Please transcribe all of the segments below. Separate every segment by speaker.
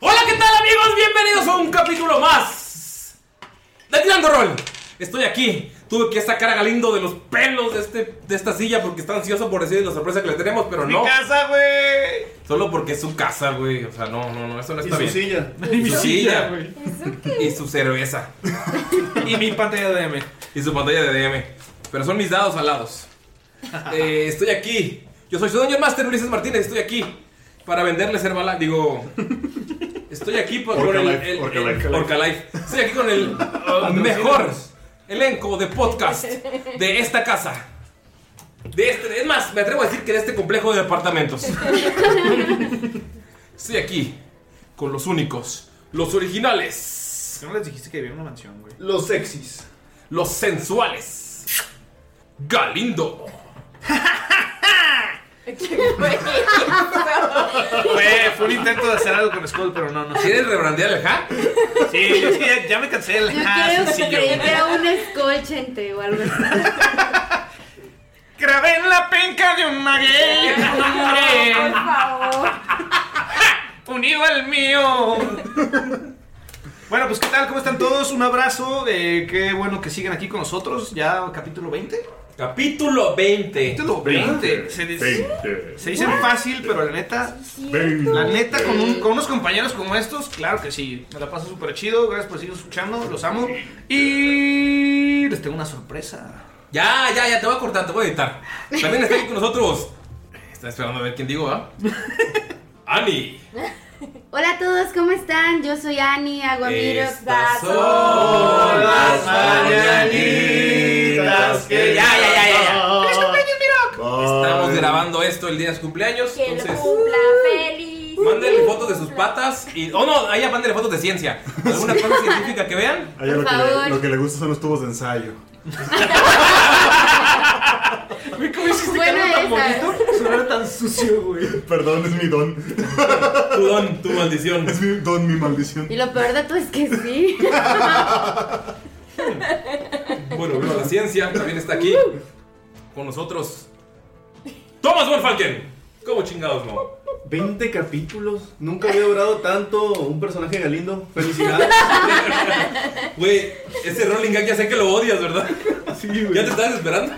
Speaker 1: Hola, ¿qué tal amigos? Bienvenidos a un capítulo más de Tirando Roll. Estoy aquí. Tuve que sacar a Galindo de los pelos de, este, de esta silla porque está ansioso por decir la sorpresa que le tenemos, pero no.
Speaker 2: Mi casa, güey.
Speaker 1: Solo porque es su casa, güey. O sea, no, no, no, eso no
Speaker 2: Y
Speaker 1: está
Speaker 2: su
Speaker 1: bien.
Speaker 2: silla.
Speaker 1: Y mi silla,
Speaker 2: güey.
Speaker 1: Y su cerveza.
Speaker 2: Y mi pantalla de DM.
Speaker 1: Y su pantalla de DM. Pero son mis dados alados. Eh, estoy aquí. Yo soy su dueño master, Ulises Martínez. Estoy aquí para venderles Herbalife. Digo, estoy aquí por- con el,
Speaker 2: Orcalife,
Speaker 1: el- el-
Speaker 2: Orcalife.
Speaker 1: Orcalife. Estoy aquí con el mejor elenco de podcast de esta casa. De este, es más, me atrevo a decir que de este complejo de departamentos. Estoy aquí con los únicos, los originales.
Speaker 2: ¿Qué no les dijiste que vivía en una mansión, güey?
Speaker 3: Los sexys.
Speaker 1: los sensuales. Galindo.
Speaker 2: Güey, fue un intento de hacer algo con Skull, pero no, no. Sí,
Speaker 1: ¿Quieres rebrandear el ja?
Speaker 2: es que ya, ya me cansé del
Speaker 4: Yo
Speaker 2: ah,
Speaker 4: creo
Speaker 2: sencillo,
Speaker 4: que creí
Speaker 2: güey.
Speaker 4: que era un escolchente o algo así.
Speaker 2: Grabé en la penca de un maguey.
Speaker 4: Por favor.
Speaker 2: Unido al mío. Bueno, pues qué tal, ¿cómo están todos? Un abrazo, eh, qué bueno que sigan aquí con nosotros, ya capítulo 20.
Speaker 1: Capítulo 20.
Speaker 2: Capítulo 20. Se, dice- se dice fácil, pero la neta, La neta, con, un- con unos compañeros como estos, claro que sí. Me la paso súper chido. Gracias por seguir escuchando. Los amo. Y les tengo una sorpresa.
Speaker 1: Ya, ya, ya, te voy a cortar, te voy a editar. También está aquí con nosotros. Está esperando a ver quién digo, ¿ah? Ani.
Speaker 4: Hola a todos, ¿cómo están? Yo soy Ani Aguamiros
Speaker 1: Estas
Speaker 4: Dazo.
Speaker 1: son las mañanitas que- Ya, ya, ya, ya, ya. Estamos grabando esto el día de su cumpleaños.
Speaker 4: Que lo
Speaker 1: Entonces,
Speaker 4: cumpla feliz.
Speaker 1: mándenle fotos de sus patas. Y, oh, no, ahí mándenle fotos de ciencia. Alguna cosa científica que vean.
Speaker 5: A ella
Speaker 4: Por
Speaker 5: lo que, le,
Speaker 4: favor.
Speaker 5: lo que le gusta son los tubos de ensayo.
Speaker 4: Bueno, esa.
Speaker 2: Suena tan sucio, güey.
Speaker 5: Perdón, es mi don.
Speaker 1: Tu don, tu maldición.
Speaker 5: Es mi don, mi maldición.
Speaker 4: Y lo peor de todo es que sí.
Speaker 1: Bueno, bueno, la ciencia también está aquí con nosotros. Thomas Von Falken. ¿Cómo chingados no?
Speaker 3: 20 capítulos. Nunca había durado tanto un personaje de Galindo. Felicidades.
Speaker 1: Güey, ese Rolling Gag ya sé que lo odias, ¿verdad? Sí, güey. ¿Ya te estabas esperando?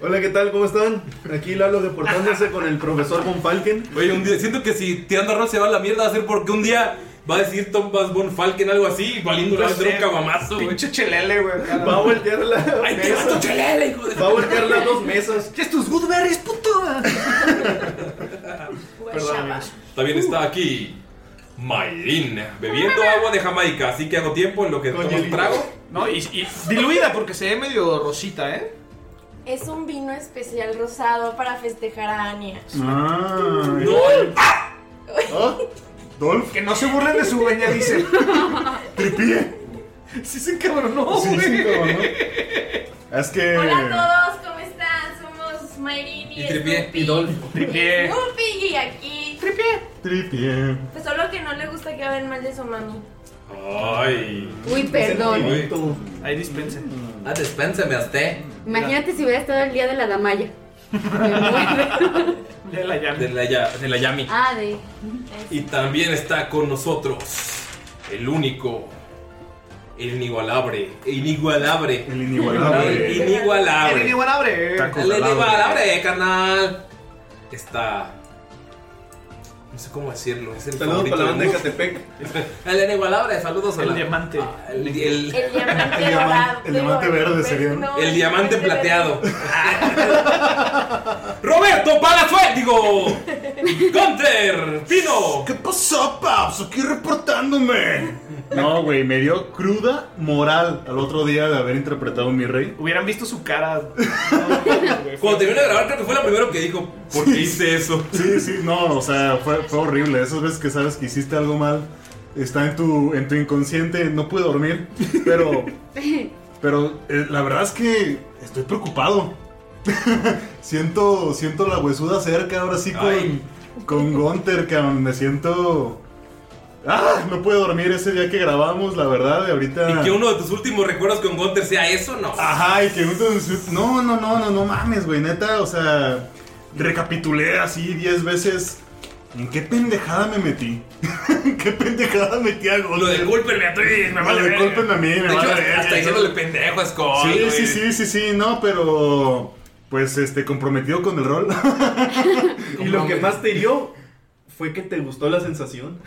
Speaker 3: Hola, ¿qué tal? ¿Cómo están? Aquí Lalo reportándose con el profesor Von Falken.
Speaker 1: Güey, un día siento que si tirando rol se va a la mierda va a ser porque un día va a decir Thomas Von Falken algo así y Galindo le va a hacer un cabamazo, güey.
Speaker 2: Pinche chelele, güey.
Speaker 3: Va a voltear la.
Speaker 1: ¡Ay, te vas tu chelele, hijo de...
Speaker 3: Va a voltear las dos mesas.
Speaker 2: ¿Qué es tus goodberries, puto?
Speaker 3: Perdón, amigos.
Speaker 1: También está aquí Mayrin bebiendo agua de Jamaica, así que hago tiempo en lo que
Speaker 3: Con
Speaker 1: tomas un
Speaker 3: hielito.
Speaker 1: trago.
Speaker 2: No, y, y diluida porque se ve medio rosita, ¿eh?
Speaker 6: Es un vino especial rosado para festejar a Ania.
Speaker 5: Ah,
Speaker 1: No,
Speaker 5: ¿Ah? Dolph,
Speaker 2: Que no se burlen de su baña, dice.
Speaker 5: tripié.
Speaker 2: Sí se encabronó,
Speaker 5: Sí,
Speaker 2: güey.
Speaker 5: sí, cabrón. Es que.
Speaker 6: Hola a todos, ¿cómo están? Somos Mayrin y,
Speaker 1: Y Tripié,
Speaker 6: Snoopy.
Speaker 1: y Dolfo.
Speaker 2: Tripié.
Speaker 6: Snoopy y aquí.
Speaker 5: Tripié.
Speaker 6: Pues solo que no le gusta que hablen mal de su mami.
Speaker 1: Ay.
Speaker 4: Uy, perdón.
Speaker 3: Sentimiento.
Speaker 2: Ahí dispensen.
Speaker 1: Ah, dispénseme a usted.
Speaker 4: Imagínate si hubiera estado el día de la damaya.
Speaker 2: Ya la
Speaker 1: De
Speaker 2: llave.
Speaker 1: la, ya- de la Yami.
Speaker 4: Ah, de.
Speaker 1: Y también está con nosotros el único, el inigualable, inigualable,
Speaker 5: El inigualable.
Speaker 1: inigualable,
Speaker 2: El igual abre.
Speaker 5: Taco.
Speaker 1: el inigualable, canal. Está, no sé cómo decirlo, es el
Speaker 3: Saludos
Speaker 1: favorito
Speaker 3: para la banda de
Speaker 1: muchos.
Speaker 3: Catepec.
Speaker 1: El inigualable, saludos a
Speaker 2: El
Speaker 1: la-
Speaker 2: diamante.
Speaker 1: Ah, el, el-
Speaker 6: El diamante
Speaker 5: El diamante-
Speaker 6: dorado.
Speaker 5: el diamante
Speaker 6: digo,
Speaker 5: verde
Speaker 6: pues,
Speaker 5: sería.
Speaker 6: no,
Speaker 1: el diamante
Speaker 6: verde.
Speaker 1: plateado. Roberto Palazuel, digo, Gunter Pino.
Speaker 5: ¿Qué pasó, Paps? Aquí reportándome. No, güey, me dio cruda moral al otro día de haber interpretado a mi rey.
Speaker 2: Hubieran visto su cara.
Speaker 1: Cuando terminó de grabar creo que fue lo primero que dijo, ¿por qué hice eso?
Speaker 5: Sí, sí, no, o sea, fue, fue horrible. Esas veces que sabes que hiciste algo mal, está en tu, en tu inconsciente, no pude dormir, pero. Pero eh, la verdad es que estoy preocupado. siento, siento la huesuda cerca ahora sí
Speaker 1: Ay.
Speaker 5: con, con Gunter, cabrón. Me siento. ¡Ah! No pude dormir ese día que grabamos, la verdad, y ahorita.
Speaker 1: Y que uno de tus últimos recuerdos con Gunter sea eso, no.
Speaker 5: Ajá, y que entonces, no, no, no, no, no mames, güey, neta, o sea, recapitulé así 10 veces en qué pendejada me metí. ¿En qué pendejada metí a
Speaker 1: Lo de
Speaker 5: Golden?
Speaker 1: culpenme a ti, me vale
Speaker 5: de
Speaker 1: verga.
Speaker 5: cúlpenme a mí, me
Speaker 1: De
Speaker 5: vale
Speaker 1: hecho,
Speaker 5: verga.
Speaker 1: Hasta diciéndole pendejo a Scott.
Speaker 5: Sí,
Speaker 1: güey.
Speaker 5: sí, sí, sí, sí, no, pero pues este comprometido con el rol.
Speaker 3: Y lo que más te hirió fue que te gustó la sensación.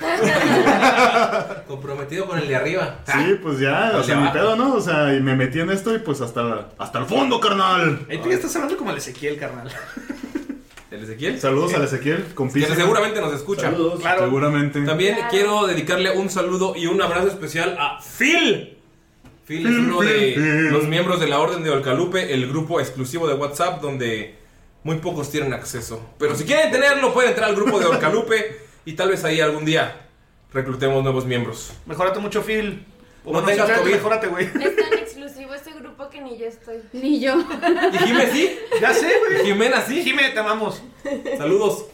Speaker 1: Comprometido con el de arriba.
Speaker 5: Sí, pues ya, o
Speaker 1: Pues
Speaker 5: sea,
Speaker 1: ya
Speaker 5: mi
Speaker 1: va.
Speaker 5: pedo, ¿no? O sea, y me metí en esto y pues hasta hasta el fondo, carnal.
Speaker 2: Ahí tú ya estás hablando como el Ezequiel, carnal.
Speaker 1: ¿El Ezequiel?
Speaker 5: Saludos al Ezequiel,
Speaker 1: Que
Speaker 5: compita.
Speaker 1: seguramente nos escucha.
Speaker 3: Saludos.
Speaker 5: Seguramente.
Speaker 1: También quiero dedicarle un saludo y un abrazo especial a Phil. Phil es uno de
Speaker 5: Phil.
Speaker 1: los miembros de la Orden de Olcalupe, el grupo exclusivo de WhatsApp donde muy pocos tienen acceso. Pero si quieren tenerlo, pueden entrar al grupo de Olcalupe y tal vez ahí algún día reclutemos nuevos miembros.
Speaker 2: Mejórate mucho, Phil. O
Speaker 1: No tengas
Speaker 2: sinceramente,
Speaker 1: COVID.
Speaker 2: Mejórate, güey.
Speaker 6: Es tan exclusivo este grupo que ni yo estoy.
Speaker 4: Ni yo.
Speaker 1: ¿Y Jimé sí?
Speaker 2: Ya sé, güey.
Speaker 1: ¿Jimena sí?
Speaker 2: Jimé, te amamos.
Speaker 1: Saludos.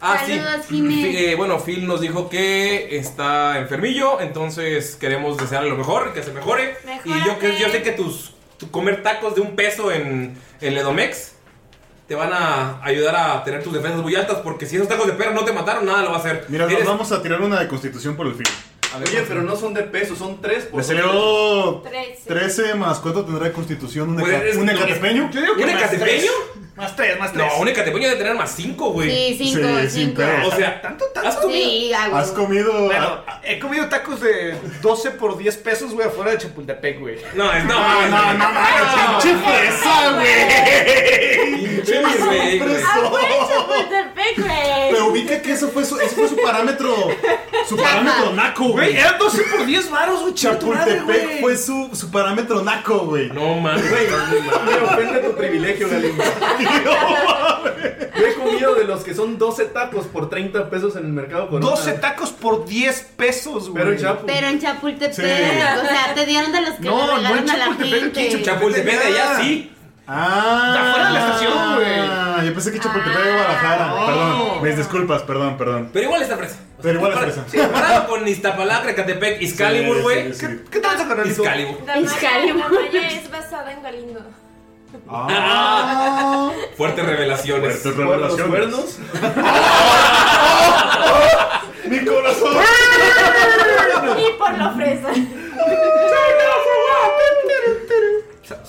Speaker 1: Ah, sí.
Speaker 4: Saludos, Jimé.
Speaker 1: Fi- eh, bueno, Phil nos dijo que está enfermillo, entonces queremos desearle lo mejor, que se mejore. Y yo, que, yo sé que tus tu comer tacos de un peso en, en Ledomex te van a ayudar a tener tus defensas muy altas, porque si esos tacos de perro no te mataron, nada lo va a hacer.
Speaker 5: Mira, nos
Speaker 1: Eres-
Speaker 5: vamos a tirar una de constitución por el fin.
Speaker 1: A ver,
Speaker 3: Oye, pero no son de peso, son tres por
Speaker 5: Le salió
Speaker 6: Trece.
Speaker 5: 13 más cuánto tendrá de constitución un,
Speaker 1: Pues
Speaker 5: eca-
Speaker 1: es-
Speaker 5: un
Speaker 1: no,
Speaker 5: ecatepeño.
Speaker 2: Yo digo que
Speaker 1: ¿Un
Speaker 2: más
Speaker 1: ecatepeño?
Speaker 2: tres. Más tres, más tres.
Speaker 1: No, un ecatepeño debe tener más cinco, güey.
Speaker 4: Sí, cinco,
Speaker 5: Sí, sin
Speaker 4: cinco.
Speaker 5: pedos.
Speaker 1: O sea,
Speaker 2: ¿Tanto, tanto?
Speaker 1: ¿has comido?
Speaker 4: Sí, hago.
Speaker 5: Has comido.
Speaker 2: Bueno,
Speaker 5: ah,
Speaker 2: he comido tacos de 12 por 10 pesos, güey, afuera de Chapultepec, güey.
Speaker 1: No, es- no,
Speaker 5: No, Ah,
Speaker 1: mames,
Speaker 5: no,
Speaker 1: güey.
Speaker 5: no,
Speaker 1: No.
Speaker 5: no, pinche fresa, güey. Ah,
Speaker 1: Pinche güey, güey.
Speaker 6: Chapultepec, güey.
Speaker 5: Pero ubica que eso fue su, eso fue su parámetro. Su parámetro naco,
Speaker 2: Güey,
Speaker 5: güey.
Speaker 2: eran 12 por 10 varos, güey. chinga tu madre,
Speaker 5: Chapultepec
Speaker 2: güey.
Speaker 5: fue su, su parámetro naco, güey.
Speaker 1: No, mames. estás muy mal.
Speaker 3: Me ofende tu privilegio, Galindo. Yo he comido de los que son 12 tacos por 30 pesos en el mercado. Corona.
Speaker 2: 12 tacos por 10 pesos, güey.
Speaker 3: Pero en Chapu.
Speaker 4: Pero en Chapultepec,
Speaker 5: Sí.
Speaker 4: o sea, te dieron de los que
Speaker 2: No,
Speaker 4: le
Speaker 2: no en
Speaker 4: regalaron a la
Speaker 2: Chapultepec, aquí en
Speaker 4: gente.
Speaker 1: Chapultepec de allá, sí.
Speaker 5: Ah,
Speaker 2: Afuera de la estación, güey. Ah.
Speaker 5: Yo pensé que Chapultepec de Guadalajara. Perdón, mis disculpas, perdón, perdón.
Speaker 1: Pero igual está fresa.
Speaker 5: Pero igual es fresa.
Speaker 1: Sí, comparado con Iztapalacra, Catepec, Excalibur, güey.
Speaker 5: Sí, sí, sí.
Speaker 2: ¿Qué tal, carnalito?
Speaker 1: Excalibur.
Speaker 6: La
Speaker 4: Excalibur.
Speaker 6: malla es basada en Galindo.
Speaker 5: Ah.
Speaker 1: Ah. Fuertes revelaciones. Fuertes
Speaker 5: revelaciones.
Speaker 1: cuernos?
Speaker 5: ¡Mi corazón!
Speaker 6: Y por la fresa.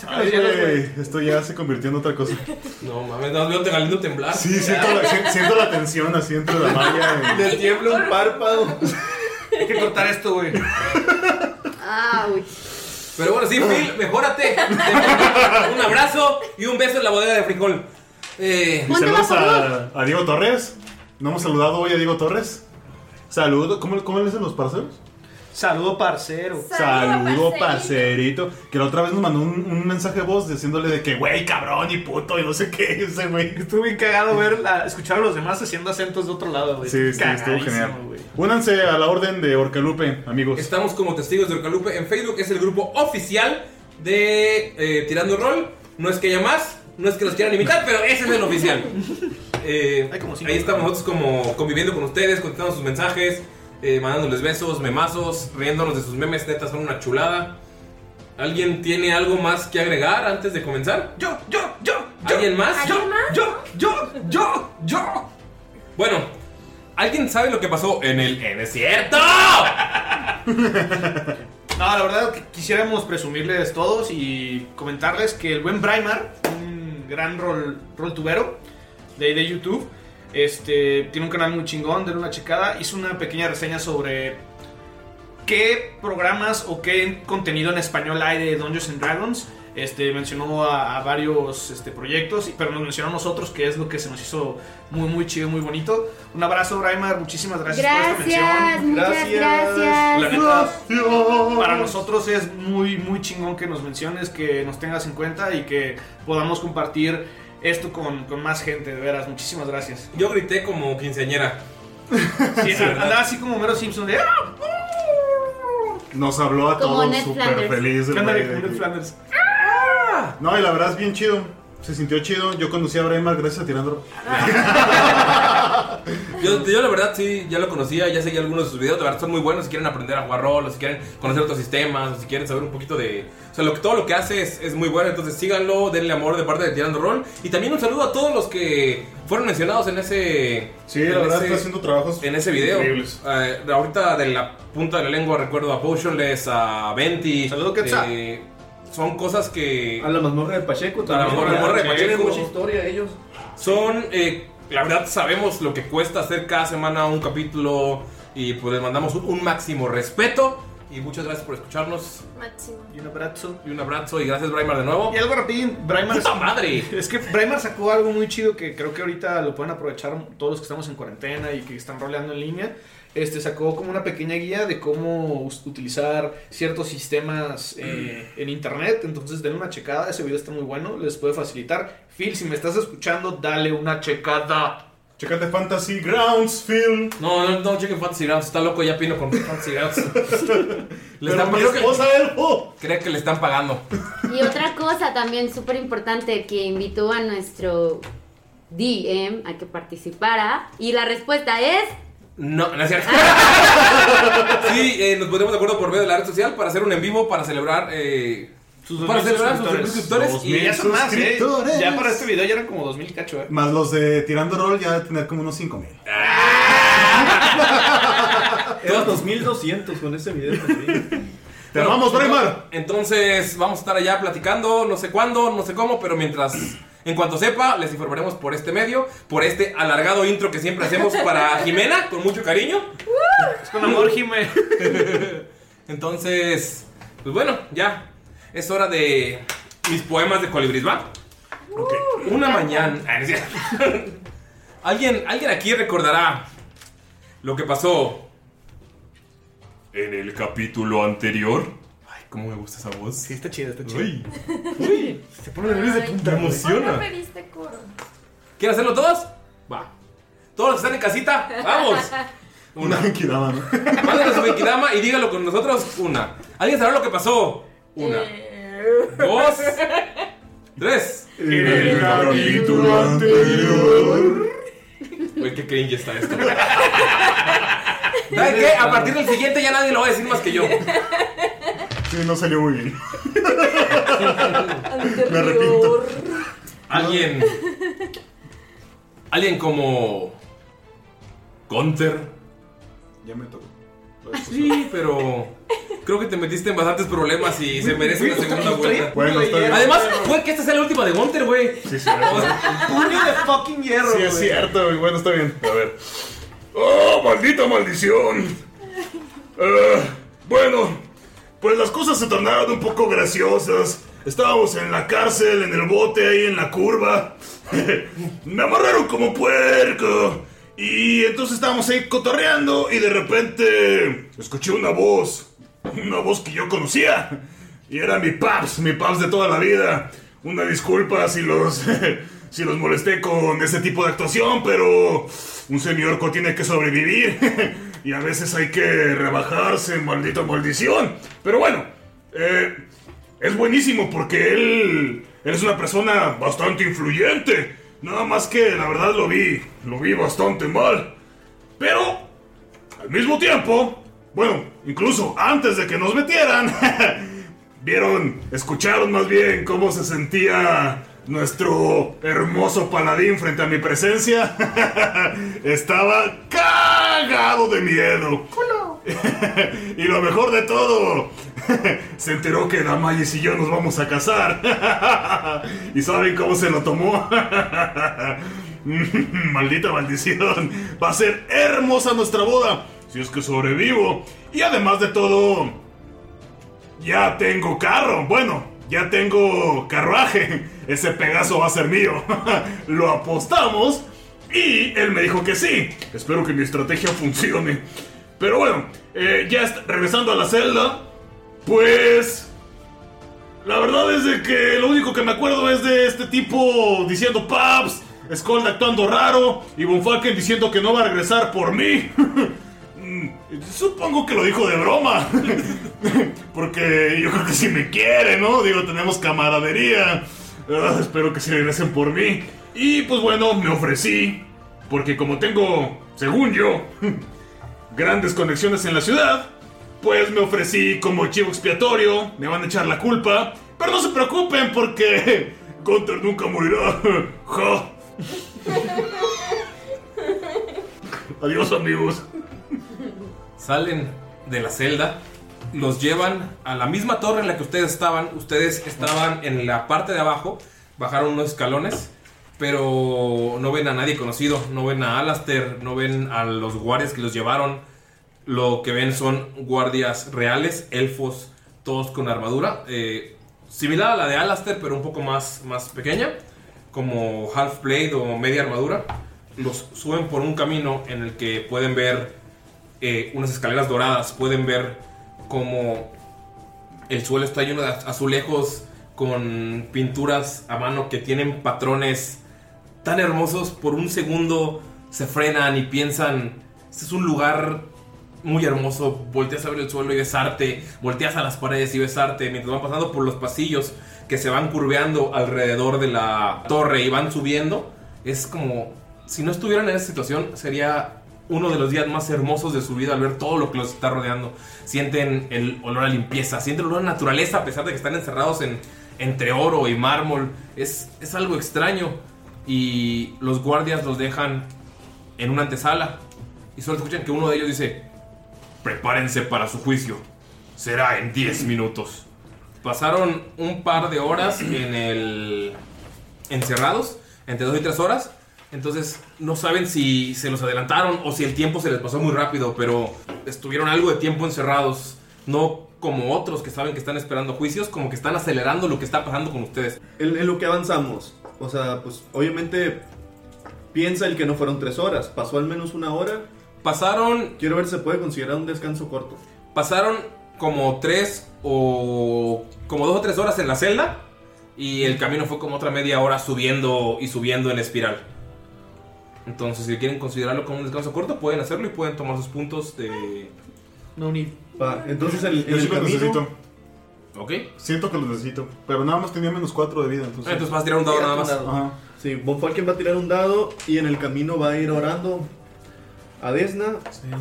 Speaker 5: Ay, güey, esto ya se convirtió en otra cosa.
Speaker 1: No mames, no veo Galindo temblar.
Speaker 5: Sí, siento la, si- siento la tensión así entre la malla.
Speaker 1: Le tiembla
Speaker 5: un párpado.
Speaker 2: Hay que cortar esto, güey.
Speaker 1: Pero bueno, sí, Phil, mejórate. un abrazo y un beso en la bodega de frijol. Eh,
Speaker 5: Y saludos a, a Diego Torres. No hemos saludado hoy a Diego Torres. Saludo, ¿cómo, cómo le dicen los parceros?
Speaker 2: Saludo parcero.
Speaker 5: Saludo parcerito. Que la otra vez nos mandó un, un mensaje de voz diciéndole de que, güey, cabrón y puto y no sé qué. Ese güey.
Speaker 2: Estuvo bien cagado ver, la- escuchar a los demás haciendo acentos de otro lado, güey.
Speaker 5: Sí, sí, estuvo
Speaker 2: Cagadísimo,
Speaker 5: genial.
Speaker 2: güey.
Speaker 5: Únanse a la orden de Orcalupe, amigos.
Speaker 1: Estamos como testigos de Orcalupe en Facebook. Es el grupo oficial de eh, Tirando Rol. No es que haya más, no es que los quieran imitar, pero ese es el oficial. Eh, ahí estamos nosotros como conviviendo con ustedes, contestando sus mensajes, eh, mandándoles besos, memazos, riéndonos de sus memes. Neta, son una chulada. ¿Alguien tiene algo más que agregar antes de comenzar? Yo, yo, yo. ¿Alguien más?
Speaker 6: ¿Alguien más?
Speaker 1: Yo, yo, yo, yo. Bueno, ¿alguien sabe lo que pasó en el... En el cierto?
Speaker 2: No, la verdad que quisiéramos presumirles todos y comentarles que el buen Braimar, un gran rol, rol tubero de, de YouTube, este, tiene un canal muy chingón, denle una checada, hizo una pequeña reseña sobre qué programas o qué contenido en español hay de Dungeons and Dragons. Este, mencionó a, a varios este, proyectos, pero nos mencionó a nosotros, que es lo que se nos hizo muy, muy chido, muy bonito. Un abrazo, Braimar, muchísimas gracias, por esta
Speaker 4: Gracias,
Speaker 2: mención.
Speaker 4: muchas gracias.
Speaker 2: La neta, para nosotros es muy, muy chingón que nos menciones, que nos tengas en cuenta y que podamos compartir esto con, con más gente, de veras. Muchísimas gracias.
Speaker 1: Yo grité como quinceañera.
Speaker 2: Sí, andaba así como Mero Simpson de... "¡Ah!".
Speaker 5: Nos habló a
Speaker 2: Como
Speaker 5: todos
Speaker 2: Ned
Speaker 5: súper
Speaker 2: Flanders.
Speaker 5: feliz. el
Speaker 2: Ándale,
Speaker 5: güey,
Speaker 2: como
Speaker 5: de
Speaker 2: Ned
Speaker 5: que-
Speaker 2: Flanders.
Speaker 1: Ah.
Speaker 5: No, y la verdad es bien chido. Se sintió chido. Yo conocí a Braimar gracias a Tirandro.
Speaker 1: Yo, yo la verdad sí, ya lo conocía, ya seguía algunos de sus videos, la verdad son muy buenos si quieren aprender a jugar rol, o si quieren conocer otros sistemas, o si quieren saber un poquito de... O sea, lo que, todo lo que hace es, es muy bueno, entonces síganlo, denle amor de parte de Tirando Rol. Y también un saludo a todos los que fueron mencionados en ese...
Speaker 5: Sí, la
Speaker 1: en
Speaker 5: verdad
Speaker 1: ese-
Speaker 5: está haciendo trabajos
Speaker 1: en ese video.
Speaker 5: increíbles.
Speaker 1: Eh, ahorita de la punta de la lengua recuerdo a Potionless, a Venti. Saludos,
Speaker 3: Quetzal.
Speaker 1: Son cosas que...
Speaker 3: A la mazmorra de Pacheco
Speaker 1: A la
Speaker 3: también.
Speaker 1: mazmorra-
Speaker 5: Ah,
Speaker 1: mazmorra de
Speaker 3: Sí,
Speaker 1: Pacheco.
Speaker 3: tienen mucha historia ellos.
Speaker 1: Son, eh, la verdad, sabemos lo que cuesta hacer cada semana un capítulo y pues les mandamos un, un máximo respeto. Y muchas gracias por escucharnos.
Speaker 6: Máximo.
Speaker 2: Y un abrazo.
Speaker 1: Y un abrazo y gracias, Braimar, de nuevo.
Speaker 2: Y algo rapidín, Braimar...
Speaker 1: ¡Puta madre!
Speaker 2: Es que Braimar sacó algo muy chido que creo que ahorita lo pueden aprovechar todos los que estamos en cuarentena y que están roleando en línea. Este sacó como una pequeña guía de cómo us- utilizar ciertos sistemas eh,
Speaker 1: Mm.
Speaker 2: en internet. Entonces denle una checada, ese video está muy bueno, les puede facilitar. Phil, si me estás escuchando, dale una checada.
Speaker 5: Checate Fantasy Grounds, Phil.
Speaker 1: No, no, no, chequen Fantasy Grounds. Está loco, ya pino con Fantasy Grounds. Le
Speaker 5: Pero mi
Speaker 1: creo que-
Speaker 5: esposa,
Speaker 1: Cree que le están pagando.
Speaker 4: Y otra cosa también súper importante que invitó a nuestro DM a que participara. Y la respuesta es.
Speaker 1: No, no es cierto. sí, eh, nos ponemos de acuerdo por medio de la red social para hacer un en vivo para celebrar. eh, para celebrar sus suscriptores.
Speaker 2: Y ya son más, ¿eh?
Speaker 5: suscriptores.
Speaker 2: Ya para este video ya eran como 2000 cacho, eh.
Speaker 5: Más los de Tirando Roll ya de tener como unos 5000.
Speaker 3: Eran 2200 con ese video.
Speaker 5: Te amamos, Braimar.
Speaker 1: Entonces, vamos a estar allá platicando, no sé cuándo, no sé cómo, pero mientras. En cuanto sepa, les informaremos por este medio, por este alargado intro que siempre hacemos para Jimena, con mucho cariño. Es
Speaker 2: con amor, Jimena.
Speaker 1: Entonces, pues bueno, ya. Es hora de mis poemas de colibrís, ¿va? Una mañana. Ah, no es cierto. ¿Alguien, alguien aquí recordará lo que pasó en el capítulo anterior. Ay, cómo me gusta esa voz. Sí,
Speaker 2: está chida, está
Speaker 1: chida.
Speaker 2: Se
Speaker 1: pone nervioso de punta. Me
Speaker 6: ¿Por qué
Speaker 1: emociona.
Speaker 6: pediste coro?
Speaker 1: ¿Quieren hacerlo todos? Va. Todos los que están en casita, vamos. Una.
Speaker 5: Kidama, ¿no?
Speaker 1: Mándenos su Benkidama y dígalo con nosotros. Una. ¿Alguien sabrá lo que pasó? Una. Dos. Tres.
Speaker 5: En el capítulo anterior.
Speaker 1: Güey, qué cringe está esto. ¿Saben qué? A partir del siguiente ya nadie lo va a decir más que yo.
Speaker 5: Sí, no salió muy bien. Me
Speaker 1: arrepiento. Alguien. Alguien como. Gunter.
Speaker 7: Ya me tocó.
Speaker 1: Sí, pero. Creo que te metiste en bastantes problemas y se merece una segunda vuelta.
Speaker 7: Bueno, está bien.
Speaker 1: Además, puede que esta sea la última de Gunter, güey.
Speaker 7: Sí, sí.
Speaker 2: Puño de fucking hierro,
Speaker 7: Sí, es
Speaker 2: güey.
Speaker 7: cierto, güey. Bueno, está bien. A ver. ¡Oh, maldita maldición! Eh, bueno, pues las cosas se tornaron un poco graciosas. Estábamos en la cárcel, en el bote, ahí en la curva. Me amarraron como puerco. Y entonces estábamos ahí cotorreando y de repente escuché una voz. Una voz que yo conocía. Y era mi paps, mi paps de toda la vida. Una disculpa si los si los molesté con ese tipo de actuación, pero un seniorco tiene que sobrevivir y a veces hay que rebajarse, maldita maldición. Pero bueno, eh, es buenísimo porque él, él es una persona bastante influyente. Nada más que la verdad lo vi, lo vi bastante mal. Pero al mismo tiempo, bueno, incluso antes de que nos metieran, vieron, escucharon más bien cómo se sentía nuestro hermoso paladín frente a mi presencia. Estaba cagado de miedo. y lo mejor de todo, se enteró que Damayes y yo nos vamos a casar. y saben cómo se lo tomó. Maldita maldición. Va a ser hermosa nuestra boda. Si es que sobrevivo. Y además de todo, ya tengo carro. Bueno, ya tengo carruaje. Ese Pegaso va a ser mío. Lo apostamos. Y él me dijo que sí. Espero que mi estrategia funcione. Pero bueno, eh, ya est- regresando a la celda. Pues... La verdad es de que lo único que me acuerdo es de este tipo diciendo paps, Skull actuando raro y Bonfalken diciendo que no va a regresar por mí. Mm, Supongo que lo dijo de broma. Porque yo creo que si me quiere, ¿no? Digo, tenemos camaradería. Ah, espero que se regresen por mí. Y pues bueno, me ofrecí. Porque como tengo, según yo, grandes conexiones en la ciudad, pues me ofrecí como chivo expiatorio. Me van a echar la culpa. Pero no se preocupen porque Gunter nunca morirá. Ja. Adiós amigos.
Speaker 1: Salen de la celda, los llevan a la misma torre en la que ustedes estaban. Ustedes estaban en la parte de abajo, bajaron unos escalones, pero no ven a nadie conocido. No ven a Alastair, no ven a los guardias que los llevaron. Lo que ven son guardias reales, elfos, todos con armadura. eh, similar a la de Alastair, pero un poco más, más pequeña. Como half blade o media armadura. Los suben por un camino en el que pueden ver eh, unas escaleras doradas. Pueden ver como el suelo está lleno de azulejos con pinturas a mano que tienen patrones tan hermosos. Por un segundo se frenan y piensan, este es un lugar muy hermoso. Volteas a ver el suelo y ves arte. Volteas a las paredes y ves arte. Mientras van pasando por los pasillos que se van curveando alrededor de la torre y van subiendo. Es como, si no estuvieran en esa situación, sería uno de los días más hermosos de su vida al ver todo lo que los está rodeando. Sienten el olor a limpieza, sienten el olor a naturaleza a pesar de que están encerrados en, entre oro y mármol. Es, es algo extraño. Y los guardias los dejan en una antesala. Y solo escuchan que uno de ellos dice, prepárense para su juicio. Será en 10 minutos. Pasaron un par de horas en el encerrados, entre 2 y 3 horas. Entonces no saben si se los adelantaron o si el tiempo se les pasó muy rápido, pero estuvieron algo de tiempo encerrados. No como otros que saben que están esperando juicios, como que están acelerando lo que está pasando con ustedes.
Speaker 3: En, en lo que avanzamos, o sea, pues obviamente piensa el que no fueron tres horas, pasó al menos una hora.
Speaker 1: Pasaron.
Speaker 3: Quiero ver si se puede considerar un descanso corto.
Speaker 1: Pasaron como tres o como dos o tres horas en la celda y el camino fue como otra media hora subiendo y subiendo en espiral. Entonces, si quieren considerarlo como un descanso corto, pueden hacerlo y pueden tomar sus puntos de...
Speaker 3: No, ni. Va, entonces el,
Speaker 7: Yo
Speaker 3: en
Speaker 7: sí
Speaker 3: el
Speaker 7: lo
Speaker 3: camino.
Speaker 7: necesito.
Speaker 1: Ok.
Speaker 7: Siento que lo necesito. Pero nada más tenía menos 4 de vida. Entonces,
Speaker 1: Entonces vas a tirar un dado nada más.
Speaker 7: Ajá.
Speaker 3: Sí, Von Falken va a tirar un dado y en el camino va a ir orando a Desna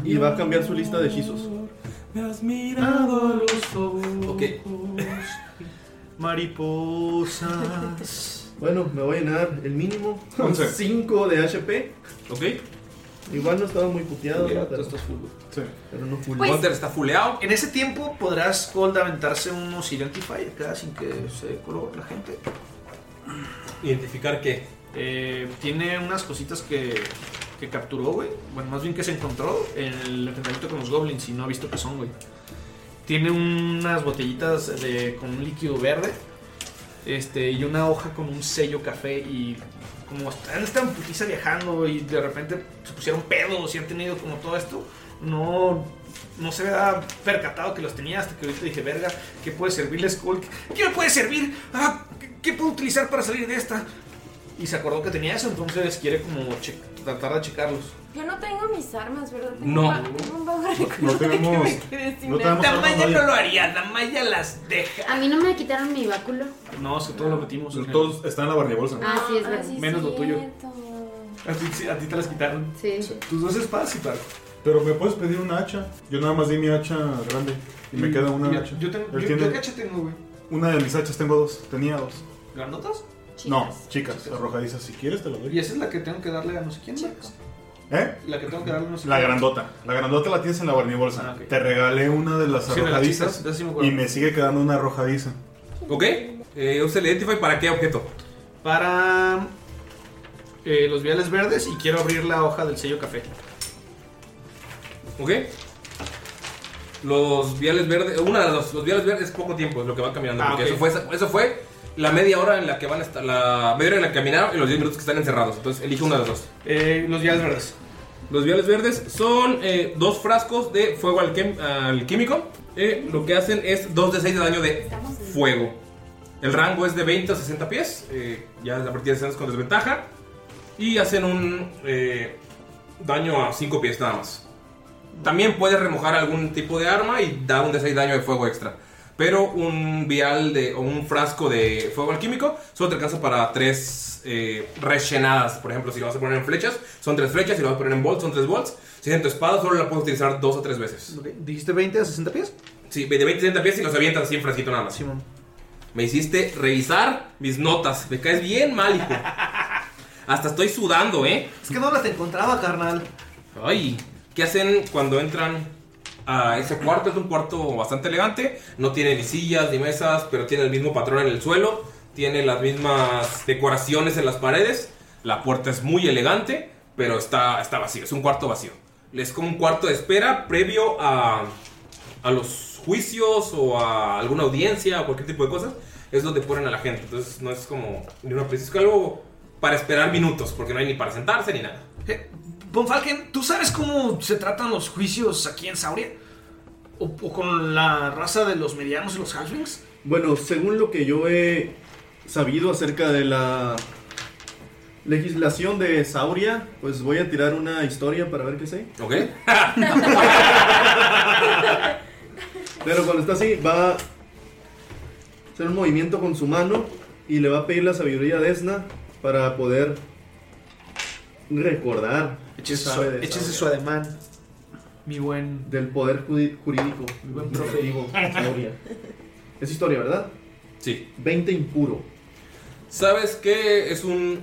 Speaker 3: y va a cambiar su lista de hechizos.
Speaker 1: Me has mirado los ojos. Ok.
Speaker 3: Mariposas. Bueno, me voy a llenar el mínimo.
Speaker 5: Once.
Speaker 3: 5 de HP.
Speaker 1: Ok.
Speaker 3: Igual no estaba muy puteado.
Speaker 2: Fuleado,
Speaker 3: pero,
Speaker 2: tú estás
Speaker 3: Sí. Pero no full.
Speaker 2: Hunter
Speaker 1: está fuleado.
Speaker 2: Pues, En ese tiempo podrás Gold aventarse unos Identify acá sin que se dé color la gente.
Speaker 1: ¿Identificar qué?
Speaker 2: Eh, tiene unas cositas que, que capturó, güey. Bueno, más bien que se encontró en el enfrentamiento con los goblins y no ha visto qué son, güey. Tiene unas botellitas de- con un líquido verde este, y una hoja con un sello café y como están, están putiza viajando y de repente se pusieron pedos y han tenido como todo esto, no, no se había percatado que los tenía hasta que ahorita dije, verga, ¿qué puede servirles, Hulk? ¿Qué me puede servir? Ah, ¿qué- ¿Qué puedo utilizar para salir de esta? Y se acordó que tenía eso, entonces quiere como che- tratar de checarlos.
Speaker 6: Yo no tengo mis armas, ¿verdad?
Speaker 2: No.
Speaker 6: Tengo un vago recuerdo
Speaker 2: No
Speaker 6: de que
Speaker 2: tenemos-
Speaker 6: me quedé sin
Speaker 2: no
Speaker 6: nada.
Speaker 2: tenemos armas, Damaya no vaya. lo
Speaker 1: haría, Damaya las deja.
Speaker 4: A mí no me quitaron mi báculo.
Speaker 2: No, es que todos lo metimos.
Speaker 5: Todos están en la barnibolsa.
Speaker 4: Ah, sí, es
Speaker 6: Ah,
Speaker 4: verdad.
Speaker 6: sí,
Speaker 2: Menos lo tuyo.
Speaker 6: cierto.
Speaker 2: A ti, sí, a ti te las quitaron.
Speaker 4: Sí.
Speaker 2: Tus dos espadas y tal.
Speaker 5: Pero me puedes pedir una hacha. Yo nada más di mi hacha grande y me queda una
Speaker 2: Yo-
Speaker 5: hacha.
Speaker 2: Mm, Yo tengo.
Speaker 5: Él
Speaker 2: Yo,
Speaker 5: tiene-
Speaker 2: yo qué hacha tengo, güey.
Speaker 5: Una de mis hachas tengo dos. Tenía dos.
Speaker 2: ¿Grandotas?
Speaker 5: No, chicas, arrojadizas. Si quieres te la doy.
Speaker 2: Y esa es la que tengo que darle a no sé quién, güey.
Speaker 5: ¿Eh?
Speaker 2: La que tengo que darle a no sé
Speaker 5: La
Speaker 2: quién.
Speaker 5: grandota. La grandota la tienes en la barnibolsa.
Speaker 2: Ah, ok.
Speaker 5: Te regalé una de las
Speaker 2: Sí, de las
Speaker 5: arrojadizas
Speaker 2: chicas, de esas sí me acuerdo.
Speaker 5: y me sigue quedando una arrojadiza.
Speaker 1: Ok. Eh, usa el Identify para qué objeto.
Speaker 2: Para eh, los viales verdes y quiero abrir la hoja del sello café.
Speaker 1: Ok. Los viales verdes. Una de los, los viales verdes es poco tiempo, es lo que van caminando.
Speaker 2: Ah,
Speaker 1: porque
Speaker 2: ok.
Speaker 1: eso, fue, eso fue la media hora en la que van a estar. La media hora en la que caminaron y los 10 minutos que están encerrados. Entonces elige una de las dos.
Speaker 2: Eh, los viales verdes.
Speaker 1: Los viales verdes son eh, dos frascos de fuego alquim- alquímico. Eh, lo que hacen es 2 de 6 de daño de fuego. El rango es de 20 a 60 pies. eh, ya a partir de 60 con desventaja. Y hacen un eh, daño a 5 pies nada más. También puedes remojar algún tipo de arma y dar un de 6 daño de fuego extra. Pero un vial de, o un frasco de fuego alquímico solo te alcanza para 3 rellenadas. Por ejemplo, si lo vas a poner en flechas, son 3 flechas. Si lo vas a poner en bolts, son 3 bolts. Si es en tu espada, solo la puedes utilizar 2 o 3 veces.
Speaker 2: ¿Dijiste 20 a 60 pies?
Speaker 1: Sí, de 20 a 60 pies y los avientas así en frasquito nada más. Me hiciste revisar mis notas. Me caes bien mal, hijo. Hasta estoy sudando, ¿eh?
Speaker 2: Es que no las encontraba, carnal.
Speaker 1: Ay, ¿qué hacen cuando entran a ese cuarto? Es un cuarto bastante elegante. No tiene ni sillas ni mesas, pero tiene el mismo patrón en el suelo. Tiene las mismas decoraciones en las paredes. La puerta es muy elegante, pero está, está vacío. Es un cuarto vacío. Es como un cuarto de espera previo a, a los juicios o a alguna audiencia o cualquier tipo de cosas. Es donde ponen a la gente. Entonces no es como ni una prisión. Es algo para esperar minutos, porque no hay ni para sentarse ni nada.
Speaker 2: Von Falken, ¿tú sabes cómo se tratan los juicios aquí en Sauria? ¿O, o con la raza de los medianos y los halflings?
Speaker 3: Bueno, según lo que yo he sabido acerca de la legislación de Sauria, pues voy a tirar una historia para ver qué sé.
Speaker 1: ¿Ok?
Speaker 3: Pero cuando está así, va a hacer un movimiento con su mano y le va a pedir la sabiduría de Esna para poder recordar.
Speaker 2: Échese
Speaker 3: qué
Speaker 2: su-
Speaker 3: sabe de
Speaker 2: échese
Speaker 3: Sauria.
Speaker 2: su ademán. Mi buen.
Speaker 3: Del poder judi- jurídico. Mi
Speaker 2: buen profe.
Speaker 3: Es historia, ¿verdad?
Speaker 1: Sí.
Speaker 3: 20 impuro.
Speaker 1: Sabes que es un.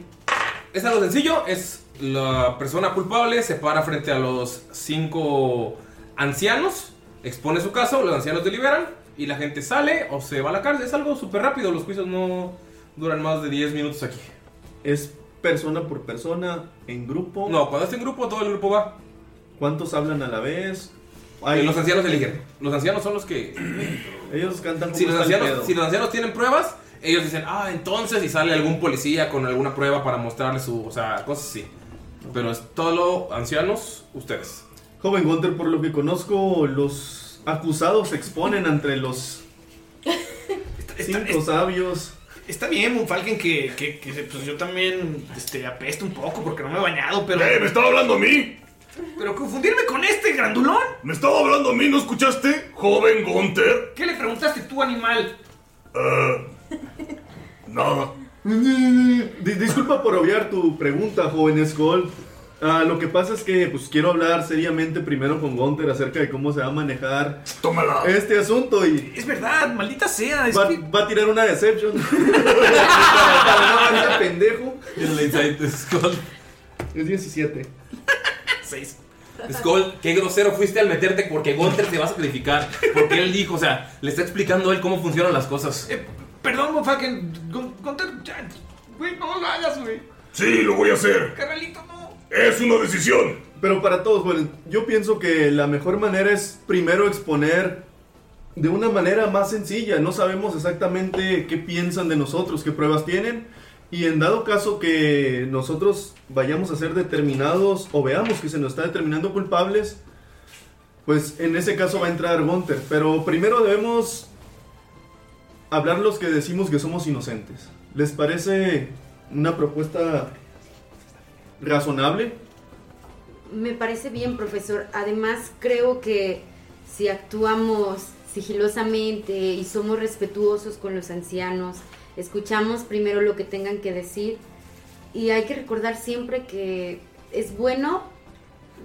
Speaker 1: Es algo sencillo. Es la persona culpable se para frente a los cinco ancianos, expone su caso, los ancianos deliberan y la gente sale o se va a la cárcel. Es algo súper rápido. Los juicios no duran más de 10 minutos aquí.
Speaker 3: ¿Es persona por persona? ¿En grupo?
Speaker 1: No, cuando es en grupo, todo el grupo va.
Speaker 3: ¿Cuántos hablan a la vez?
Speaker 1: Eh, los ancianos eligen. Los ancianos son los que.
Speaker 3: Ellos cantan
Speaker 1: si
Speaker 3: como
Speaker 1: los,
Speaker 3: está el
Speaker 1: ancianos,
Speaker 3: pedo.
Speaker 1: si los ancianos tienen pruebas, ellos dicen, ah, entonces, y sale algún policía con alguna prueba para mostrarle su. O sea, cosas así. Pero es todo lo ancianos, ustedes.
Speaker 3: Joven Gunter, por lo que conozco, los acusados se exponen entre los cinco sabios.
Speaker 2: Está bien, Von Falken, que, que- que, pues, yo también este, apesto un poco porque no me he bañado, pero.
Speaker 5: ¡Eh, me estaba hablando a mí!
Speaker 2: Pero confundirme con este grandulón.
Speaker 5: ¿Me estaba hablando a mí? ¿No escuchaste? Joven Gunter.
Speaker 2: ¿Qué le preguntaste tú, animal?
Speaker 5: Eh, nada.
Speaker 3: Di- disculpa por obviar tu pregunta, joven Skull. Ah, lo que pasa es que pues quiero hablar seriamente primero con Gunther acerca de cómo se va a manejar este asunto y
Speaker 2: Es verdad, maldita sea. Es
Speaker 3: va,
Speaker 2: que-
Speaker 3: va a tirar una deception. para no ese pendejo.
Speaker 1: El insight de Skull.
Speaker 3: Es 17.
Speaker 2: Seis.
Speaker 1: Skull, qué grosero fuiste al meterte porque Gunther te va a sacrificar. Porque él dijo, o sea, le está explicando a él cómo funcionan las cosas.
Speaker 2: Eh, perdón, Mofaken. Gun- Gunter, ya, Güey, no lo hagas, güey.
Speaker 7: Sí, lo voy a hacer.
Speaker 2: Carnalito, no.
Speaker 7: Es una decisión.
Speaker 3: Pero para todos, bueno, yo pienso que la mejor manera es primero exponer de una manera más sencilla. No sabemos exactamente qué piensan de nosotros, qué pruebas tienen. Y en dado caso que nosotros vayamos a ser determinados o veamos que se nos está determinando culpables, pues en ese caso va a entrar Gunther. Pero primero debemos hablar los que decimos que somos inocentes. ¿Les parece una propuesta razonable?
Speaker 4: Me parece bien, profesor. Además, creo que si actuamos sigilosamente y somos respetuosos con los ancianos, escuchamos primero lo que tengan que decir y hay que recordar siempre que es bueno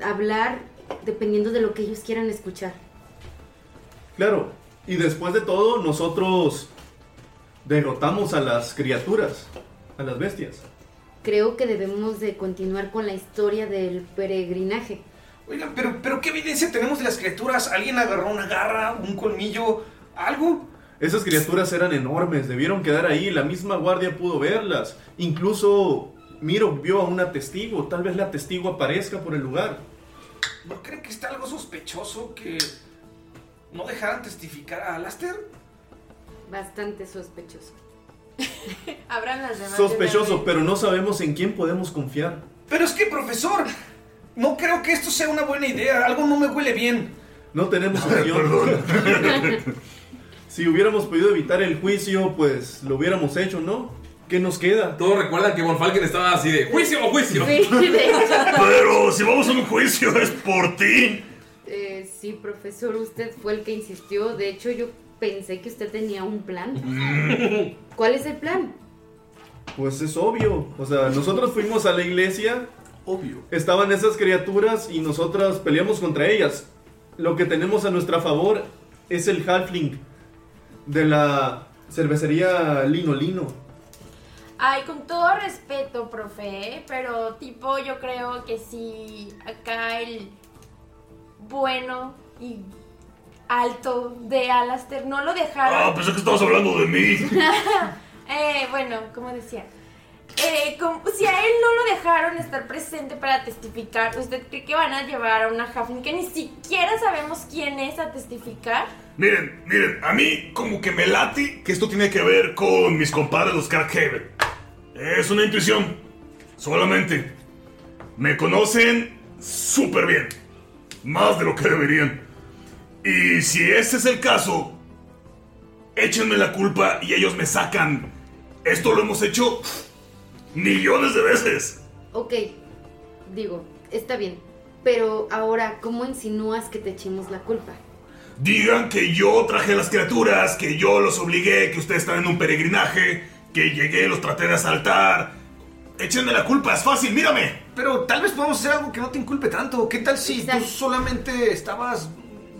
Speaker 4: hablar dependiendo de lo que ellos quieran escuchar.
Speaker 3: Claro, y después de todo, nosotros derrotamos a las criaturas, a las bestias.
Speaker 4: Creo que debemos de continuar con la historia del peregrinaje.
Speaker 2: Oigan, pero, pero ¿qué evidencia tenemos de las criaturas? ¿Alguien agarró una garra, un colmillo, algo?
Speaker 3: Esas criaturas eran enormes, debieron quedar ahí, la misma guardia pudo verlas. Incluso Miro vio a una testigo, tal vez la testigo aparezca por el lugar.
Speaker 2: ¿No creen que está algo sospechoso que no dejaran testificar a Alastair?
Speaker 4: Bastante sospechoso.
Speaker 6: Abran las demás.
Speaker 3: Sospechoso, pero no sabemos en quién podemos confiar.
Speaker 2: Pero es que, profesor, no creo que esto sea una buena idea. Algo no me huele bien.
Speaker 3: No tenemos opción. si hubiéramos podido evitar el juicio, pues lo hubiéramos hecho, ¿no? ¿Qué nos queda?
Speaker 1: Todos recuerdan que Bonfalken estaba así de juicio o juicio.
Speaker 7: Pero si vamos a un juicio es por ti.
Speaker 4: Eh, sí, profesor, usted fue el que insistió. De hecho, yo pensé que usted tenía un plan. ¿Cuál es el plan?
Speaker 3: Pues es obvio. O sea, nosotros fuimos a la iglesia.
Speaker 2: Obvio.
Speaker 3: Estaban esas criaturas y nosotras peleamos contra ellas. Lo que tenemos a nuestra favor es el halfling de la cervecería Lino Lino.
Speaker 6: Ay, con todo respeto, profe, pero tipo yo creo que si acá el bueno y alto de Alastair no lo dejaron.
Speaker 7: Ah,
Speaker 2: pues,
Speaker 7: pensé que estabas hablando de mí.
Speaker 6: Eh, bueno, como decía. eh, como- si a él no lo dejaron estar presente para testificar, ¿usted cree que van a llevar a una Huffling que ni siquiera sabemos quién es a testificar?
Speaker 7: Miren, miren, a mí como que me late que esto tiene que ver con mis compadres los Carkhaven. Es una intuición. Solamente. Me conocen súper bien. Más de lo que deberían. Y si ese es el caso, échenme la culpa y ellos me sacan. Esto lo hemos hecho millones de veces.
Speaker 4: Ok, digo, está bien. Pero ahora, ¿cómo insinúas que te echemos la culpa?
Speaker 7: Digan que yo traje las criaturas, que yo los obligué, que ustedes están en un peregrinaje, que llegué, los traté de asaltar. Échenme la culpa, es fácil, mírame.
Speaker 2: Pero tal vez podamos hacer algo que no te inculpe tanto. ¿Qué tal si tú solamente estabas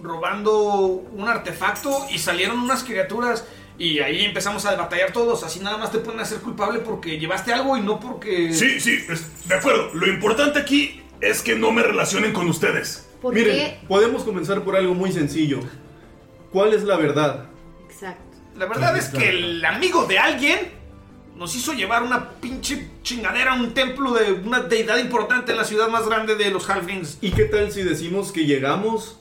Speaker 2: robando un artefacto y salieron unas criaturas y ahí empezamos a batallar todos? Así nada más te pueden hacer culpable porque llevaste algo y no porque...
Speaker 7: Sí, sí, es- de acuerdo. Lo importante aquí es que no me relacionen con ustedes.
Speaker 4: ¿Por
Speaker 3: Miren,
Speaker 4: qué?
Speaker 3: podemos comenzar por algo muy sencillo. ¿Cuál es la verdad?
Speaker 4: Exacto.
Speaker 2: La verdad es que el amigo de alguien nos hizo llevar una pinche chingadera a un templo de una deidad importante en la ciudad más grande de los Halflings.
Speaker 3: ¿Y qué tal si decimos que llegamos?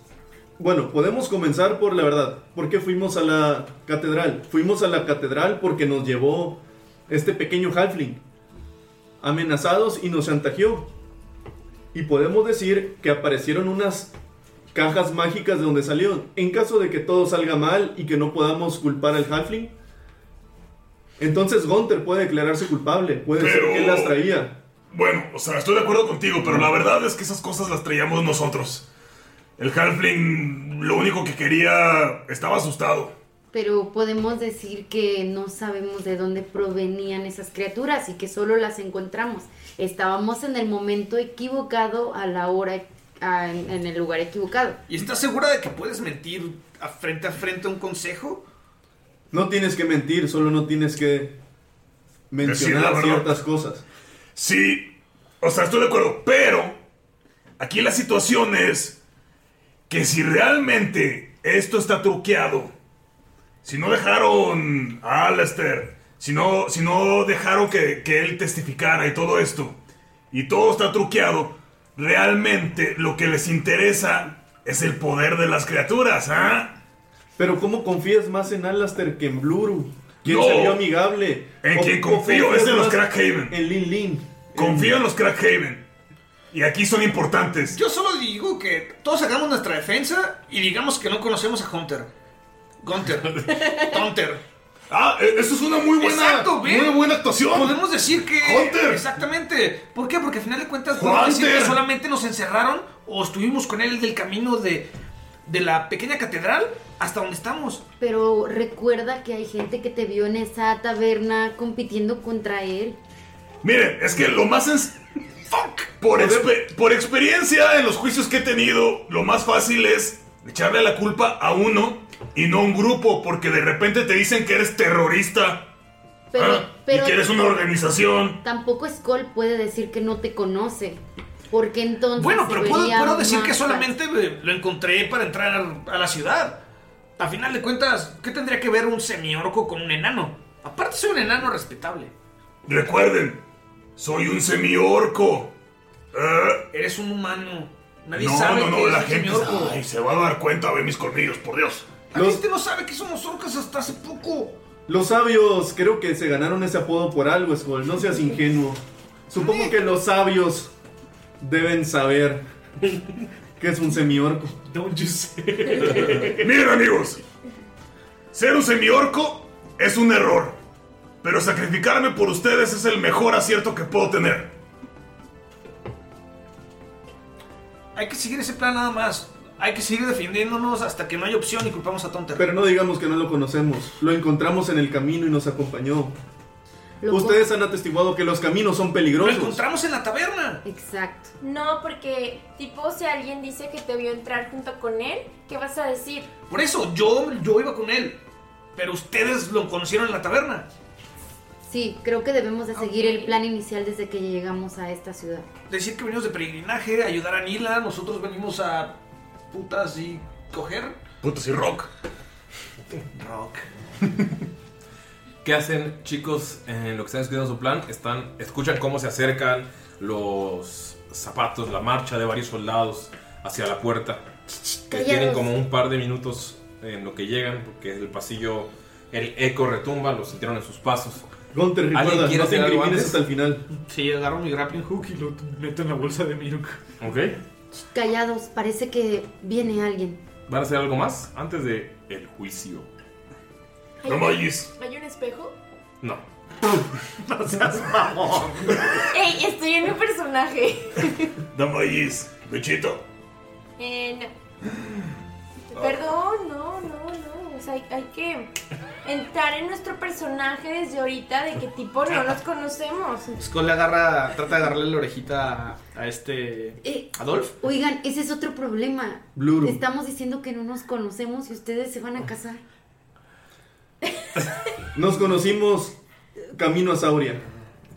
Speaker 3: Bueno, podemos comenzar por la verdad. ¿Por qué fuimos a la catedral? Fuimos a la catedral porque nos llevó este pequeño halfling. Amenazados y nos chantajeó. Y podemos decir que aparecieron unas cajas mágicas de donde salieron. En caso de que todo salga mal y que no podamos culpar al halfling, entonces Gunther puede declararse culpable. Puede
Speaker 7: Pero-
Speaker 3: decir que él las traía.
Speaker 7: Bueno, o sea, estoy de acuerdo contigo, pero la verdad es que esas cosas las traíamos nosotros. El Halfling lo único que quería estaba asustado.
Speaker 4: pero podemos decir que no sabemos de dónde provenían esas criaturas y que solo las encontramos. Estábamos en el momento equivocado a la hora, a- en- en el lugar equivocado.
Speaker 2: ¿Y estás segura de que puedes mentir a frente a frente a un consejo?
Speaker 3: No tienes que mentir, solo no tienes que mencionar
Speaker 7: verdad.
Speaker 3: ciertas cosas.
Speaker 7: Sí, o sea, estoy de acuerdo, pero aquí la situación es que si realmente esto está truqueado, si no dejaron a Alastair, si no, si no dejaron que, que él testificara y todo esto, y todo está truqueado, realmente lo que les interesa es el poder de las criaturas, ¿ah?
Speaker 3: Pero ¿cómo confías más en Alastair que en Bluru? ¿Quién
Speaker 7: No.
Speaker 3: se vio amigable?
Speaker 7: En
Speaker 3: ¿O-
Speaker 7: quien
Speaker 3: o
Speaker 7: confío
Speaker 3: confías
Speaker 7: es en los
Speaker 3: más
Speaker 7: Crackhaven.
Speaker 3: En Lin Lin.
Speaker 7: Confío en los Crackhaven. Y aquí son importantes.
Speaker 2: Yo solo digo que todos hagamos nuestra defensa y digamos que no conocemos a Hunter. Gunter. Hunter.
Speaker 7: Ah, eh, eso es una muy buena- muy buena actuación.
Speaker 2: Podemos decir que.
Speaker 7: Hunter.
Speaker 2: Exactamente. ¿Por qué? Porque al final de cuentas, podemos decir
Speaker 7: Hunter.
Speaker 2: que solamente nos encerraron o estuvimos con él del camino de, de la pequeña catedral hasta donde estamos.
Speaker 4: Pero recuerda que hay gente que te vio en esa taberna compitiendo contra él.
Speaker 7: Mire, es que lo más ens- Fuck. Por, expe- por experiencia en los juicios que he tenido, lo más fácil es echarle la culpa a uno y no a un grupo, porque de repente te dicen que eres terrorista
Speaker 4: Pero,
Speaker 7: ¿ah?
Speaker 4: pero
Speaker 7: y que eres una organización.
Speaker 4: tampoco Skoll puede decir que no te conoce. Porque entonces.
Speaker 2: Bueno, pero
Speaker 4: se
Speaker 2: puedo,
Speaker 4: vería
Speaker 2: puedo decir
Speaker 4: más
Speaker 2: que solamente eh, lo encontré para entrar a la ciudad. A final de cuentas, ¿qué tendría que ver un semiorco con un enano? Aparte soy un enano respetable.
Speaker 7: Recuerden, soy un semiorco. Ah,
Speaker 2: Eres un humano. Nadie
Speaker 7: No,
Speaker 2: sabe
Speaker 7: no,
Speaker 2: que
Speaker 7: no,
Speaker 2: es
Speaker 7: la
Speaker 2: un
Speaker 7: gente
Speaker 2: semiorco.
Speaker 7: ay, se va a dar cuenta de mis colmillos, por Dios.
Speaker 2: La gente no sabe que somos orcas hasta hace poco.
Speaker 3: Los sabios creo que se ganaron ese apodo por algo, Skull. No seas ingenuo. Supongo que los sabios deben saber que es un semiorco.
Speaker 7: Don't you say. Miren, amigos. Ser un semiorco es un error. Pero sacrificarme por ustedes es el mejor acierto que puedo tener.
Speaker 2: Hay que seguir ese plan nada más. Hay que seguir defendiéndonos hasta que no haya opción y culpamos a Tonter.
Speaker 3: Pero no digamos que no lo conocemos. Lo encontramos en el camino y nos acompañó. Ustedes han atestiguado que los caminos son peligrosos.
Speaker 2: encontramos en la taberna.
Speaker 4: Exacto.
Speaker 6: No, porque tipo si alguien dice que te vio entrar junto con él, ¿qué vas a decir?
Speaker 2: Por eso, yo, yo iba con él. Pero ustedes lo conocieron en la taberna.
Speaker 4: falsa. Sí, creo que debemos de
Speaker 2: Ah,
Speaker 4: seguir el plan inicial desde que llegamos a esta ciudad.
Speaker 2: Decir que venimos de peregrinaje, ayudar a Nila, nosotros venimos a putas y coger.
Speaker 7: Putas y rock.
Speaker 2: Rock.
Speaker 1: ¿Qué hacen, chicos, en lo que están escuchando su plan? Están, escuchan cómo se acercan los zapatos, la marcha de varios soldados hacia la puerta. Que
Speaker 8: Callados.
Speaker 1: tienen como un par de minutos en lo que llegan, porque el pasillo, el eco retumba, lo sintieron en sus pasos.
Speaker 3: Gunter,
Speaker 1: ¿Alguien
Speaker 3: recuerda,
Speaker 1: quiere
Speaker 3: no te
Speaker 1: hacer algo
Speaker 3: incrimines
Speaker 1: antes?
Speaker 3: hasta el final.
Speaker 2: Sí, agarro mi grappling hook y lo meto en la bolsa de Miruk.
Speaker 1: Ok.
Speaker 4: Callados, parece que viene alguien.
Speaker 1: ¿Van a hacer algo más antes de el juicio?
Speaker 6: ¿Hay
Speaker 1: No
Speaker 6: un-
Speaker 1: vayas.
Speaker 6: ¿Hay un espejo?
Speaker 1: No.
Speaker 2: No seas mamón.
Speaker 6: ¡Ey! Estoy en mi personaje.
Speaker 7: Damayis, bichito.
Speaker 6: Eh,
Speaker 7: Ah.
Speaker 6: no. Perdón, no, no, no. O sea, hay, hay que entrar en nuestro personaje desde ahorita de que tipo no nos conocemos.
Speaker 2: Skull le agarra, trata de agarrarle la orejita a, a este.
Speaker 4: Eh,
Speaker 2: Adolf.
Speaker 4: Oigan, ese es otro problema.
Speaker 2: Bluru.
Speaker 4: Estamos diciendo que no nos conocemos y ustedes se van a casar.
Speaker 3: Nos conocimos camino a Sauria.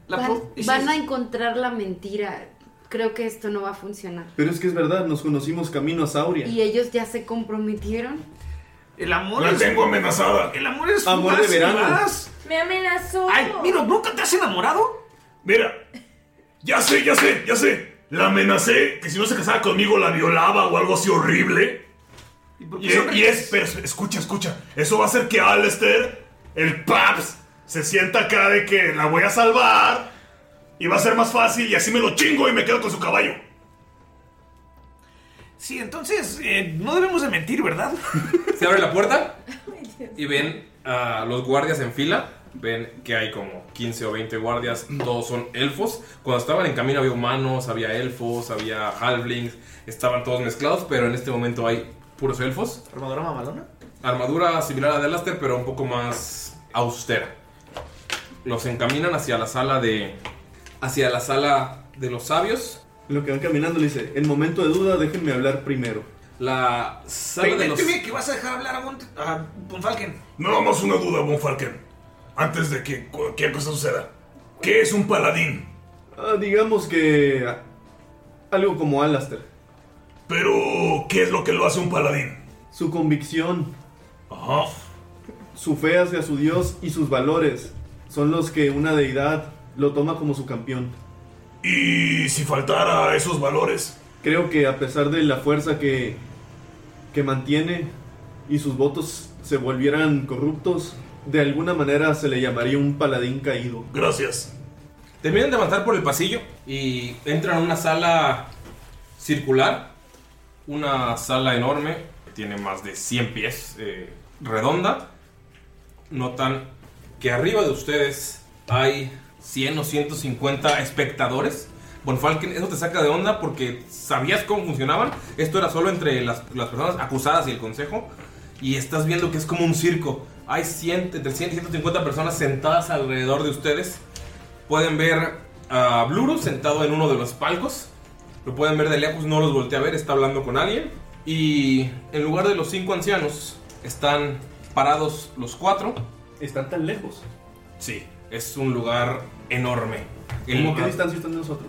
Speaker 4: Van, van a encontrar la mentira. Creo que esto no va a funcionar.
Speaker 3: Pero es que es verdad, nos conocimos camino a Sauria.
Speaker 4: ¿Y ellos ya se comprometieron?
Speaker 2: El amor
Speaker 3: La tengo amenazada.
Speaker 2: El amor es
Speaker 3: Amor de
Speaker 2: fugaz y
Speaker 3: verano.
Speaker 2: vas.
Speaker 6: Me amenazó.
Speaker 2: Ay, mira, ¿nunca te has enamorado?
Speaker 7: Mira, ya sé, ya sé, ya sé. La amenacé que si no se casaba conmigo la violaba o algo así horrible. Y, y es, pero es- escucha, escucha. Eso va a hacer que Alistair, el Paps, se sienta acá de que la voy a salvar. Y va a ser más fácil y así me lo chingo y me quedo con su caballo.
Speaker 2: Sí, entonces eh, no debemos de mentir, ¿verdad?
Speaker 1: Se abre la puerta y ven a los guardias en fila. Ven que hay como 15 o 20 guardias, todos son elfos. Cuando estaban en camino había humanos, había elfos, había halflings, estaban todos mezclados, pero en este momento hay puros elfos.
Speaker 2: ¿Armadura mamalona?
Speaker 1: armadura similar a la de Alastair, pero un poco más austera. Los encaminan hacia la sala de. hacia la sala de los sabios.
Speaker 3: Lo que van caminando le dice, en momento de duda déjenme hablar primero.
Speaker 1: La sala
Speaker 2: Te- te vi que vas a dejar hablar a, Bont- a Bonfalken.
Speaker 7: Nada más una duda, Von Falken. Antes de que cualquier cosa suceda. ¿Qué es un paladín?
Speaker 3: Ah, digamos que ah, algo como Alastair.
Speaker 7: Pero, ¿qué es lo que lo hace un paladín?
Speaker 3: Su convicción.
Speaker 7: Ajá.
Speaker 3: Su fe hacia su Dios y sus valores son los que una deidad lo toma como su campeón.
Speaker 7: ¿Y si faltara esos valores?
Speaker 3: Creo que a pesar de la fuerza que, que mantiene y sus votos se volvieran corruptos, de alguna manera se le llamaría un paladín caído.
Speaker 7: Gracias.
Speaker 1: Terminan de avanzar por el pasillo y entran a una sala circular. Una sala enorme, que tiene más de 100 pies, eh, redonda. Notan que arriba de ustedes hay 100 o 150 espectadores. Bonfalken, eso te saca de onda porque sabías cómo funcionaban. Esto era solo entre las, las personas acusadas y el consejo. Y estás viendo que es como un circo. Hay 100, entre 100 y 150 personas sentadas alrededor de ustedes. Pueden ver a Bluru sentado en uno de los palcos. Lo pueden ver de lejos, no los voltea a ver, está hablando con alguien. Y en lugar de los cinco ancianos, están parados los cuatro.
Speaker 3: ¿Están tan lejos?
Speaker 1: Sí, es un lugar enorme.
Speaker 3: ¿Cómo qué distancia están de nosotros?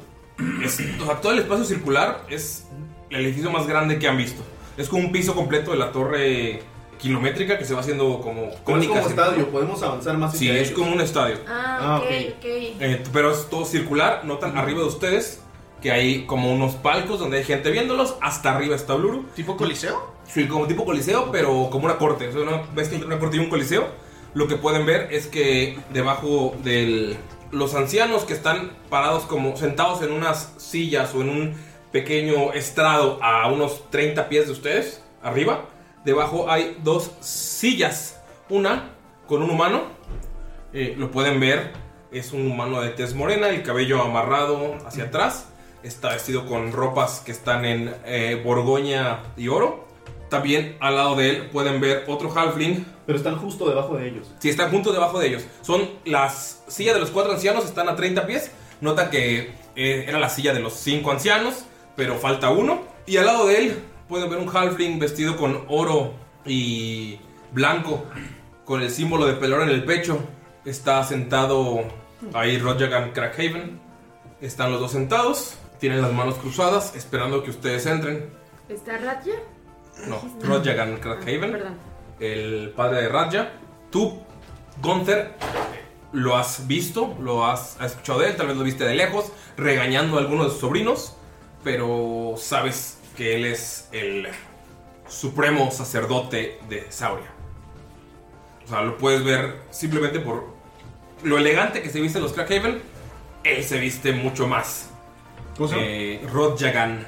Speaker 1: Es- o sea, todo el espacio circular es el edificio más grande que han visto. Es como un piso completo de la torre kilométrica que se va haciendo como
Speaker 3: Como es
Speaker 1: cónica,
Speaker 3: como
Speaker 1: así.
Speaker 3: estadio, podemos avanzar más
Speaker 1: Sí,
Speaker 3: hacia
Speaker 1: es
Speaker 3: ellos.
Speaker 1: como un estadio.
Speaker 6: Ah, ok, ok.
Speaker 1: Eh, pero es todo circular, notan arriba de ustedes que hay como unos palcos donde hay gente viéndolos, hasta arriba está Bluru.
Speaker 2: ¿Tipo coliseo?
Speaker 1: Sí, como tipo coliseo, pero como una corte. O sea, una vez que entre una corte y un coliseo, lo que pueden ver es que debajo de los ancianos que están parados como sentados en unas sillas o en un pequeño estrado a unos 30 pies de ustedes, arriba, debajo hay dos sillas. Una con un humano eh, lo pueden ver. Es un humano de tez morena, el cabello amarrado hacia atrás. Está vestido con ropas que están en eh, borgoña y oro. También al lado de él pueden ver otro halfling.
Speaker 3: Pero están justo debajo de ellos.
Speaker 1: Sí, están juntos debajo de ellos. Son las sillas de los cuatro ancianos, están a 30 pies. Nota que eh, era la silla de los cinco ancianos, pero falta uno. Y al lado de él pueden ver un halfling vestido con oro y blanco, con el símbolo de pelor en el pecho. Está sentado ahí Rodjagan Crackhaven. Están los dos sentados, tienen las manos cruzadas, esperando que ustedes entren.
Speaker 4: ¿Está Ratya?
Speaker 1: No, Rodjagan Crackhaven
Speaker 4: Perdón.
Speaker 1: el padre de Raja. Tú, Gunther, lo has visto, lo has, has escuchado de él, tal vez lo viste de lejos, regañando a algunos de sus sobrinos, pero sabes que él es el supremo sacerdote de Sauria. O sea, lo puedes ver simplemente por lo elegante que se visten los Crackhaven. Él se viste mucho más.
Speaker 5: ¿Cómo se llama?
Speaker 1: Eh, Rodjagan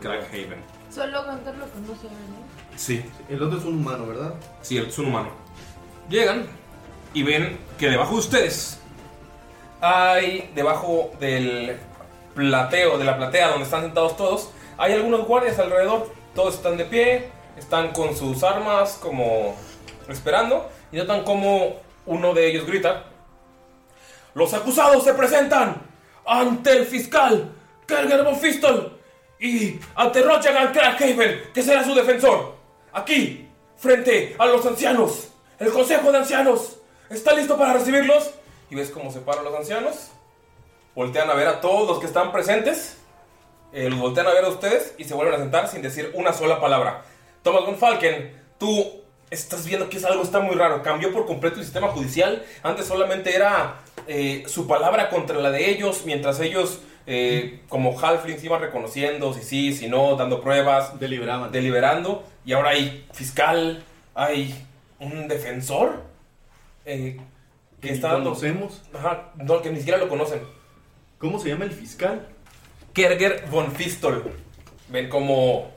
Speaker 1: Crackhaven.
Speaker 6: Solo Gunter lo conoce, ¿verdad?
Speaker 1: Sí.
Speaker 3: El otro es un humano, ¿verdad?
Speaker 1: Sí, el- es un humano. Llegan y ven que debajo de ustedes hay, debajo del plateo, de la platea donde están sentados todos, hay algunos guardias alrededor. Todos están de pie, están con sus armas como esperando. Y notan como uno de ellos grita. Los acusados se presentan ante el fiscal Kerger von Fistel y ante Rochagan Crackhaven, que será su defensor. Aquí, frente a los ancianos, el consejo de ancianos está listo para recibirlos. Y ves cómo se paran los ancianos. Voltean a ver a todos los que están presentes. Eh, los voltean a ver a ustedes y se vuelven a sentar sin decir una sola palabra. Thomas von Falken, tú estás viendo que es algo está muy raro. Cambió por completo el sistema judicial. Antes solamente era eh, su palabra contra la de ellos, mientras ellos, eh, como Halflings, iban reconociendo si sí, si no, dando pruebas.
Speaker 3: Deliberaban.
Speaker 1: Deliberando. Y ahora hay fiscal, hay un defensor eh, que,
Speaker 3: Que ni
Speaker 1: está dando.
Speaker 3: conocemos.
Speaker 1: Ajá, no, que ni siquiera lo conocen.
Speaker 3: ¿Cómo se llama el fiscal?
Speaker 1: Kerger von Fistol. Ven como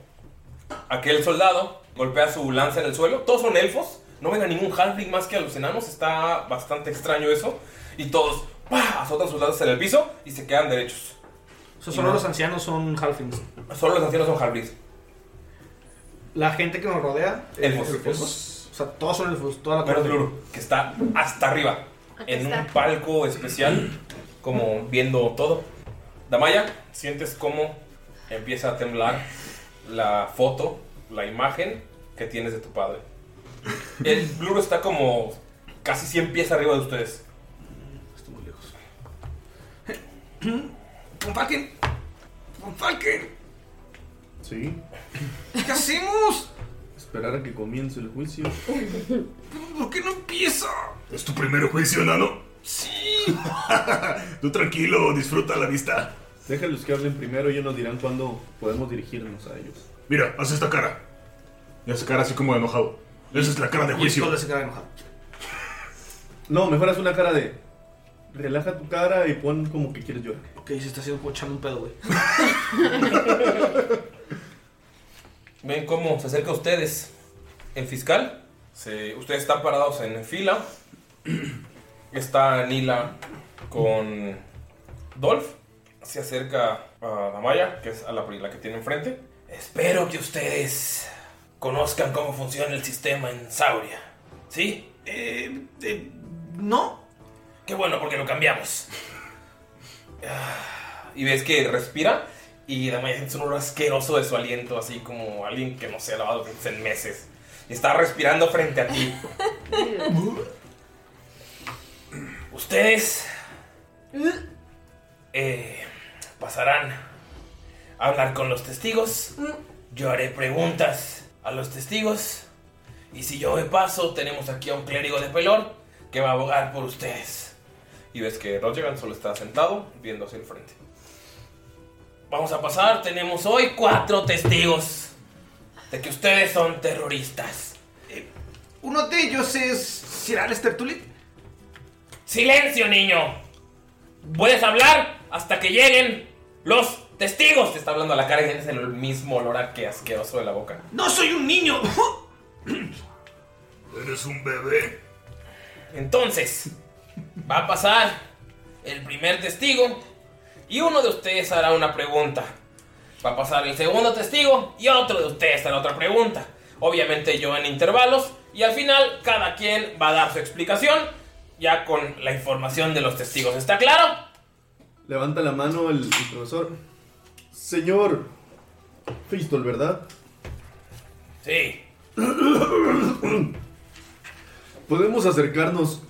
Speaker 1: aquel soldado golpea su lanza en el suelo. Todos son elfos. No ven a ningún halfling más que a los enanos. Está bastante extraño eso. Y todos ¡pah! azotan sus lanzas en el piso y se quedan derechos.
Speaker 2: O sea, solo los ancianos son halflings.
Speaker 1: Solo los ancianos son halflings.
Speaker 2: La gente que nos rodea.
Speaker 1: Elfos.
Speaker 2: elfos, O sea, todos son elfos, toda la
Speaker 1: Menos
Speaker 2: corte.
Speaker 1: Blur, que está hasta arriba,
Speaker 6: Aquí
Speaker 1: en
Speaker 6: está.
Speaker 1: un palco especial, como viendo todo. Damaya, sientes cómo empieza a temblar la foto, la imagen que tienes de tu padre. El Blur está como casi 100 pies arriba de ustedes. Estoy muy lejos.
Speaker 2: ¡Von Falken! ¡Von Falken!
Speaker 3: Sí.
Speaker 2: ¿Qué hacemos?
Speaker 3: Esperar a que comience el juicio.
Speaker 2: ¿Por qué no empieza?
Speaker 7: ¿Es tu primer juicio, nano? Sí. Tú tranquilo, disfruta la vista.
Speaker 3: Déjalos que hablen primero y ellos nos dirán cuándo podemos dirigirnos a ellos.
Speaker 7: Mira, haz esta cara. Y hace cara así como de enojado. Esa es la cara de juicio.
Speaker 3: No, mejor haz una cara de. Relaja tu cara y pon como que quieres llorar.
Speaker 2: Ok, se está haciendo echando un pedo, güey.
Speaker 1: Ven cómo se acerca a ustedes el fiscal. Se- ustedes están parados en fila. Está Nila con Dolph. Se acerca a Damaya, que es a la, pri- la que tiene enfrente. Espero que ustedes conozcan cómo funciona el sistema en Sauria. ¿Sí? no. Qué bueno, porque lo cambiamos. Ah, Y ves que respira y Damaya siente un olor asqueroso de su aliento, así como alguien que no se ha lavado los dientes en meses. Y está respirando frente a ti. Ustedes eh, pasarán a hablar con los testigos. Yo haré preguntas a los testigos. Y si yo me paso, tenemos aquí a un clérigo de pelón que va a abogar por ustedes. Y ves que Roger solo está sentado viendo hacia el frente. Vamos a pasar, tenemos hoy cuatro testigos de que ustedes son terroristas.
Speaker 2: Uno de ellos es Sir Alistair Tulip.
Speaker 1: ¡Silencio, niño! Puedes hablar hasta que lleguen los testigos. Te está hablando a la cara y tienes el mismo olor a que asqueroso de la boca.
Speaker 2: ¡No soy un niño!
Speaker 1: Eres un bebé. Entonces, va a pasar el primer testigo y uno de ustedes hará una pregunta. Va a pasar el segundo testigo y otro de ustedes hará otra pregunta. Obviamente yo en intervalos y al final cada quien va a dar su explicación ya con la información de los testigos. ¿Está claro?
Speaker 3: Levanta la mano el, el profesor. Señor Fistol, ¿verdad?
Speaker 1: Sí.
Speaker 3: ¿Podemos acercarnos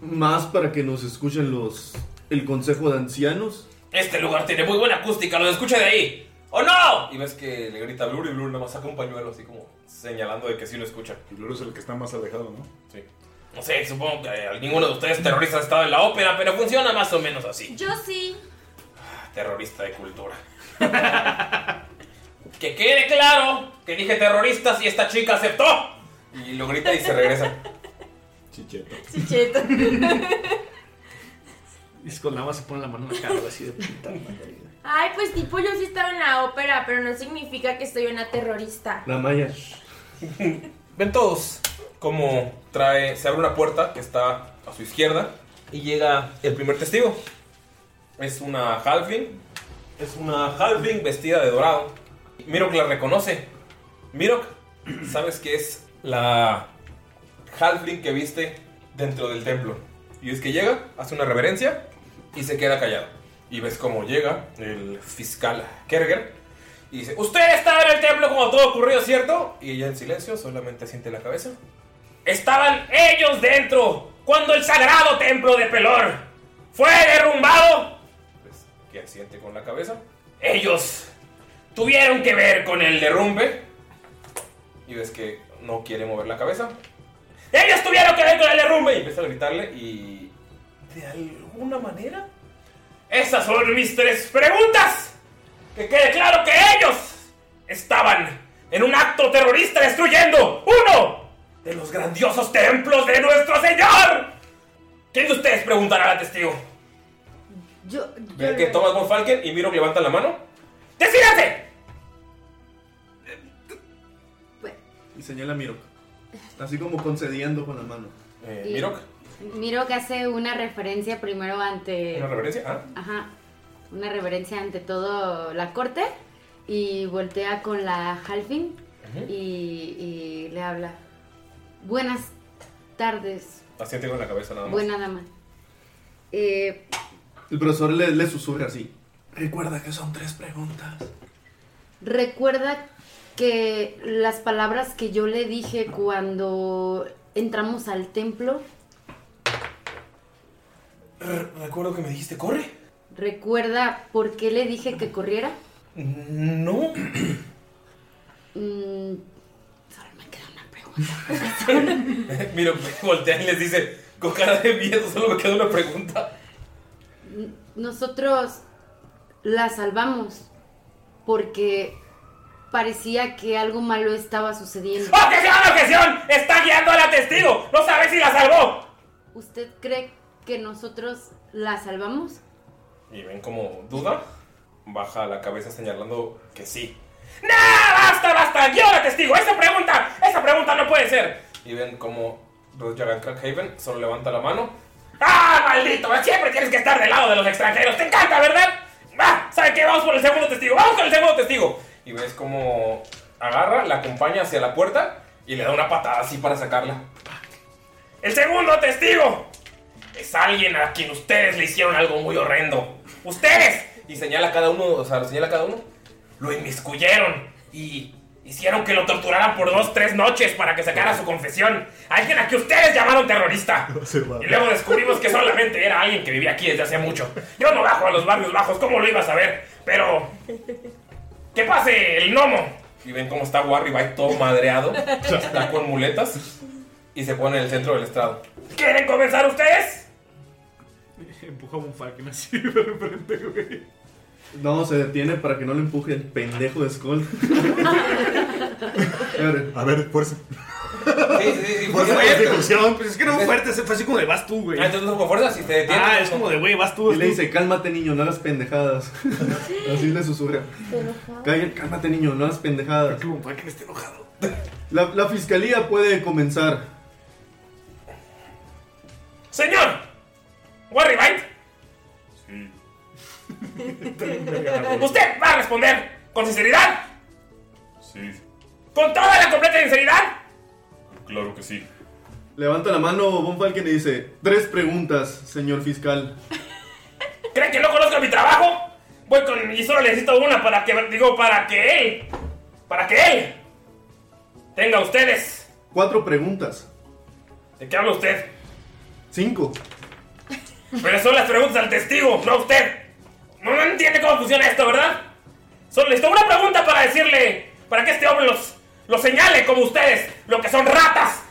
Speaker 3: más para que nos escuchen los. el consejo de ancianos?
Speaker 1: Este lugar tiene muy buena acústica, lo escucha de ahí. ¡Oh no! Y ves que le grita a Blur y Blur nada más saca un pañuelo así como señalando de que sí lo escucha. Y Blur es el que está más alejado, ¿no? Sí. No sé, supongo que eh, ninguno de ustedes terroristas ha estado en la ópera, pero funciona más o menos así.
Speaker 6: Yo sí.
Speaker 1: Terrorista de cultura. que quede claro que dije terroristas y esta chica aceptó. Y lo grita y se regresa. Chicheto.
Speaker 6: Chicheto.
Speaker 2: Y es con nada más se pone la mano en la cara, güey, así de puta madre.
Speaker 6: Ay, pues tipo yo sí estaba en la ópera, pero no significa que soy una terrorista.
Speaker 3: La Maya.
Speaker 1: Ven todos como trae, se abre una puerta que está a su izquierda y llega el primer testigo. Es una halfling, es una halfling vestida de dorado. Mirok la reconoce. Mirok, sabes que es la halfling que viste dentro del templo. Y es que llega, hace una reverencia y se queda callado. Y ves cómo llega el fiscal Kerger y dice, usted estaba en el templo cuando todo ocurrió, ¿cierto? Y ella en silencio solamente siente la cabeza. Estaban ellos dentro cuando el sagrado templo de Pelor fue derrumbado. Pues, que asiente con la cabeza. Ellos tuvieron que ver con el derrumbe. Y ves que no quiere mover la cabeza. Ellos tuvieron que ver con el derrumbe. Y empieza a gritarle y... De alguna manera... Esas son mis tres preguntas. Que quede claro que ellos estaban en un acto terrorista destruyendo uno de los grandiosos templos de nuestro Señor. ¿Quién de ustedes preguntará al testigo?
Speaker 4: Yo,
Speaker 1: Ven que Thomas von Falken y Miro levanta la mano. ¡Decídate!
Speaker 3: Y señala a Mirok. Así como concediendo con la mano.
Speaker 2: Eh,
Speaker 4: Y- Mirok. Miro que hace una referencia primero ante.
Speaker 3: ¿Una reverencia? Ah.
Speaker 4: Ajá. Una reverencia ante todo la corte. Y voltea con la Halfin y, y le habla. Buenas tardes,
Speaker 1: Asiente con la cabeza nada más.
Speaker 4: buena dama. Eh,
Speaker 3: El profesor le, le susurra así.
Speaker 4: Recuerda que son tres preguntas. Recuerda que las palabras que yo le dije cuando entramos al templo,
Speaker 1: Re- Recuerdo que me dijiste, corre.
Speaker 4: recuerda por qué le dije que corriera.
Speaker 1: No.
Speaker 4: Mm,
Speaker 1: Mira, me voltean y les dice, con cara de miedo, solo me queda una pregunta.
Speaker 4: n- nosotros la salvamos porque parecía que algo malo estaba sucediendo.
Speaker 6: ¡Oh,
Speaker 1: ¡Objeción,
Speaker 6: ah,
Speaker 1: objeción! ¡Está guiando a la testigo! ¡No sabe si la salvó!
Speaker 4: ¿Usted cree que nosotros la salvamos?
Speaker 1: Y ven como duda, baja la cabeza señalando que sí. ¡No! ¡Ah, ¡Basta, basta! ¡Guió a la testigo! ¡Esa pregunta! ¡Esa pregunta no puede ser! Y ven como Roger Crackhaven solo levanta la mano. ¡Ah, maldito! Siempre tienes que estar del lado de los extranjeros. ¡Te encanta, verdad! ¡Ah! ¿Sabe qué? Vamos por el segundo testigo. ¡Vamos con el segundo testigo! Y ves como agarra, la acompaña hacia la puerta y le da una patada así para sacarla. ¡El segundo testigo! Es alguien a quien ustedes le hicieron algo muy horrendo. ¡Ustedes! Y señala a cada uno, o sea, señala a cada uno. Lo inmiscuyeron y hicieron que lo torturaran por dos, tres noches para que sacara su confesión. Alguien a que ustedes llamaron terrorista. Y luego descubrimos que solamente era alguien que vivía aquí desde hace mucho. Yo no bajo a los barrios bajos, ¿cómo lo iba a saber? Pero... ¡Que pase el gnomo! Y ven cómo está Warry va todo madreado. está con muletas. Y se pone en el centro del estrado. ¿Quieren comenzar ustedes?
Speaker 2: Empuja un falcon así de repente, güey.
Speaker 3: No, se detiene para que no le empuje el pendejo de Skull. a ver,
Speaker 5: a ver, fuerza.
Speaker 1: Sí, sí, sí.
Speaker 2: Pues,
Speaker 1: fuerza.
Speaker 2: fuerte, pues, es que no fue fuerte, fue así como de vas tú, güey.
Speaker 1: Ah, entonces no fue fuerza, si te detiene.
Speaker 2: Ah, es como de güey, vas tú.
Speaker 3: Y le dice, cálmate niño, no hagas pendejadas. Así le susurra. Cállate, cálmate niño, no hagas pendejadas. La, la fiscalía puede comenzar.
Speaker 1: Señor, Warry Bite, usted va a responder con sinceridad,
Speaker 7: Sí,
Speaker 1: con toda la completa sinceridad.
Speaker 7: claro que sí.
Speaker 3: Levanta la mano Von Falken y dice, tres preguntas, señor fiscal.
Speaker 1: ¿Creen que no conozco mi trabajo? Voy con y solo necesito una para que digo para que él, para que él tenga ustedes.
Speaker 3: Cuatro preguntas.
Speaker 1: ¿De qué habla usted?
Speaker 3: Cinco.
Speaker 1: Pero son las preguntas al testigo, no a usted. No, no entiende cómo funciona esto, ¿verdad? Solo necesito una pregunta para decirle, para que este hombre los, los señale como ustedes, lo que son ratas,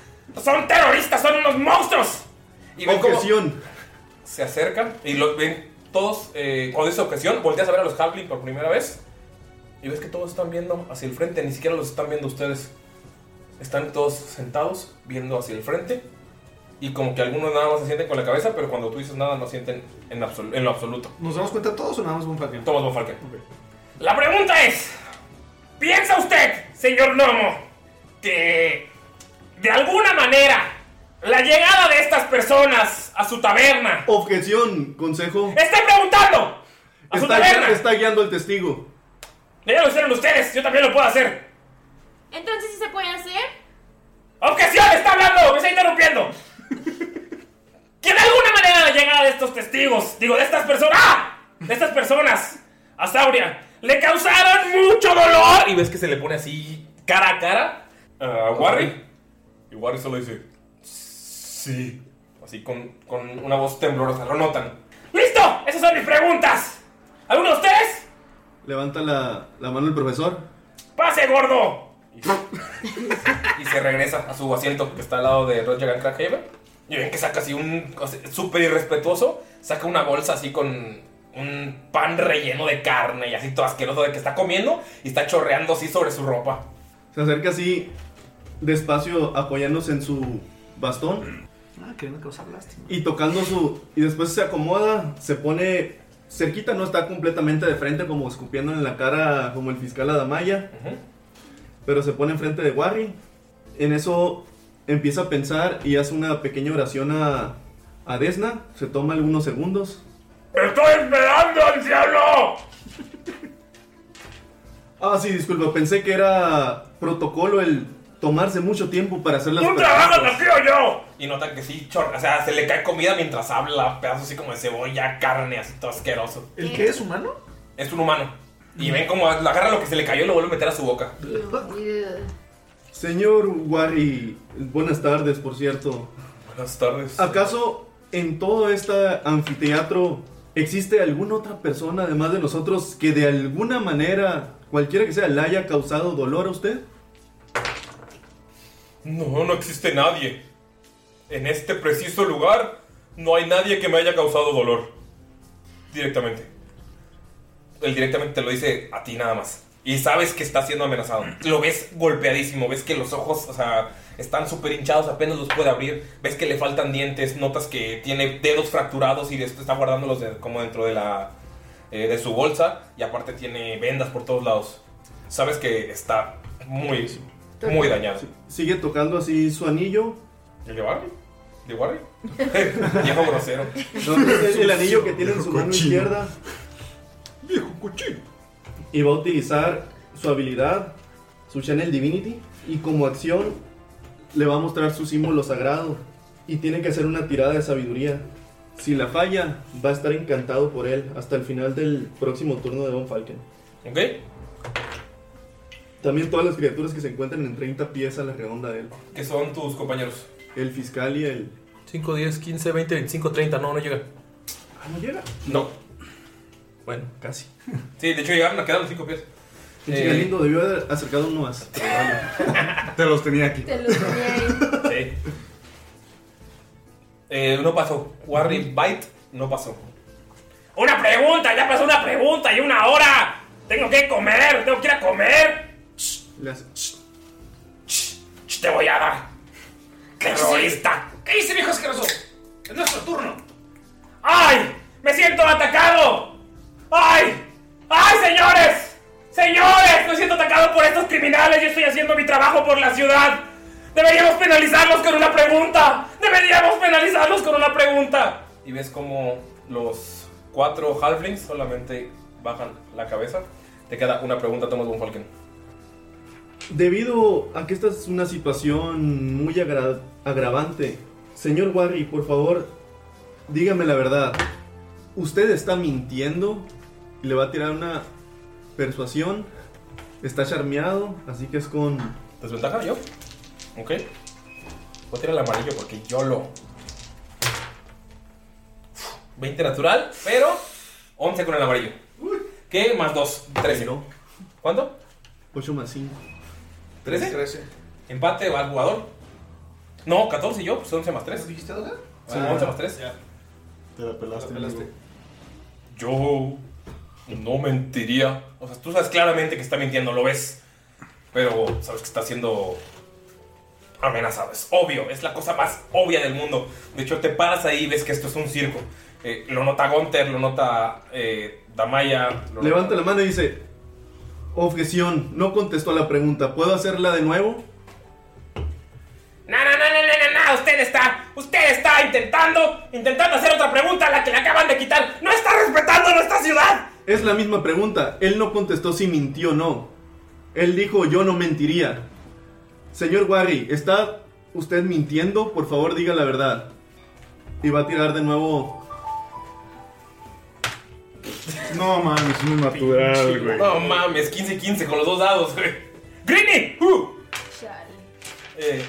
Speaker 1: son terroristas, son unos monstruos. Y ven cómo
Speaker 3: Objeción.
Speaker 1: se acercan y lo ven todos, eh, cuando dice objeción, volteas a ver a los Halfling por primera vez y ves que todos están viendo hacia el frente, ni siquiera los están viendo ustedes. Están todos sentados viendo hacia el frente y como que algunos nada más se sienten con la cabeza, pero cuando tú dices nada no sienten en, absolu- en lo absoluto.
Speaker 2: ¿Nos damos cuenta todos o nada más un falcon?
Speaker 1: Tomas Von Falken. La pregunta es, ¿piensa usted, señor Nomo, que de alguna manera la llegada de estas personas a su taberna
Speaker 3: Objeción, consejo.
Speaker 1: ¡Estoy preguntando! ¡A su
Speaker 3: Está,
Speaker 1: taberna!
Speaker 3: está guiando al testigo.
Speaker 1: Ya lo hicieron ustedes, yo también lo puedo hacer.
Speaker 6: Entonces, ¿sí se puede hacer?
Speaker 1: ¡Objeción! ¡Está hablando! ¡Me está interrumpiendo! que de alguna manera la llegada de estos testigos, digo, de estas personas. ¡Ah! De estas personas a Sauria le causaron mucho dolor. Y ves que se le pone así cara a cara a Warry. Y Warry solo dice: Sí. Así con, con una voz temblorosa, lo notan. ¡Listo! Esas son mis preguntas. ¿Alguno de ustedes?
Speaker 3: Levanta la, la mano el profesor.
Speaker 1: ¡Pase, gordo! Y, y se regresa a su asiento que está al lado de Roger and Crackhaven. Y ven que saca así un. así, súper irrespetuoso. Saca una bolsa así con un pan relleno de carne y así todo asqueroso de que está comiendo y está chorreando así sobre su ropa.
Speaker 3: Se acerca así, despacio, apoyándose en su bastón
Speaker 2: Ah, queriendo causar lástima.
Speaker 3: y tocando su. Y después se acomoda, se pone cerquita, no está completamente de frente, como escupiéndole en la cara, como el fiscal Adamaya. Pero se pone enfrente de Warry. En eso empieza a pensar y hace una pequeña oración a, a Desna. Se toma algunos segundos.
Speaker 1: ¡Estoy esperando, anciano!
Speaker 3: Ah, sí, disculpa, pensé que era protocolo el tomarse mucho tiempo para hacer las
Speaker 1: ¡Tú
Speaker 3: preguntas.
Speaker 1: trabajas aquí o yo! Y nota que sí, chor- o sea, se le cae comida mientras habla, pedazos así como de cebolla, carne, así todo asqueroso.
Speaker 2: ¿El qué es humano?
Speaker 1: Es un humano. Y ven como agarra lo que se le cayó y lo vuelve a meter a su boca.
Speaker 3: Señor Wari, buenas tardes, por cierto.
Speaker 1: Buenas tardes.
Speaker 3: ¿Acaso en todo este anfiteatro existe alguna otra persona además de nosotros que de alguna manera, cualquiera que sea, le haya causado dolor a usted?
Speaker 1: No, no existe nadie. En este preciso lugar no hay nadie que me haya causado dolor. Directamente. Él directamente te lo dice a ti nada más. Y sabes que está siendo amenazado. Lo ves golpeadísimo, ves que los ojos, o sea, están súper hinchados, apenas los puede abrir. Ves que le faltan dientes, notas que tiene dedos fracturados y después está guardándolos de- como dentro de la eh, de su bolsa y aparte tiene vendas por todos lados. Sabes que está muy muy dañado.
Speaker 3: Sí, Sigue tocando así su anillo.
Speaker 1: ¿El de Barry? ¿De Barry? Viejo grosero.
Speaker 3: No, es el anillo que tiene en su mano izquierda. Y va a utilizar su habilidad, su Channel Divinity, y como acción le va a mostrar su símbolo sagrado. Y tiene que hacer una tirada de sabiduría. Si la falla, va a estar encantado por él hasta el final del próximo turno de Don Falken.
Speaker 1: ¿Ok?
Speaker 3: También todas las criaturas que se encuentran en 30 pies a la redonda de él.
Speaker 1: ¿Qué son tus compañeros?
Speaker 3: El fiscal y el...
Speaker 8: 5, 10, 15, 20, 25, 30. No, no llega.
Speaker 3: Ah, no llega.
Speaker 1: No.
Speaker 8: Bueno, casi.
Speaker 1: Sí, de hecho llegaron, quedaron cinco pies. Eh,
Speaker 3: Pinche Galindo debió haber acercado uno más. pero vale.
Speaker 5: Eh, Te los tenía aquí.
Speaker 6: Te lo tenía
Speaker 1: ahí. Sí. Eh, no pasó. Warri Bite no pasó. ¡Una pregunta! ¡Ya pasó una pregunta y una hora! ¡Tengo que comer! ¡Tengo que ir a comer!
Speaker 3: Le hace-
Speaker 1: Ch, ¡Te voy a dar! ¡Terrorista!
Speaker 2: ¿Qué dice, viejo asqueroso? Es nuestro turno.
Speaker 1: ¡Ay! ¡Me siento atacado! ¡Ay! ¡Ay, señores! ¡Señores! Me siento atacado por estos criminales. Yo estoy haciendo mi trabajo por la ciudad. Deberíamos penalizarlos con una pregunta. Deberíamos penalizarlos con una pregunta. Y ves como los cuatro halflings solamente bajan la cabeza. Te queda una pregunta, Thomas von Falken.
Speaker 3: Debido a que esta es una situación muy agra- agravante, señor Warry, por favor, dígame la verdad. ¿Usted está mintiendo? Le va a tirar una persuasión. Está charmeado, así que es con...
Speaker 1: ¿Desventaja yo? Ok. Voy a tirar el amarillo porque yo lo. 20 natural, pero 11 con el amarillo. ¿Qué? Más 2, 13. ¿Cuánto?
Speaker 3: 8 más 5.
Speaker 1: 13. Empate va al jugador. No, 14 yo, pues 11 más 3.
Speaker 2: ¿Dijiste 12?
Speaker 1: Sí,
Speaker 5: Ah.
Speaker 1: 11 más 3.
Speaker 5: Te la pelaste. amigo.
Speaker 1: Yo no mentiría. O sea, tú sabes claramente que está mintiendo, lo ves. Pero sabes que está siendo amenazado. Es obvio, es la cosa más obvia del mundo. De hecho, te paras ahí y ves que esto es un circo. Eh, lo nota Gunter, lo nota eh, Damaya. lo
Speaker 3: Levanta la mano y dice, objeción, no contestó a la pregunta, ¿puedo hacerla de nuevo?
Speaker 1: No, no, no, no, no, no, no, usted está, usted está intentando, intentando hacer otra pregunta a la que le acaban de quitar. No está respetando nuestra ciudad.
Speaker 3: Es la misma pregunta. Él no contestó si mintió o no. Él dijo yo no mentiría. Señor Warry, ¿está usted mintiendo? Por favor, diga la verdad. Y va a tirar de nuevo.
Speaker 5: No mames, es muy natural, güey.
Speaker 1: No mames, 15-15 con los dos dados, güey. ¡Greeny! ¡Uh! Eh,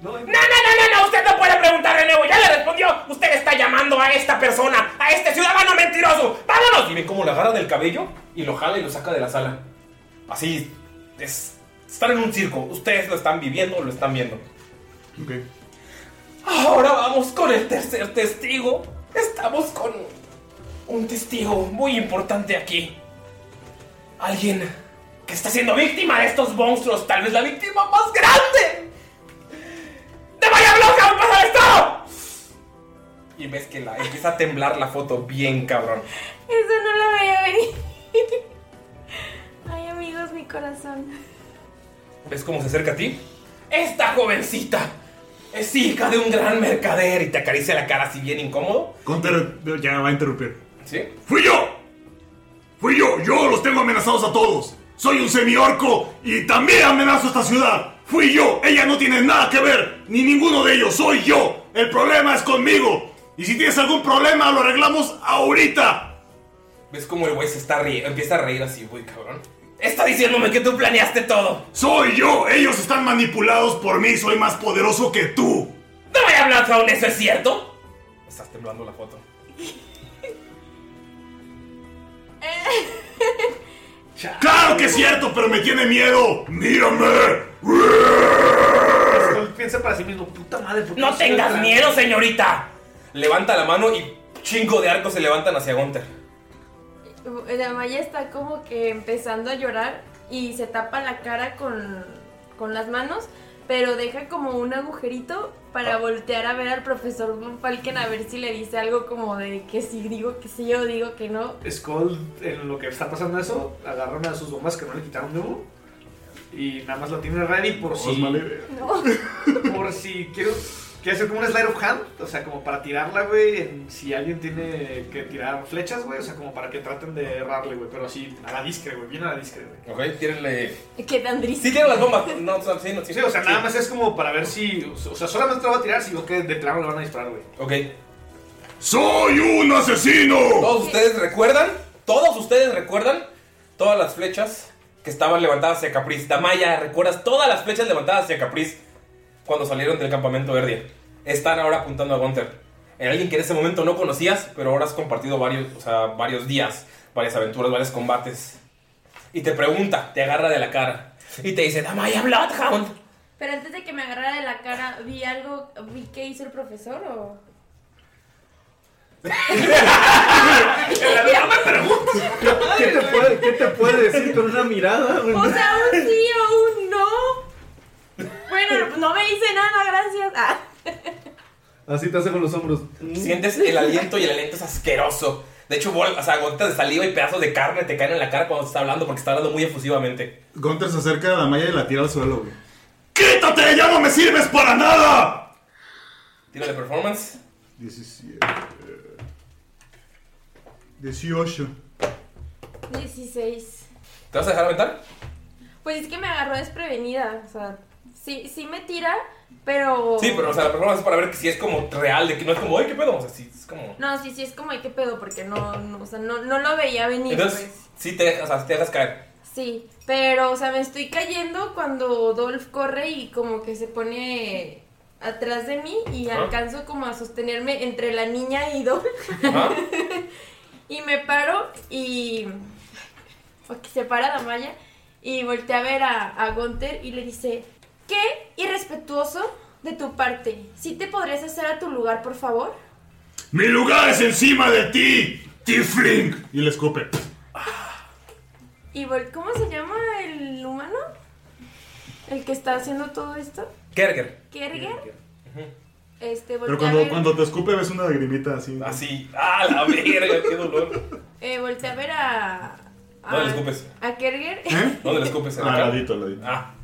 Speaker 3: no,
Speaker 1: no, no, no, usted no puede preguntar de nuevo, ya le respondió. Usted está llamando a esta persona, a este ciudadano mentiroso. ¡Vámonos! Y ve cómo le agarra del cabello y lo jala y lo saca de la sala. Así, es. Están en un circo, ustedes lo están viviendo, lo están viendo. Ahora vamos con el tercer testigo. Estamos con un testigo muy importante aquí. Alguien que está siendo víctima de estos monstruos, tal vez la víctima más grande. ¡De Vaya Blanca pasa el estado! Y ves que la, empieza a temblar la foto bien cabrón.
Speaker 6: Eso no lo veía venir. Ay, amigos, mi corazón.
Speaker 1: ¿Ves cómo se acerca a ti? Esta jovencita es hija de un gran mercader y te acaricia la cara así bien incómodo.
Speaker 7: Conter ya va a interrumpir.
Speaker 1: ¿Sí?
Speaker 7: ¡Fui yo! ¡Fui yo! ¡Yo los tengo amenazados a todos! ¡Soy un semiorco y también amenazo esta ciudad! Fui yo, ella no tiene nada que ver, ni ninguno de ellos, soy yo. El problema es conmigo. Y si tienes algún problema, lo arreglamos ahorita.
Speaker 1: ¿Ves cómo el güey se está riendo? Empieza a reír así, güey, cabrón. Está diciéndome que tú planeaste todo.
Speaker 7: Soy yo, ellos están manipulados por mí, soy más poderoso que tú.
Speaker 1: No voy a hablar aún, ¿eso es cierto? Estás temblando la foto.
Speaker 7: Claro que es cierto, pero me tiene miedo. Mírame.
Speaker 2: Piensa para sí mismo, puta madre. ¿por qué
Speaker 1: ¡No
Speaker 2: estoy
Speaker 1: tengas
Speaker 2: hablando?
Speaker 1: miedo, señorita! Levanta la mano y chingo de arcos se levantan hacia Gunther.
Speaker 6: La Maya está como que empezando a llorar y se tapa la cara con, con las manos, pero deja como un agujerito para voltear a ver al profesor Von Falken a ver si le dice algo como de que si digo que sí o digo que no.
Speaker 2: Skull, en lo que está pasando eso, agarra una de sus bombas que no le quitaron de humo. Y nada más la tiene ready por si.
Speaker 5: mala idea.
Speaker 2: Por si quiero. Quiere hacer como un slide of hand, o sea, como para tirarla, güey. en- Si alguien tiene que tirar flechas, güey, o sea, como para que traten de errarle, güey. Pero así, a la discre, güey, bien a la discre, güey.
Speaker 1: Ok, tírenle.
Speaker 6: Que tan triste.
Speaker 1: Sí, tiene las bombas. No, no, sí, no,
Speaker 2: Sí, o sea, nada más es como para ver si. O sea, solamente lo va a tirar si veo que de plano lo van a disparar, güey.
Speaker 1: Ok.
Speaker 7: ¡Soy un asesino!
Speaker 1: Todos ustedes recuerdan, todos ustedes recuerdan todas las flechas que estaban levantadas hacia Capriz. Damaya, ¿recuerdas todas las flechas levantadas hacia Capriz cuando salieron del campamento verde? Están ahora apuntando a Gunther. En alguien que en ese momento no conocías, pero ahora has compartido varios, o sea, varios días, varias aventuras, varios combates. Y te pregunta, te agarra de la cara y te dice, Damaya Bloodhound.
Speaker 6: Pero antes de que me agarrara de la cara, vi algo, vi qué hizo el profesor o...
Speaker 3: ¿Qué te puede, qué te puede decir con una mirada? güey?
Speaker 6: O sea, un sí o un no. Bueno, pues no me dice nada, gracias. Ah.
Speaker 3: Así te hace con los hombros.
Speaker 1: Sientes el aliento y el aliento es asqueroso. De hecho, bol- o sea, gotas de saliva y pedazos de carne te caen en la cara cuando te está hablando porque está hablando muy efusivamente.
Speaker 5: Gunter se acerca a la malla y la tira al suelo, güey.
Speaker 7: ¡Quítate! ¡Ya no me sirves para nada!
Speaker 1: Tírale performance.
Speaker 5: 17. 18.
Speaker 6: 16.
Speaker 1: ¿Te vas a dejar aventar?
Speaker 6: Pues es que me agarró desprevenida. O sea, sí, sí me tira, pero.
Speaker 1: Sí, pero o sea, la performance es para ver que si es como real, de que no es como, ay, qué pedo. O sea, sí, es como.
Speaker 6: No, sí, sí, es como, ay, qué pedo, porque no, no, o sea, no, no lo veía venir.
Speaker 1: Entonces, sí te, dejas- o sea, sí te dejas caer.
Speaker 6: pues. Sí, pero, o sea, me estoy cayendo cuando Dolph corre y como que se pone atrás de mí y
Speaker 1: Ajá.
Speaker 6: alcanzo como a sostenerme entre la niña y Dolph.
Speaker 1: Ajá.
Speaker 6: y me paro y. Porque se para la malla y voltea a ver a, a Gunther y le dice: Qué irrespetuoso de tu parte. ¿Sí te podrías hacer a tu lugar, por favor?
Speaker 7: Mi lugar es encima de ti, Tifling.
Speaker 5: Y le escupe.
Speaker 6: Y vol- ¿Cómo se llama el humano? El que está haciendo todo esto.
Speaker 1: Kerger.
Speaker 6: Kerger. Este,
Speaker 5: Pero
Speaker 6: voltea a
Speaker 5: cuando,
Speaker 6: ver,
Speaker 5: cuando te escupe ves una lagrimita así.
Speaker 1: Así. ¡Ah, la verga! ¡Qué dolor!
Speaker 6: eh, voltea a ver a.
Speaker 1: No le escupes.
Speaker 6: A Kerger.
Speaker 1: ¿Dónde le escupes? ¿eh?
Speaker 5: Ah, al ladito, al ladito.
Speaker 1: Ah.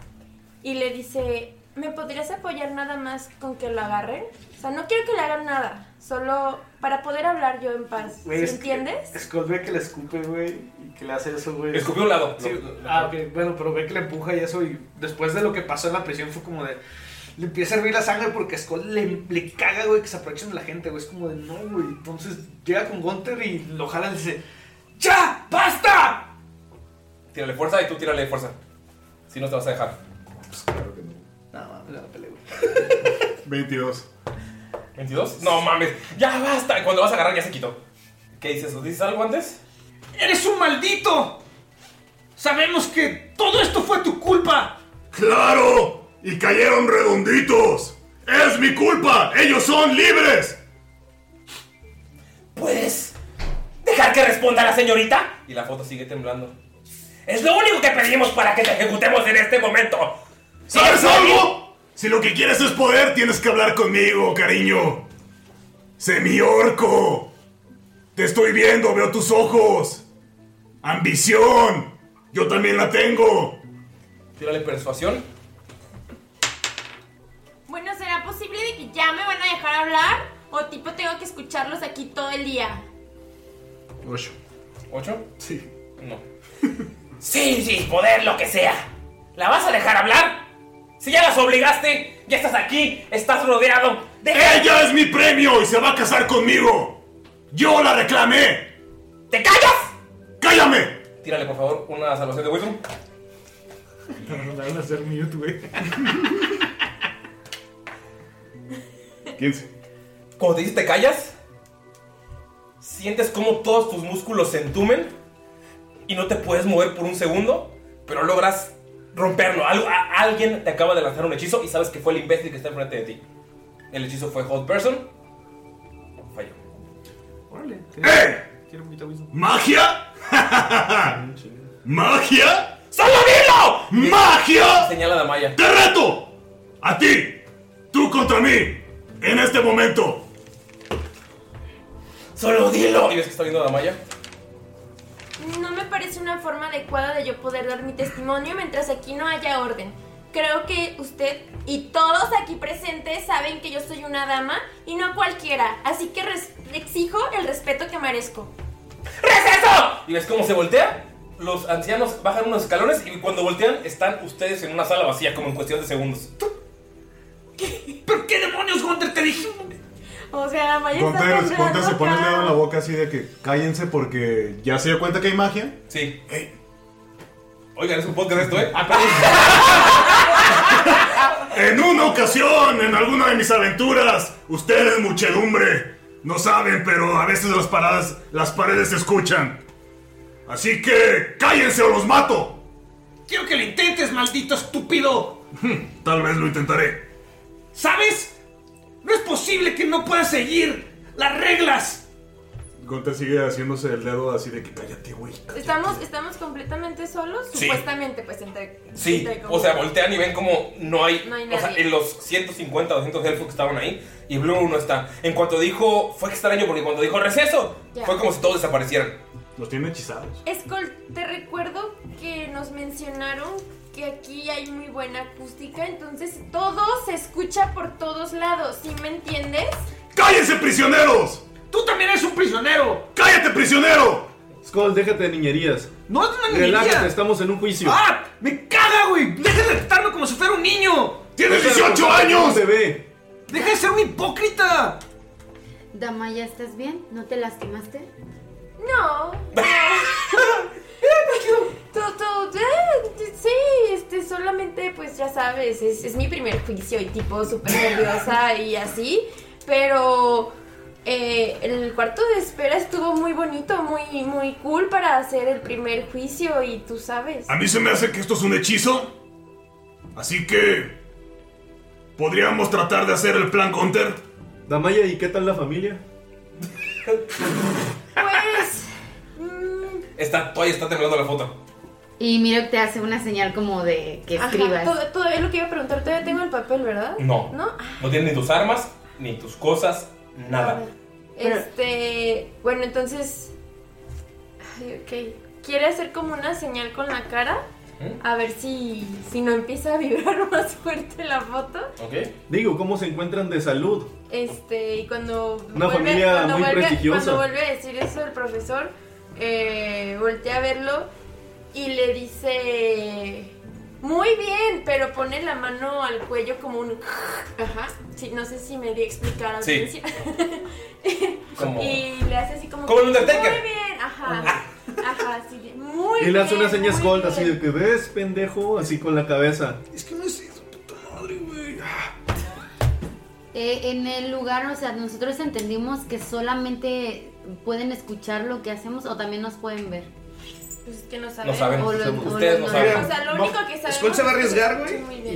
Speaker 6: Y le dice, ¿me podrías apoyar nada más con que lo agarren? O sea, no quiero que le hagan nada, solo para poder hablar yo en paz.
Speaker 2: Güey,
Speaker 6: ¿Sí
Speaker 2: es que-
Speaker 6: entiendes?
Speaker 2: Skull ve que le escupe, güey, y que le hace eso, güey.
Speaker 1: Escupió un lado.
Speaker 2: Sí,
Speaker 1: No, no,
Speaker 2: ah, ok, bueno, pero ve que le empuja y eso, y después de lo que pasó en la prisión fue como de. Le empieza a hervir la sangre porque a Skull le, le caga, güey, que se aprovechen de la gente, güey. Es como de no, güey. Entonces llega con Gunter y lo jala y le dice: ¡Ya! ¡Basta!
Speaker 1: Tírale fuerza y tú tírale fuerza. Si no te vas a dejar.
Speaker 5: Pues Claro que no.
Speaker 2: No, mames, la pelea, güey.
Speaker 5: 22.
Speaker 1: ¿22? No mames. ¡Ya basta! Cuando vas a agarrar ya se quitó. ¿Qué dices? ¿Dices algo antes?
Speaker 2: ¡Eres un maldito! Sabemos que todo esto fue tu culpa.
Speaker 7: ¡Claro! Y cayeron redonditos. ¡Es mi culpa! ¡Ellos son libres!
Speaker 1: ¿Puedes dejar que responda la señorita? Y la foto sigue temblando. Es lo único que pedimos para que te ejecutemos en este momento.
Speaker 7: ¿Sabes
Speaker 1: Sí,
Speaker 7: algo? Si lo que quieres es poder, tienes que hablar conmigo, cariño. Semiorco. Te estoy viendo, veo tus ojos. Ambición. Yo también la tengo.
Speaker 1: Tírale persuasión.
Speaker 6: Bueno, ¿será posible de que ya me van a dejar hablar? ¿O tipo tengo que escucharlos aquí todo el día?
Speaker 5: 8.
Speaker 1: ¿Ocho?
Speaker 5: Sí.
Speaker 1: No. Sí, sí, poder, lo que sea. ¿La vas a dejar hablar? Si ya las obligaste, ya estás aquí, estás rodeado. Deja-
Speaker 7: ¡Ella es mi premio y se va a casar conmigo! ¡Yo la reclamé!
Speaker 1: ¡Te callas!
Speaker 7: ¡Cállame!
Speaker 1: Tírale, por favor, una salvación de Wisdom.
Speaker 5: Me van a hacer mute, güey.
Speaker 7: 15.
Speaker 1: Cuando te dice te callas, sientes como todos tus músculos se entumen y no te puedes mover por un segundo, pero logras romperlo. Algo- a- alguien te acaba de lanzar un hechizo y sabes que fue el imbécil que está enfrente de ti. El hechizo fue Hold Person. Falló.
Speaker 7: ¿Magia? ¿Magia?
Speaker 1: ¡Solo dilo!
Speaker 7: ¡Magia!
Speaker 1: Señala a Damaya.
Speaker 7: ¡Te reto! ¡A ti! ¡Tú contra mí! ¡En este momento!
Speaker 1: ¡Solo dilo! Y ves que está viendo a Damaya.
Speaker 6: No me parece una forma adecuada de yo poder dar mi testimonio mientras aquí no haya orden. Creo que usted y todos aquí presentes saben que yo soy una dama y no cualquiera, así que res- exijo el respeto que merezco.
Speaker 1: Y ves cómo se voltea. Los ancianos bajan unos escalones y cuando voltean están ustedes en una sala vacía como en cuestión de segundos.
Speaker 6: ¿Por qué demonios, Gunter, te dije? O sea, Maya está tan
Speaker 5: Gunter, Gunter se
Speaker 6: loca.
Speaker 5: pone el dedo en la boca así de que cállense porque ya se dio cuenta que hay magia.
Speaker 1: Sí. Oigan, es un podcast esto, ¿eh?
Speaker 2: Ah,
Speaker 7: En una ocasión, en alguna de mis aventuras, ustedes, muchedumbre, no saben, pero a veces las paradas, las paredes se escuchan. Así que, cállense o los mato.
Speaker 2: Quiero que lo intentes, maldito estúpido.
Speaker 7: Hm, Tal vez lo intentaré.
Speaker 2: ¿Sabes? No es posible que no puedas seguir las reglas.
Speaker 5: Gunter sigue haciéndose el dedo así de que cállate, güey.
Speaker 6: Estamos, estamos completamente solos,
Speaker 1: Sí.
Speaker 6: supuestamente, pues entre.
Speaker 1: Sí,
Speaker 6: entre
Speaker 1: o sea, voltean y ven como no hay.
Speaker 6: No hay
Speaker 1: o sea,
Speaker 6: nadie.
Speaker 1: en los 150, 200 elfos que estaban ahí. Y Blue no está. En cuanto dijo. Fue extraño porque cuando dijo receso,
Speaker 6: Ya.
Speaker 1: fue como si todos desaparecieran.
Speaker 5: Los tiene hechizados.
Speaker 6: Escol, te recuerdo que nos mencionaron que aquí hay muy buena acústica, entonces todo se escucha por todos lados, ¿sí me entiendes?
Speaker 7: ¡Cállense, prisioneros!
Speaker 2: ¡Tú también eres un prisionero!
Speaker 7: ¡Cállate, prisionero!
Speaker 3: Skull, déjate de niñerías.
Speaker 2: ¡No es una niñería.
Speaker 3: Relájate, estamos en un juicio.
Speaker 2: ¡Ah! ¡Me caga, güey! ¡Deja de tratarme como si fuera un niño!
Speaker 7: ¡Tienes
Speaker 3: Déjalo,
Speaker 7: 18
Speaker 3: porque
Speaker 7: años!
Speaker 3: no se ve.
Speaker 2: ¡Deja de ser un hipócrita!
Speaker 4: Damaya, ¿estás bien? ¿No te lastimaste?
Speaker 6: No. Todo, todo, eh, sí, este, solamente, pues ya sabes, es, es mi primer juicio y tipo súper nerviosa y así, pero eh, el cuarto de espera estuvo muy bonito, muy, muy cool para hacer el primer juicio y tú sabes.
Speaker 7: A mí se me hace que esto es un hechizo. Así que. Podríamos tratar de hacer el plan Gunter.
Speaker 3: Damaya, ¿y qué tal la familia?
Speaker 6: Pues.
Speaker 1: Está, todavía está temblando la foto.
Speaker 4: Y mira, te hace una señal como de que
Speaker 6: Ajá,
Speaker 4: escribas.
Speaker 6: to- todavía lo que iba a preguntar, todavía tengo el papel, ¿verdad?
Speaker 1: No.
Speaker 6: ¿No?
Speaker 1: No tiene ni tus armas, ni tus cosas, nada.
Speaker 6: Este, bueno, entonces, ay, ok, quiere hacer como una señal con la cara, a ver si, si no empieza a vibrar más fuerte la foto,
Speaker 3: Digo, ¿cómo se encuentran de salud?
Speaker 6: este, y cuando
Speaker 3: Una familia
Speaker 6: cuando
Speaker 3: muy
Speaker 6: vuelve,
Speaker 3: prestigiosa.
Speaker 6: cuando vuelve a decir eso el profesor, eh, voltea a verlo y le dice, muy bien, pero pone la mano al cuello como un, ajá, sí, no sé si me di a explicar a
Speaker 1: Sí.
Speaker 6: audiencia.
Speaker 1: Como-
Speaker 6: Y le hace así como.
Speaker 1: Como
Speaker 6: que,
Speaker 1: el Undertaker.
Speaker 6: Muy bien, ajá. Ajá, así de, Muy bien.
Speaker 3: Y le hace una seña a
Speaker 6: muy
Speaker 3: Skull,
Speaker 6: bien".
Speaker 3: así de que ves, pendejo, así con la cabeza.
Speaker 7: Es que no es eso, puta madre, güey.
Speaker 4: Eh, en el lugar, o sea, nosotros entendimos que solamente pueden escuchar lo que hacemos o también nos pueden ver.
Speaker 6: Pues es que no
Speaker 4: saben.
Speaker 1: No saben.
Speaker 4: O lo-
Speaker 1: Ustedes no saben.
Speaker 6: O sea, lo único que sabemos.
Speaker 2: Skull se va a
Speaker 6: es que-
Speaker 2: arriesgar, güey.
Speaker 6: Muy bien.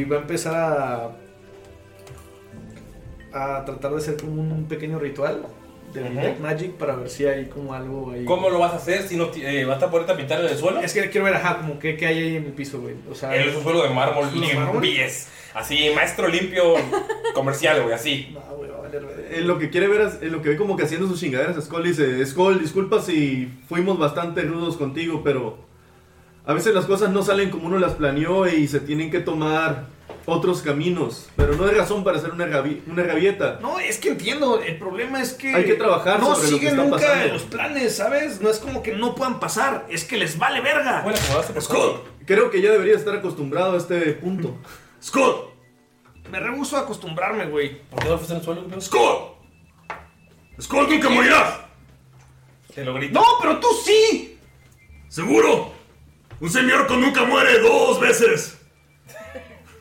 Speaker 2: Y va a empezar a. a tratar de hacer como un pequeño ritual de
Speaker 1: Ujú.
Speaker 2: Detect Magic para ver si hay como algo ahí.
Speaker 1: ¿Cómo lo vas a hacer si no ti- eh, vas a poder pintar en el suelo?
Speaker 2: Es que quiero ver, ajá, como qué, qué hay ahí en el piso, güey. O sea,
Speaker 1: Es un suelo de mármol
Speaker 2: ¿Los
Speaker 1: limpies. Así, maestro limpio comercial, güey, así.
Speaker 3: En lo que quiere ver, es- en lo que ve como que haciendo sus chingaderas a Skull, dice, Skull, disculpa si fuimos bastante rudos contigo, pero a veces las cosas no salen como uno las planeó y se tienen que tomar otros caminos, pero no hay razón para hacer una, gavi- una gavieta.
Speaker 2: No, es que entiendo, el problema es que...
Speaker 3: Hay que trabajar
Speaker 2: No
Speaker 3: sobre lo que
Speaker 2: siguen
Speaker 3: está
Speaker 2: nunca
Speaker 3: pasando.
Speaker 2: los planes, ¿sabes? No es como que no puedan pasar, es que les vale verga.
Speaker 1: Bueno, como vas a
Speaker 3: Creo que ya debería estar acostumbrado a este punto.
Speaker 7: ¡Scott!
Speaker 2: Me rehuso a acostumbrarme, güey. ¿Por qué Dolph en el suelo, güey?
Speaker 7: ¡Scott! ¡Scott, nunca morirás!
Speaker 2: Te lo grito. ¡No, pero tú sí!
Speaker 7: ¡Seguro! ¡Un señor con nunca muere dos veces!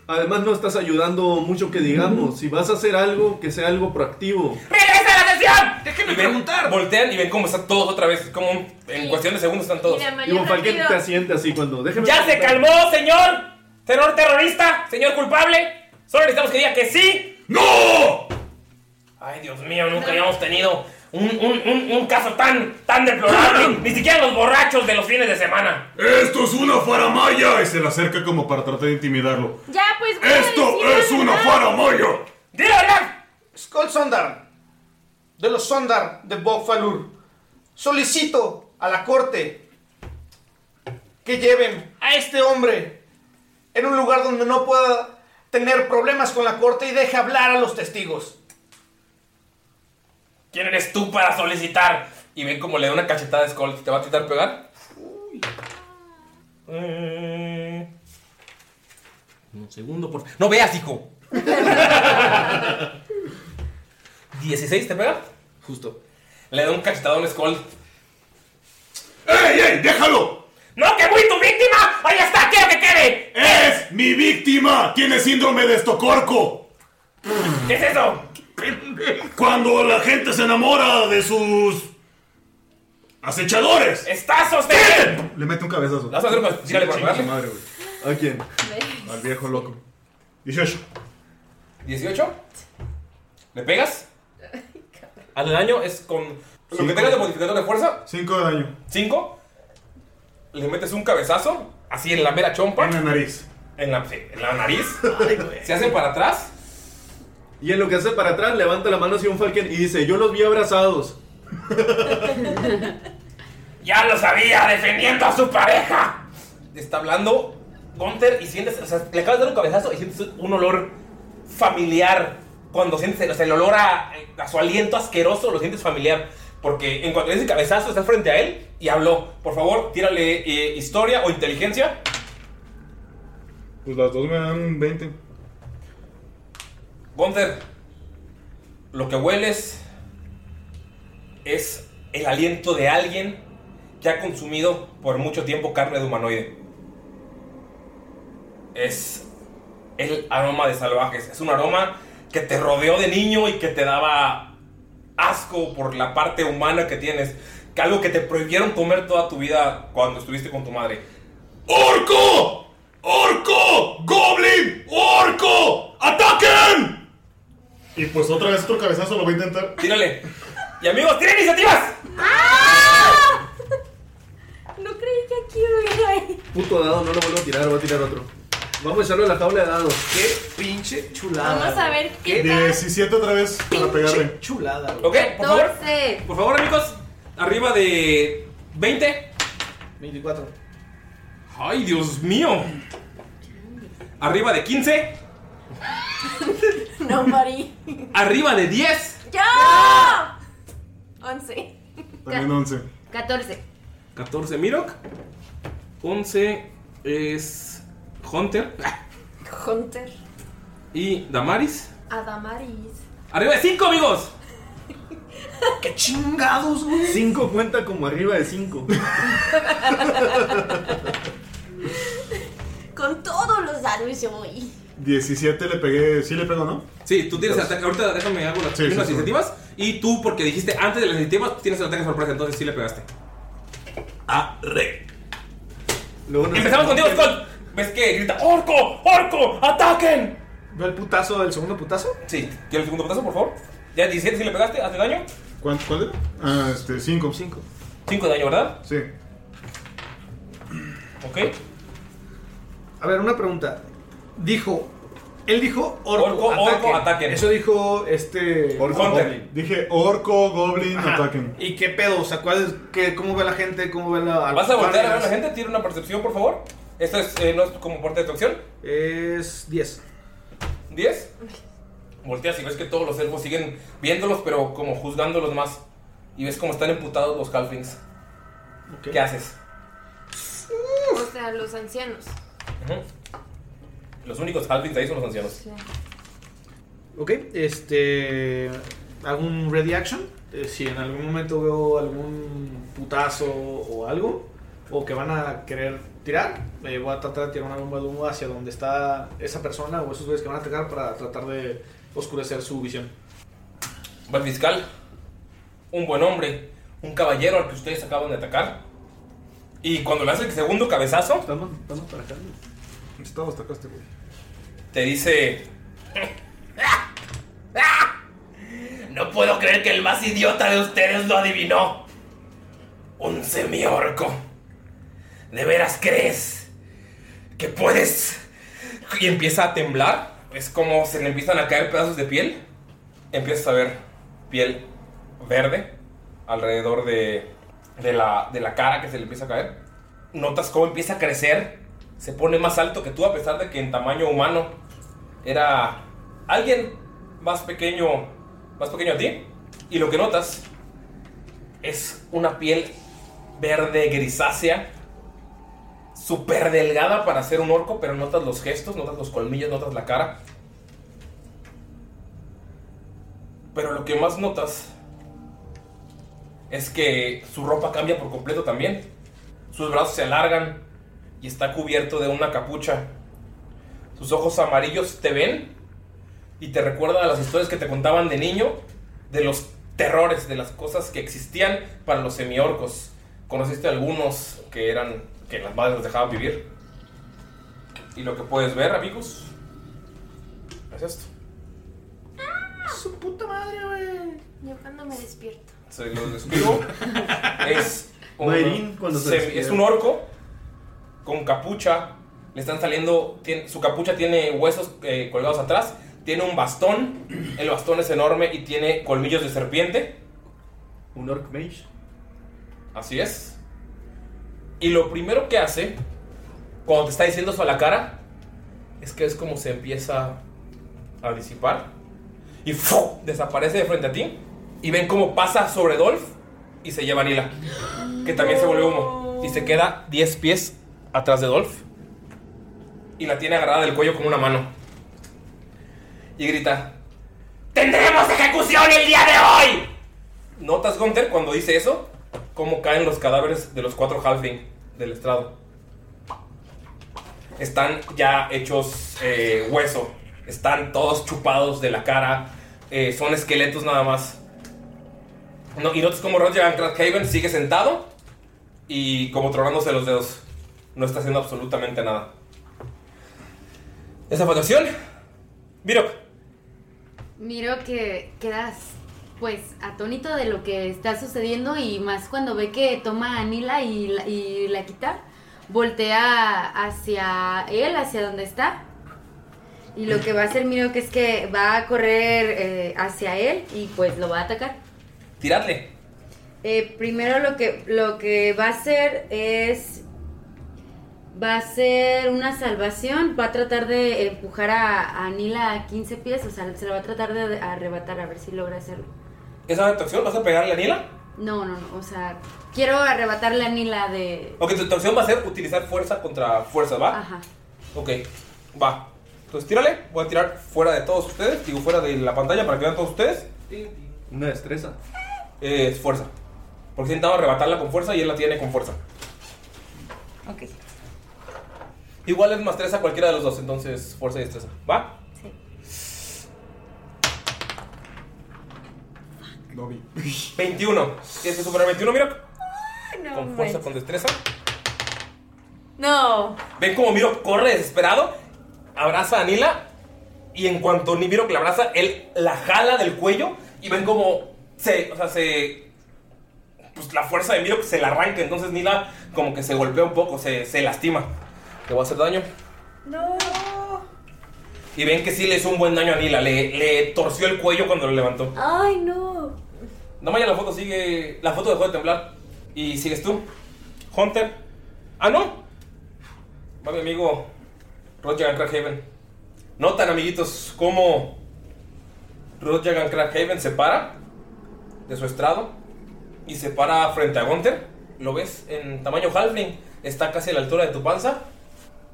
Speaker 3: Además no estás ayudando mucho que digamos. Si vas a hacer algo, que sea algo proactivo.
Speaker 1: ¡Regresa a la sesión! ¡Déjenme preguntar! Voltean y ven cómo están todos otra vez. Como en cuestión de segundos están todos.
Speaker 6: Y de manera
Speaker 3: Y Von Falken
Speaker 6: rápida.
Speaker 3: te asiente así cuando... Déjame
Speaker 1: ¡Ya se calmó, señor! ¡Terror terrorista! ¡Señor culpable! Solo necesitamos que diga que sí.
Speaker 7: ¡No!
Speaker 1: Ay, Dios mío, nunca habíamos tenido un, un- un- un caso tan, tan deplorable. Ni siquiera los borrachos de los fines de semana.
Speaker 7: ¡Esto es una faramaya!
Speaker 5: Y se le acerca como para tratar de intimidarlo.
Speaker 6: Ya, pues. voy a
Speaker 7: ¡Esto
Speaker 6: decir la
Speaker 7: es una
Speaker 6: verdad.
Speaker 7: faramaya!
Speaker 1: ¡Dile verdad!
Speaker 2: Skull Sondar, de los Sondar de Bogfalur, solicito a la corte que lleven a este hombre en un lugar donde no pueda tener problemas con la corte y deje hablar a los testigos.
Speaker 1: ¿Quién eres tú para solicitar? Y ven cómo le da una cachetada a Skull. ¿Te va a intentar pegar? Eh, Un segundo, por favor. ¡No veas, hijo! 16 te pega. Justo. Le da un cachetadón a Skull.
Speaker 7: ¡Ey, ey! ¡Déjalo!
Speaker 1: ¡No, que fui tu víctima! ¡Ahí está! ¡Quiero que quede!
Speaker 7: ¡Es mi víctima! ¡Tiene síndrome de estocorco!
Speaker 1: ¿Qué es eso?
Speaker 7: Cuando la gente se enamora de sus. acechadores.
Speaker 1: ¡Estás sosteniendo!
Speaker 5: Le mete un cabezazo.
Speaker 1: ¿Vas a hacer un
Speaker 5: Sí,
Speaker 1: tírale para
Speaker 5: chinga su
Speaker 1: pegarle?
Speaker 5: madre, güey.
Speaker 3: ¿A quién?
Speaker 5: Al viejo loco. 18.
Speaker 1: ¿18? ¿Le pegas? Al daño es con. Lo que tengas de modificador de fuerza,
Speaker 5: 5 de daño.
Speaker 1: 5. Le metes un cabezazo, así en la mera chompa.
Speaker 5: En la nariz.
Speaker 1: En la, sí, en la nariz. Se hacen para atrás.
Speaker 3: Y en lo que hace para atrás, levanta la mano hacia un Falken y dice, yo los vi abrazados.
Speaker 1: ¡Ya lo sabía! ¡Defendiendo a su pareja! Está hablando Gunther y sientes. O sea, le acabas de dar un cabezazo y sientes un olor familiar. Cuando sientes o sea, el olor a, a su aliento asqueroso, lo sientes familiar. Porque en cuanto le des el cabezazo, estás frente a él y habló. Por favor, tírale eh, historia o inteligencia.
Speaker 5: Pues las dos me dan 20.
Speaker 1: Gunther, lo que hueles es el aliento de alguien que ha consumido por mucho tiempo carne de humanoide. Es el aroma de salvajes. Es un aroma que te rodeó de niño y que te daba asco por la parte humana que tienes. Que algo que te prohibieron comer toda tu vida cuando estuviste con tu madre.
Speaker 7: ¡Orco! ¡Orco! ¡Goblin! ¡Orco! ¡Ataquen!
Speaker 5: Y pues otra vez otro cabezazo lo voy a intentar.
Speaker 1: Tírale. Y amigos, tienen iniciativas.
Speaker 6: ¡Ah! No creí que aquí hubiera ahí.
Speaker 3: Puto dado, no lo vuelvo a tirar, voy a tirar otro. Vamos a echarlo a la jaula de dados.
Speaker 2: ¡Qué pinche chulada!
Speaker 6: Vamos a ver qué tal.
Speaker 5: 17 otra vez para pegarle.
Speaker 2: Chulada, güey.
Speaker 1: Ok, por favor. Por favor, amigos, arriba de 20.
Speaker 2: 24.
Speaker 1: Ay, Dios mío. Arriba de 15.
Speaker 6: No, Mari.
Speaker 1: Arriba de 10.
Speaker 6: ¡Ya! 11.
Speaker 5: También 11.
Speaker 4: 14.
Speaker 1: 14 Mirok. 11 es Hunter.
Speaker 6: Hunter.
Speaker 1: Y Damaris.
Speaker 6: Adamaris.
Speaker 1: Arriba de 5, amigos.
Speaker 2: ¡Qué chingados, güey!
Speaker 3: 5 cuenta como arriba de 5.
Speaker 6: Con todos los dados hoy.
Speaker 5: 17 le pegué. Sí le pego, ¿no?
Speaker 1: Sí, tú tienes el ataque. Ahorita déjame hago las
Speaker 5: Sí, sí,
Speaker 1: primeras
Speaker 5: sí.
Speaker 1: iniciativas. Y tú, porque dijiste antes de las iniciativas, tú tienes el ataque sorpresa. Entonces sí le pegaste.
Speaker 7: ¡Arre!
Speaker 3: Luego nos-
Speaker 1: Empezamos contigo, Scott. ¿Ves que grita: ¡Orco! ¡Orco! ¡Ataquen!
Speaker 2: ¿Ve el putazo del segundo putazo?
Speaker 1: Sí, tira el segundo patazo, por favor. Ya 17 si le pegaste, hace daño.
Speaker 5: ¿Cuánto? ¿Cuál era? Ah, este, 5. 5.
Speaker 1: 5 de daño, ¿verdad?
Speaker 5: Sí.
Speaker 1: Ok.
Speaker 2: A ver, una pregunta. Dijo. Él dijo orco.
Speaker 1: Orco, orco, ataquen.
Speaker 2: Eso dijo este.
Speaker 5: Orco,
Speaker 1: Hunter.
Speaker 5: goblin. Dije orco, goblin,
Speaker 2: Ajá.
Speaker 5: ataquen.
Speaker 2: ¿Y qué pedo? O sea, ¿cuál es, qué, ¿cómo ve la gente? ¿Cómo ve la.
Speaker 1: ¿Vas a voltear a ver a la
Speaker 2: las-
Speaker 1: gente? Tira una percepción, por favor. Esta es, eh, no es como parte de tu acción.
Speaker 2: Es 10.
Speaker 1: 10. Volteas y ves que todos los elfos siguen viéndolos, pero como juzgándolos más. Y ves cómo están emputados los halflings.
Speaker 2: Ok.
Speaker 1: ¿Qué haces?
Speaker 6: O sea, los ancianos.
Speaker 1: Ujú. Los únicos halflings ahí son los ancianos.
Speaker 2: Ok, este. ¿Algún ready action? Eh, si en algún momento veo algún putazo o algo, o que van a querer tirar, eh, voy a tratar de tirar una bomba de humo hacia donde está esa persona o esos güeyes que van a atacar para tratar de oscurecer su visión.
Speaker 1: Va el fiscal, un buen hombre, un caballero al que ustedes acaban de atacar. Y cuando le hace el segundo cabezazo,
Speaker 3: Vamos para acá.
Speaker 5: Estaba hasta acá este güey.
Speaker 1: te dice: No puedo creer que el más idiota de ustedes lo adivinó. Un semiorco. ¿De veras crees que puedes? Y empieza a temblar. Es como se le empiezan a caer pedazos de piel. Empiezas a ver piel verde alrededor de, de la, de la cara que se le empieza a caer. Notas cómo empieza a crecer. Se pone más alto que tú a pesar de que en tamaño humano era alguien más pequeño, más pequeño a ti. Y lo que notas es una piel verde grisácea, súper delgada para ser un orco, pero notas los gestos, notas los colmillos, notas la cara. Pero lo que más notas es que su ropa cambia por completo también. Sus brazos se alargan y está cubierto de una capucha. Sus ojos amarillos te ven y te recuerdan a las historias que te contaban de niño, de los terrores, de las cosas que existían para los semiorcos. Conociste algunos que eran que las madres los dejaban vivir. Y lo que puedes ver, amigos, es esto.
Speaker 2: Su puta madre, güey.
Speaker 6: Ah. Yo cuando me despierto.
Speaker 1: Se los describo. es, un,
Speaker 3: Mayrin, cuando se
Speaker 1: se-
Speaker 3: despierta.
Speaker 1: es un orco con capucha. Le están saliendo. tiene- su capucha tiene huesos eh, colgados atrás. Tiene un bastón. El bastón es enorme y tiene colmillos de serpiente.
Speaker 3: Un orc mage.
Speaker 1: Así es. Y lo primero que hace, cuando te está diciendo eso a la cara, es que es como se empieza a disipar. Y ¡fu! desaparece de frente a ti. Y ven cómo pasa sobre Dolph y se lleva a Nila. Que también se vuelve humo. Y se queda 10 pies atrás de Dolph. Y la tiene agarrada del cuello con una mano. Y grita. ¡Tendremos ejecución el día de hoy! ¿Notas, Gunter, cuando dice eso? Cómo caen los cadáveres de los cuatro halfling del estrado. Están ya hechos eh, hueso. Están todos chupados de la cara. eh, son esqueletos nada más. No, y notas como Roger Crackhaven sigue sentado y como tronándose los dedos. No está haciendo absolutamente nada. Esa votación. Mirok,
Speaker 4: Miro que quedas pues atónito de lo que está sucediendo y más cuando ve que toma a Nila y la, y la quita, voltea hacia él, hacia donde está. Y lo que va a hacer Miro que es que va a correr eh, hacia él y pues lo va a atacar.
Speaker 1: tiradle.
Speaker 4: Eh, primero lo que, lo que va a hacer es... Va a ser una salvación, va a tratar de empujar a, a Nila a 15 pies, o sea, se la va a tratar de arrebatar a ver si logra hacerlo.
Speaker 1: ¿Esa tu acción? ¿Vas a pegarle a Nila?
Speaker 4: No, no, no, o sea, quiero arrebatarle a Nila de...
Speaker 1: Ok, tu tu acción va a ser utilizar fuerza contra fuerza, ¿va?
Speaker 4: Ajá.
Speaker 1: Ok, va. Entonces tírale. Voy a tirar fuera de todos ustedes. Digo, fuera de la pantalla para que vean todos ustedes.
Speaker 3: Una destreza.
Speaker 1: Eh, Es fuerza. Porque he intentado arrebatarla con fuerza y él la tiene con fuerza.
Speaker 9: Ok.
Speaker 1: Igual es más 3 a cualquiera de los dos, entonces fuerza y destreza. ¿Va?
Speaker 5: No vi.
Speaker 1: 21. Tienes que superar 21, mira.
Speaker 6: No,
Speaker 1: Con fuerza,
Speaker 6: manches.
Speaker 1: con destreza.
Speaker 6: no.
Speaker 1: Ven como Miro corre desesperado, abraza a Nila y en cuanto ni Miro que la abraza, él la jala del cuello y ven como se, o sea, se pues la fuerza de Miro que se la arranca, entonces Nila como que se golpea un poco, se, se lastima. Le va a hacer daño.
Speaker 6: No.
Speaker 1: Y ven que sí le hizo un buen daño a Nila, le, le torció el cuello cuando lo levantó.
Speaker 6: Ay, no.
Speaker 1: No vaya la foto sigue, la foto dejó de temblar y sigues tú. Hunter. Ah, no. Va mi amigo Roger Crackhaven. Notan, amiguitos, cómo Roger Crackhaven se para de su estrado y se para frente a Gunther. Lo ves en tamaño halfling, está casi a la altura de tu panza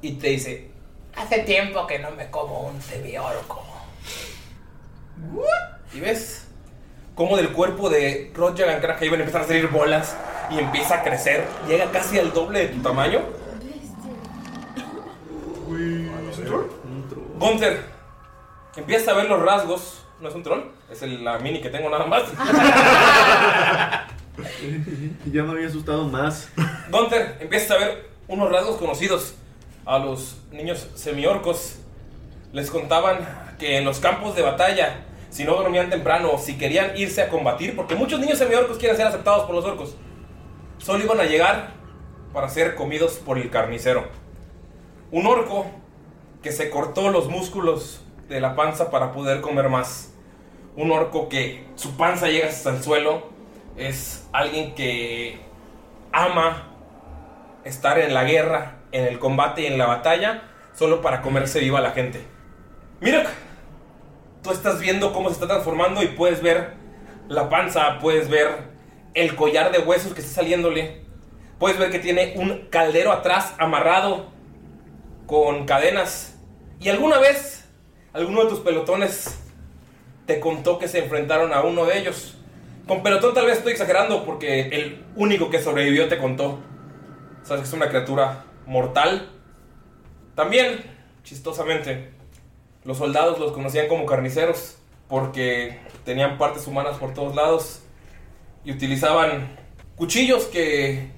Speaker 1: y te dice,
Speaker 10: Hace tiempo que no me como un tebiorco.
Speaker 1: ¿Y ves? Como del cuerpo de Roger and Crackhaven empiezan a salir bolas y empieza a crecer. Llega casi al doble de tu tamaño. Gunther, empieza a ver los rasgos. No es un troll, es el- la mini que tengo nada más.
Speaker 3: Ya me había asustado más.
Speaker 1: Gunther, empiezas a ver unos rasgos conocidos. A los niños semiorcos les contaban que en los campos de batalla, si no dormían temprano, si querían irse a combatir, porque muchos niños semiorcos quieren ser aceptados por los orcos, solo iban a llegar para ser comidos por el carnicero. Un orco que se cortó los músculos de la panza para poder comer más. Un orco que su panza llega hasta el suelo. Es alguien que ama estar en la guerra, en el combate y en la batalla, solo para comerse viva a la gente. Mira, tú estás viendo cómo se está transformando y puedes ver la panza, puedes ver el collar de huesos que está saliéndole, puedes ver que tiene un caldero atrás amarrado con cadenas. Y alguna vez, alguno de tus pelotones te contó que se enfrentaron a uno de ellos. Con pelotón tal vez estoy exagerando porque el único que sobrevivió te contó. Sabes que es una criatura mortal. También, chistosamente, los soldados los conocían como carniceros porque tenían partes humanas por todos lados y utilizaban cuchillos que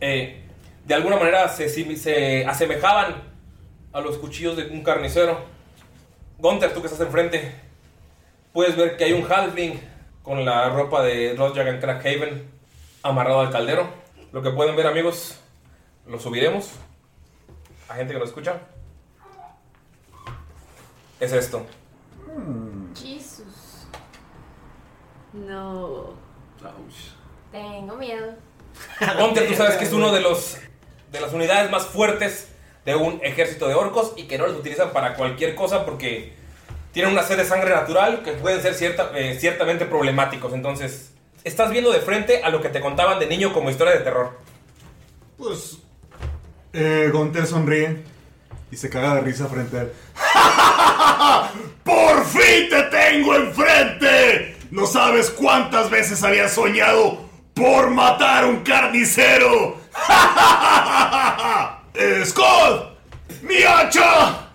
Speaker 1: eh, de alguna manera se, simi- se asemejaban a los cuchillos de un carnicero. Gunther, tú que estás enfrente, puedes ver que hay un halfling con la ropa de Rodjagan Crackhaven amarrado al caldero. Lo que pueden ver, amigos, lo subiremos a gente que lo escucha. Es esto.
Speaker 2: Hmm.
Speaker 6: Jesus.
Speaker 4: No.
Speaker 6: Tengo miedo.
Speaker 1: Gunther, tú sabes que es uno de los de las unidades más fuertes de un ejército de orcos y que no los utilizan para cualquier cosa porque tienen una sed de sangre natural que pueden ser cierta- eh, ciertamente problemáticos. Entonces, estás viendo de frente a lo que te contaban de niño como historia de terror.
Speaker 5: Pues. Eh, Gonter sonríe y se caga de risa frente a él.
Speaker 7: ¡Por fin te tengo enfrente! No sabes cuántas veces había soñado por matar un carnicero. Eh, ¡Scott! ¡Mi hacha!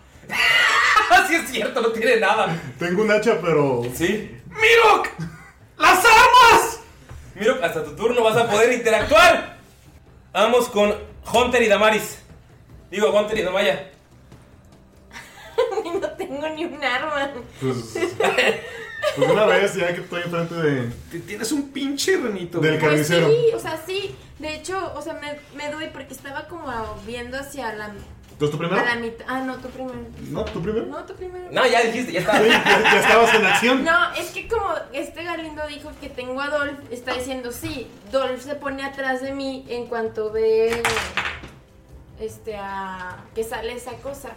Speaker 1: sí es cierto, no tiene nada.
Speaker 5: Tengo un hacha, pero.
Speaker 1: Sí.
Speaker 7: ¡Mirok! ¡Las armas!
Speaker 1: Mirok, hasta tu turno vas a poder interactuar. Vamos con Hunter y Damaris. Digo, Hunter y Damaya.
Speaker 6: Y no tengo ni un arma.
Speaker 5: Pues. pues una vez ya que estoy enfrente de.
Speaker 2: Tienes un pinche renito.
Speaker 5: Del
Speaker 6: Pues
Speaker 5: carnicero.
Speaker 6: sí, o sea, sí. De hecho, o sea, me, me doy porque estaba como viendo hacia la.
Speaker 5: ¿Entonces tú primero?
Speaker 6: A la mitad. Ah, no, tú primero.
Speaker 5: No, tú primero.
Speaker 6: No, tú primero.
Speaker 1: No, ya dijiste, ya está.
Speaker 5: ya estabas en acción.
Speaker 6: No, es que como este Galindo dijo que tengo a Dolph, está diciendo sí. Dolph se pone atrás de mí en cuanto ve este a que sale esa cosa.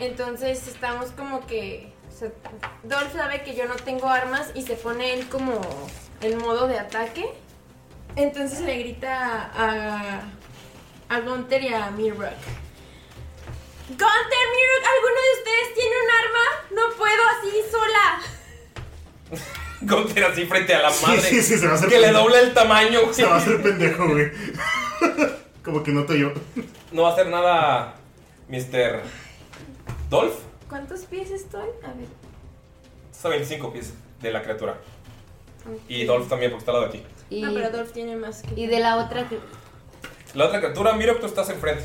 Speaker 6: Entonces estamos como que o sea, Dolph sabe que yo no tengo armas y se pone él como en modo de ataque. Entonces le grita a a Gunther y a Mirrock. Gunter, Mirok, ¿alguno de ustedes tiene un arma? No puedo así sola.
Speaker 1: Gunther así frente a la
Speaker 5: Sí,
Speaker 1: madre.
Speaker 5: sí, sí, se va a hacer
Speaker 1: Que le
Speaker 5: pendejo.
Speaker 1: dobla el tamaño.
Speaker 5: Se va a hacer pendejo, güey. Como que noto yo.
Speaker 1: No va a hacer nada, Mr. Dolph.
Speaker 6: ¿Cuántos pies estoy? A ver.
Speaker 1: Está a 25 pies de la criatura. Y Dolph también, porque está al lado de ti.
Speaker 6: No, pero Dolph tiene más que.
Speaker 4: Y de la otra. que-
Speaker 1: La otra criatura, mira que tú estás enfrente.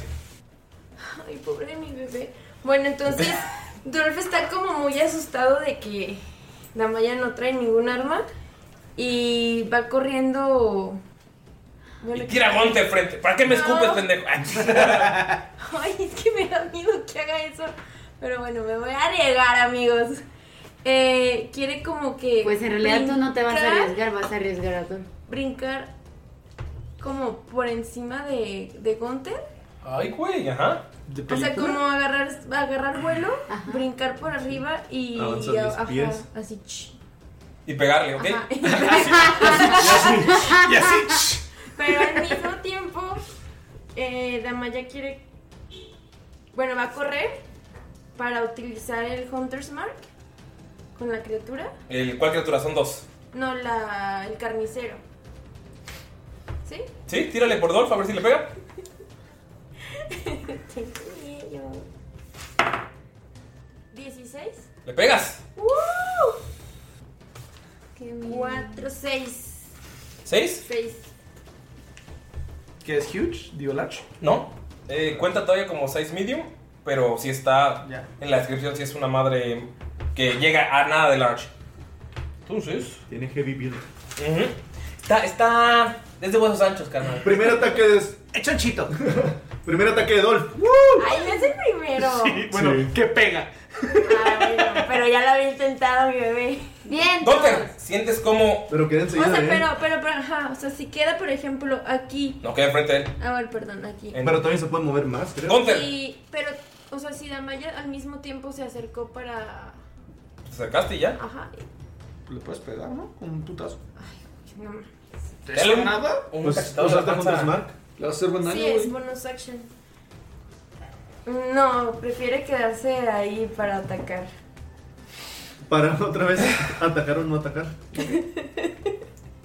Speaker 6: Ay, pobre de mi bebé. Bueno, entonces Dolph está como muy asustado de que Damaya no trae ningún arma y va corriendo. Bueno,
Speaker 1: Y tira a Gunther frente. ¿Para qué me escupes, pendejo?
Speaker 6: Ay, es que me da miedo que haga eso. Pero bueno, me voy a arriesgar, amigos. Eh, quiere como que.
Speaker 4: Pues en realidad tú no te vas a
Speaker 6: brincar-
Speaker 4: arriesgar, vas a arriesgar a Don.
Speaker 6: Brincar como por encima de, de Gunther.
Speaker 1: Ay, güey, ajá.
Speaker 6: O sea, como agarrar, agarrar vuelo, brincar por arriba y.
Speaker 1: Avanzar mis
Speaker 6: ajá,
Speaker 1: pies.
Speaker 6: Así. ch-
Speaker 1: Y pegarle, ¿ok?
Speaker 6: ajá.
Speaker 1: Y así,
Speaker 6: Pero al mismo tiempo, eh, Damaya quiere. Bueno, va a correr para utilizar el Hunter's Mark con la criatura.
Speaker 1: ¿El cuál criatura? Son dos.
Speaker 6: No, la, el carnicero. ¿Sí?
Speaker 1: Sí, tírale por Dolph a ver si le pega.
Speaker 6: Tengo 16.
Speaker 1: ¡Le pegas!
Speaker 6: ¡Woo! 4, 6.
Speaker 1: ¿Seis?
Speaker 6: 6.
Speaker 1: ¿Que es huge? ¿Dio large? No. Eh, cuenta todavía como size medium, pero si está en la descripción, si es una madre que llega a nada de large. Entonces.
Speaker 3: Tiene heavy build.
Speaker 1: Ujú. Está, está. Es de huesos anchos, carnal.
Speaker 3: Primer ataque de.
Speaker 2: Es chanchito.
Speaker 3: Primer ataque de Dolph.
Speaker 6: Ay, es el primero.
Speaker 3: Sí, bueno,
Speaker 2: que pega.
Speaker 6: Pero ya lo había intentado mi bebé. Bien.
Speaker 1: Doctor, sientes como.
Speaker 3: Pero ¿eh? quédense
Speaker 6: O sea, pero, pero, pero, ajá, o sea, si queda, por ejemplo, aquí.
Speaker 1: No queda enfrente de él.
Speaker 6: A ver, perdón, aquí.
Speaker 3: Pero también se puede mover más, creo.
Speaker 6: Y- pero, o sea, si Damaya al mismo tiempo se acercó para.
Speaker 1: Te acercaste y ya.
Speaker 6: Ajá.
Speaker 2: Le puedes pegar, ¿no? Con un putazo.
Speaker 6: No, mames.
Speaker 2: ¿Te
Speaker 1: Dale
Speaker 2: hace
Speaker 1: un-
Speaker 2: nada?
Speaker 1: un Pues, cachetado de la ¿usaste panza. Hunter's Mark?
Speaker 2: Le vas a hacer buen daño,
Speaker 6: Sí, es
Speaker 2: güey.
Speaker 6: bonus action. No, prefiere quedarse ahí para atacar.
Speaker 3: Para otra vez atacar o no atacar.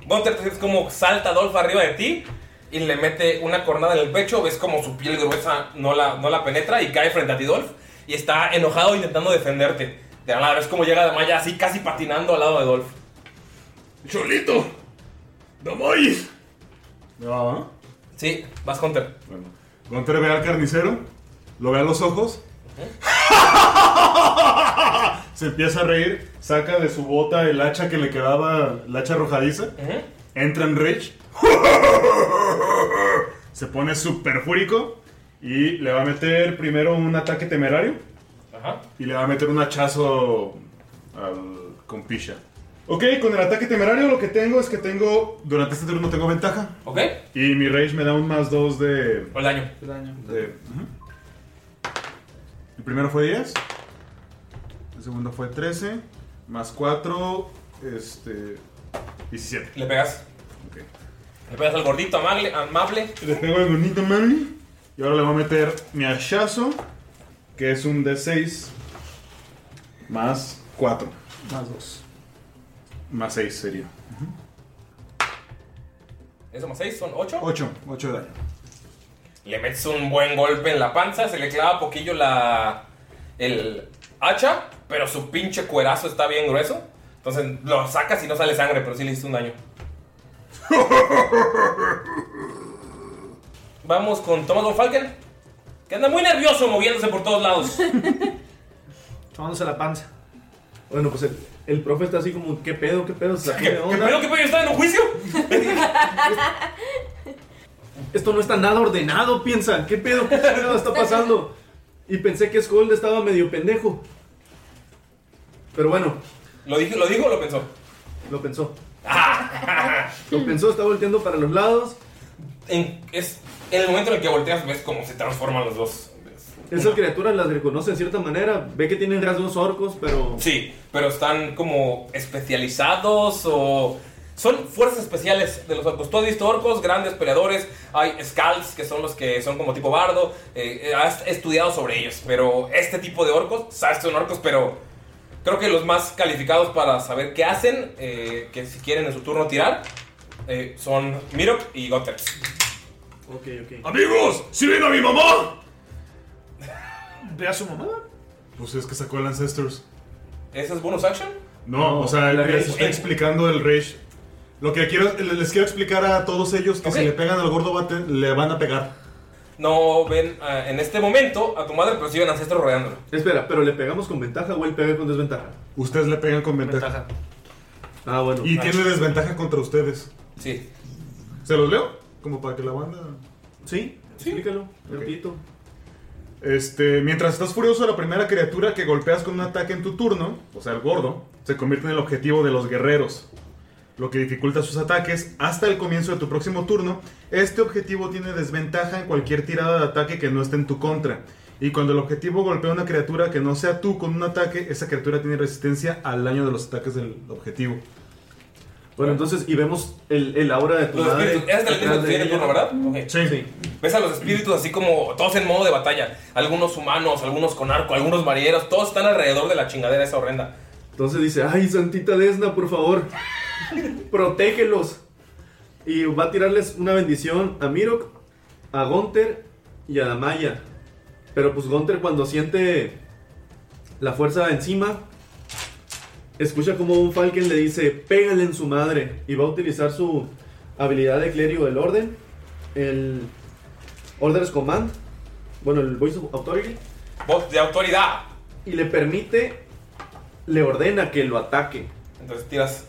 Speaker 1: Gunter, te sientes como salta Dolph arriba de ti y le mete una cornada en el pecho. Ves como su piel gruesa no la, no la penetra y cae frente a ti, Dolph. Y está enojado intentando defenderte. De la nada, ves cómo llega Damaya así casi patinando al lado de Dolph.
Speaker 7: ¡Cholito! ¡Damoy!
Speaker 5: No.
Speaker 1: Sí, vas Hunter.
Speaker 5: Bueno. Gunter ve al carnicero, lo ve a los ojos. Se empieza a reír, saca de su bota el hacha que le quedaba, el hacha arrojadiza.
Speaker 1: ¿Eh?
Speaker 5: Entra en rage. Se pone súper fúrico y le va a meter primero un ataque temerario.
Speaker 1: Ajá.
Speaker 5: Y le va a meter un hachazo al, con pisha. Ok, con el ataque temerario lo que tengo es que tengo. Durante este turno tengo ventaja.
Speaker 1: Ok.
Speaker 5: Y mi rage me da un más 2 de.
Speaker 1: El daño.
Speaker 2: El daño.
Speaker 5: de- ujú. El primero fue 10. El segundo fue 13. Más 4. Este. 17.
Speaker 1: Le pegas.
Speaker 5: Ok.
Speaker 1: Le pegas al gordito amable. amable.
Speaker 5: Le pego el bonito Manly. Y ahora le voy a meter mi hachazo. Que es un D6. Más 4.
Speaker 2: Más dos.
Speaker 5: Más 6 sería.
Speaker 1: ¿Eso más 6? ¿Son 8?
Speaker 5: 8. 8 de daño.
Speaker 1: Le metes un buen golpe en la panza, se le clava poquillo la. el hacha, pero su pinche cuerazo está bien grueso. Entonces lo sacas y no sale sangre, pero sí le hiciste un daño. Vamos con Thomas von Falken, que anda muy nervioso moviéndose por todos lados.
Speaker 2: Tomándose la panza.
Speaker 3: Bueno, pues el, el profe está así como, ¿qué pedo? ¿Qué pedo? ¿Qué,
Speaker 1: pedo? ¿Qué pedo? ¿Está en un juicio?
Speaker 3: Esto no está nada ordenado, piensa. ¿Qué pedo? ¿Qué pedo está pasando? Y pensé que Skull estaba medio pendejo. Pero bueno.
Speaker 1: ¿Lo dijo, lo dijo o lo pensó? Ah.
Speaker 3: Lo pensó. lo pensó, está volteando para los lados.
Speaker 1: En, es, en el momento en el que volteas, ves cómo se transforman los dos.
Speaker 3: Esas criaturas las reconoce en cierta manera. Ve que tienen rasgos orcos, pero.
Speaker 1: Sí, pero están como especializados o... Son fuerzas especiales de los orcos. Tú has visto orcos, grandes peleadores. Hay scalds, que son los que son como tipo bardo. eh, eh, has estudiado sobre ellos. Pero este tipo de orcos, sabes que son orcos, pero creo que los más calificados para saber qué hacen, eh, que si quieren en su turno tirar, eh, son Mirok y Gotter.
Speaker 3: Ok, ok.
Speaker 7: Amigos, ¿sí ven a mi mamá?
Speaker 2: ¿Ve a su mamá?
Speaker 5: Pues es que sacó el Ancestors.
Speaker 1: ¿Ese es bonus action?
Speaker 5: No, o sea, el
Speaker 1: la
Speaker 5: rage,
Speaker 1: resistencia.
Speaker 5: explicando el rage. Lo que quiero, les quiero explicar a todos ellos que si le pegan al gordo bate, le van a pegar.
Speaker 1: No ven ah, en este momento a tu madre, pero sí ven ancestros rodeándolo.
Speaker 3: Espera, ¿pero le pegamos con ventaja o él pega con desventaja?
Speaker 5: Ustedes le pegan con ventaja.
Speaker 3: Ah, bueno.
Speaker 5: Y
Speaker 3: Ah.
Speaker 5: tiene desventaja contra ustedes.
Speaker 1: Sí.
Speaker 5: ¿Se los leo? Como para que la banda.
Speaker 3: Sí, explícalo, rapidito.
Speaker 5: Este, mientras estás furioso, la primera criatura que golpeas con un ataque en tu turno, o sea, el gordo, se convierte en el objetivo de los guerreros, lo que dificulta sus ataques hasta el comienzo de tu próximo turno. Este objetivo tiene desventaja en cualquier tirada de ataque que no esté en tu contra. Y cuando el objetivo golpea a una criatura que no sea tú con un ataque, esa criatura tiene resistencia al daño de los ataques del objetivo.
Speaker 3: Bueno, entonces, y vemos el, el aura de tu
Speaker 1: Los
Speaker 3: madre.
Speaker 1: espíritus, es del mismo
Speaker 3: detrás
Speaker 1: que
Speaker 3: de
Speaker 1: tiene
Speaker 3: ella.
Speaker 1: turno, ¿verdad? Ok. Ves a los espíritus así como todos en modo de batalla. Algunos humanos, algunos con arco, algunos marilleros. Todos están alrededor de la chingadera esa horrenda.
Speaker 3: Entonces dice, ay, Santita Desna, por favor, protégelos. Y va a tirarles una bendición a Mirok, a Gonter y a Damaya. Pero pues Gonter cuando siente la fuerza encima, escucha como un Falken le dice, pégale en su madre. Y va a utilizar su habilidad de clérigo del orden, el Orders Command, bueno, el Voice of Authority.
Speaker 1: Voz de autoridad.
Speaker 3: Y le permite, le ordena que lo ataque.
Speaker 1: Entonces tiras.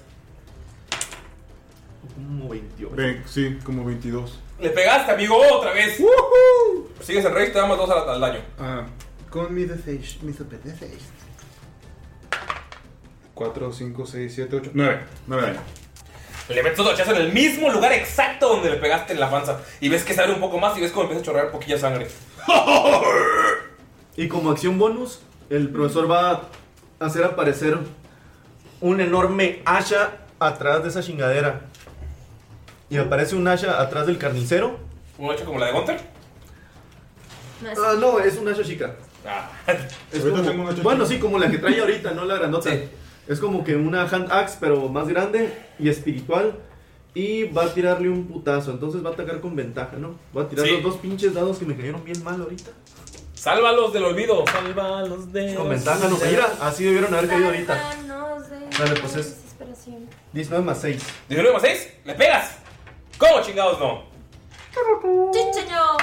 Speaker 3: Como 28.
Speaker 5: Ve, sí, como 22.
Speaker 1: Le pegaste, amigo, otra vez. Sigues el rey, te damos dos al, al daño.
Speaker 5: Ah, con mi D6, mis D6. 4, 5, 6, 7, 8, 9. 9 daño.
Speaker 1: Le metes otro hachazo en el mismo lugar exacto donde le pegaste en la panza. Y ves que se abre un poco más y ves cómo empieza a chorrear poquilla sangre.
Speaker 3: Y como acción bonus, el profesor va a hacer aparecer un enorme Asha atrás de esa chingadera. Y aparece un Asha atrás del carnicero.
Speaker 1: ¿Un hacha como la de Gunter?
Speaker 3: No,
Speaker 2: Ah,
Speaker 3: es... no, es un Asha chica.
Speaker 1: Ah,
Speaker 3: Es
Speaker 5: Ahorita
Speaker 3: como-
Speaker 5: tengo un Asha
Speaker 3: bueno,
Speaker 5: chica.
Speaker 3: sí, como la que trae ahorita, no la grandota. Es como que una hand axe, pero más grande y espiritual. Y va a tirarle un putazo. Entonces va a atacar con ventaja, ¿no? Va a tirar
Speaker 1: Sí.
Speaker 3: los dos pinches dados que me cayeron bien mal ahorita.
Speaker 1: Sálvalos del olvido. Sálvalos de.
Speaker 3: Con ventaja, no. Mira, así debieron haber caído ahorita.
Speaker 6: Sálvanos de
Speaker 3: Dale, pues es
Speaker 6: desesperación.
Speaker 3: 19 más 6.
Speaker 1: 19 más 6, le pegas. ¿Cómo chingados no?
Speaker 6: ¡Chichañón!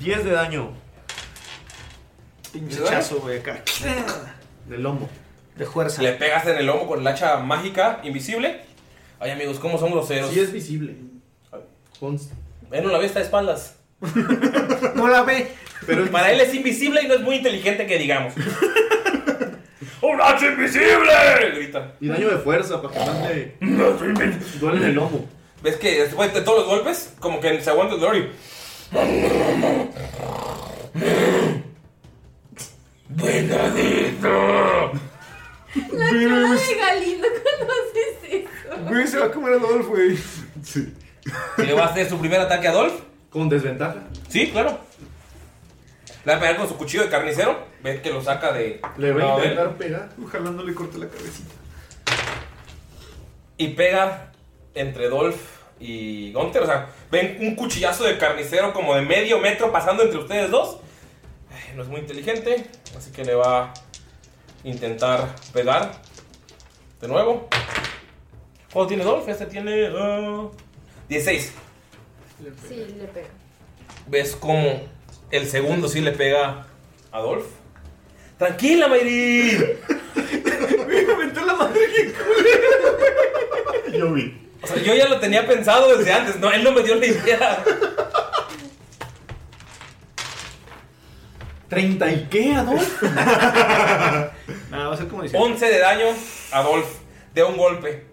Speaker 3: 10 de daño.
Speaker 2: Pinche chazo, güey, acá.
Speaker 3: Del lomo.
Speaker 2: De fuerza.
Speaker 1: Le pegas en el lomo con el hacha mágica invisible. Ay, amigos, ¿cómo son groseros?
Speaker 3: Sí es visible. Consta.
Speaker 1: Él no la ve, está de espaldas.
Speaker 2: No la ve.
Speaker 1: Pero Para él es invisible y no es muy inteligente que digamos. ¡Un hacha invisible! Grita.
Speaker 3: Y daño de fuerza para que más le duele en el lomo.
Speaker 1: ¿Ves que después de todos los golpes, como que se aguanta el dolor y...
Speaker 6: La cara de Galindo cuando haces eso.
Speaker 5: Güey, se va a comer a Adolf, güey. Sí.
Speaker 1: ¿Y le va a hacer su primer ataque a Dolph?
Speaker 3: Con desventaja.
Speaker 1: Sí, claro. Le va a pegar con su cuchillo de carnicero. Ves que lo saca de...
Speaker 3: Le voy a
Speaker 1: No,
Speaker 3: intentar pegar.
Speaker 5: Ojalá no le corte la cabecita.
Speaker 1: Y pega entre Dolph y Gunter. O sea, ven un cuchillazo de carnicero como de medio metro pasando entre ustedes dos. Ay, No es muy inteligente, así que le va a intentar pegar de nuevo. ¿Cuánto tiene Dolph? Este tiene ah, 16.
Speaker 4: Sí, le pego.
Speaker 1: ¿Ves cómo el segundo sí le pega a Dolph? ¡Tranquila, Mayri!
Speaker 5: Yo vi.
Speaker 1: O sea, yo ya lo tenía pensado desde antes, no, él no me dio la idea.
Speaker 3: 30 y qué, Adolf.
Speaker 2: Nada, va a ser como
Speaker 1: 11 de daño a Dolph de un golpe.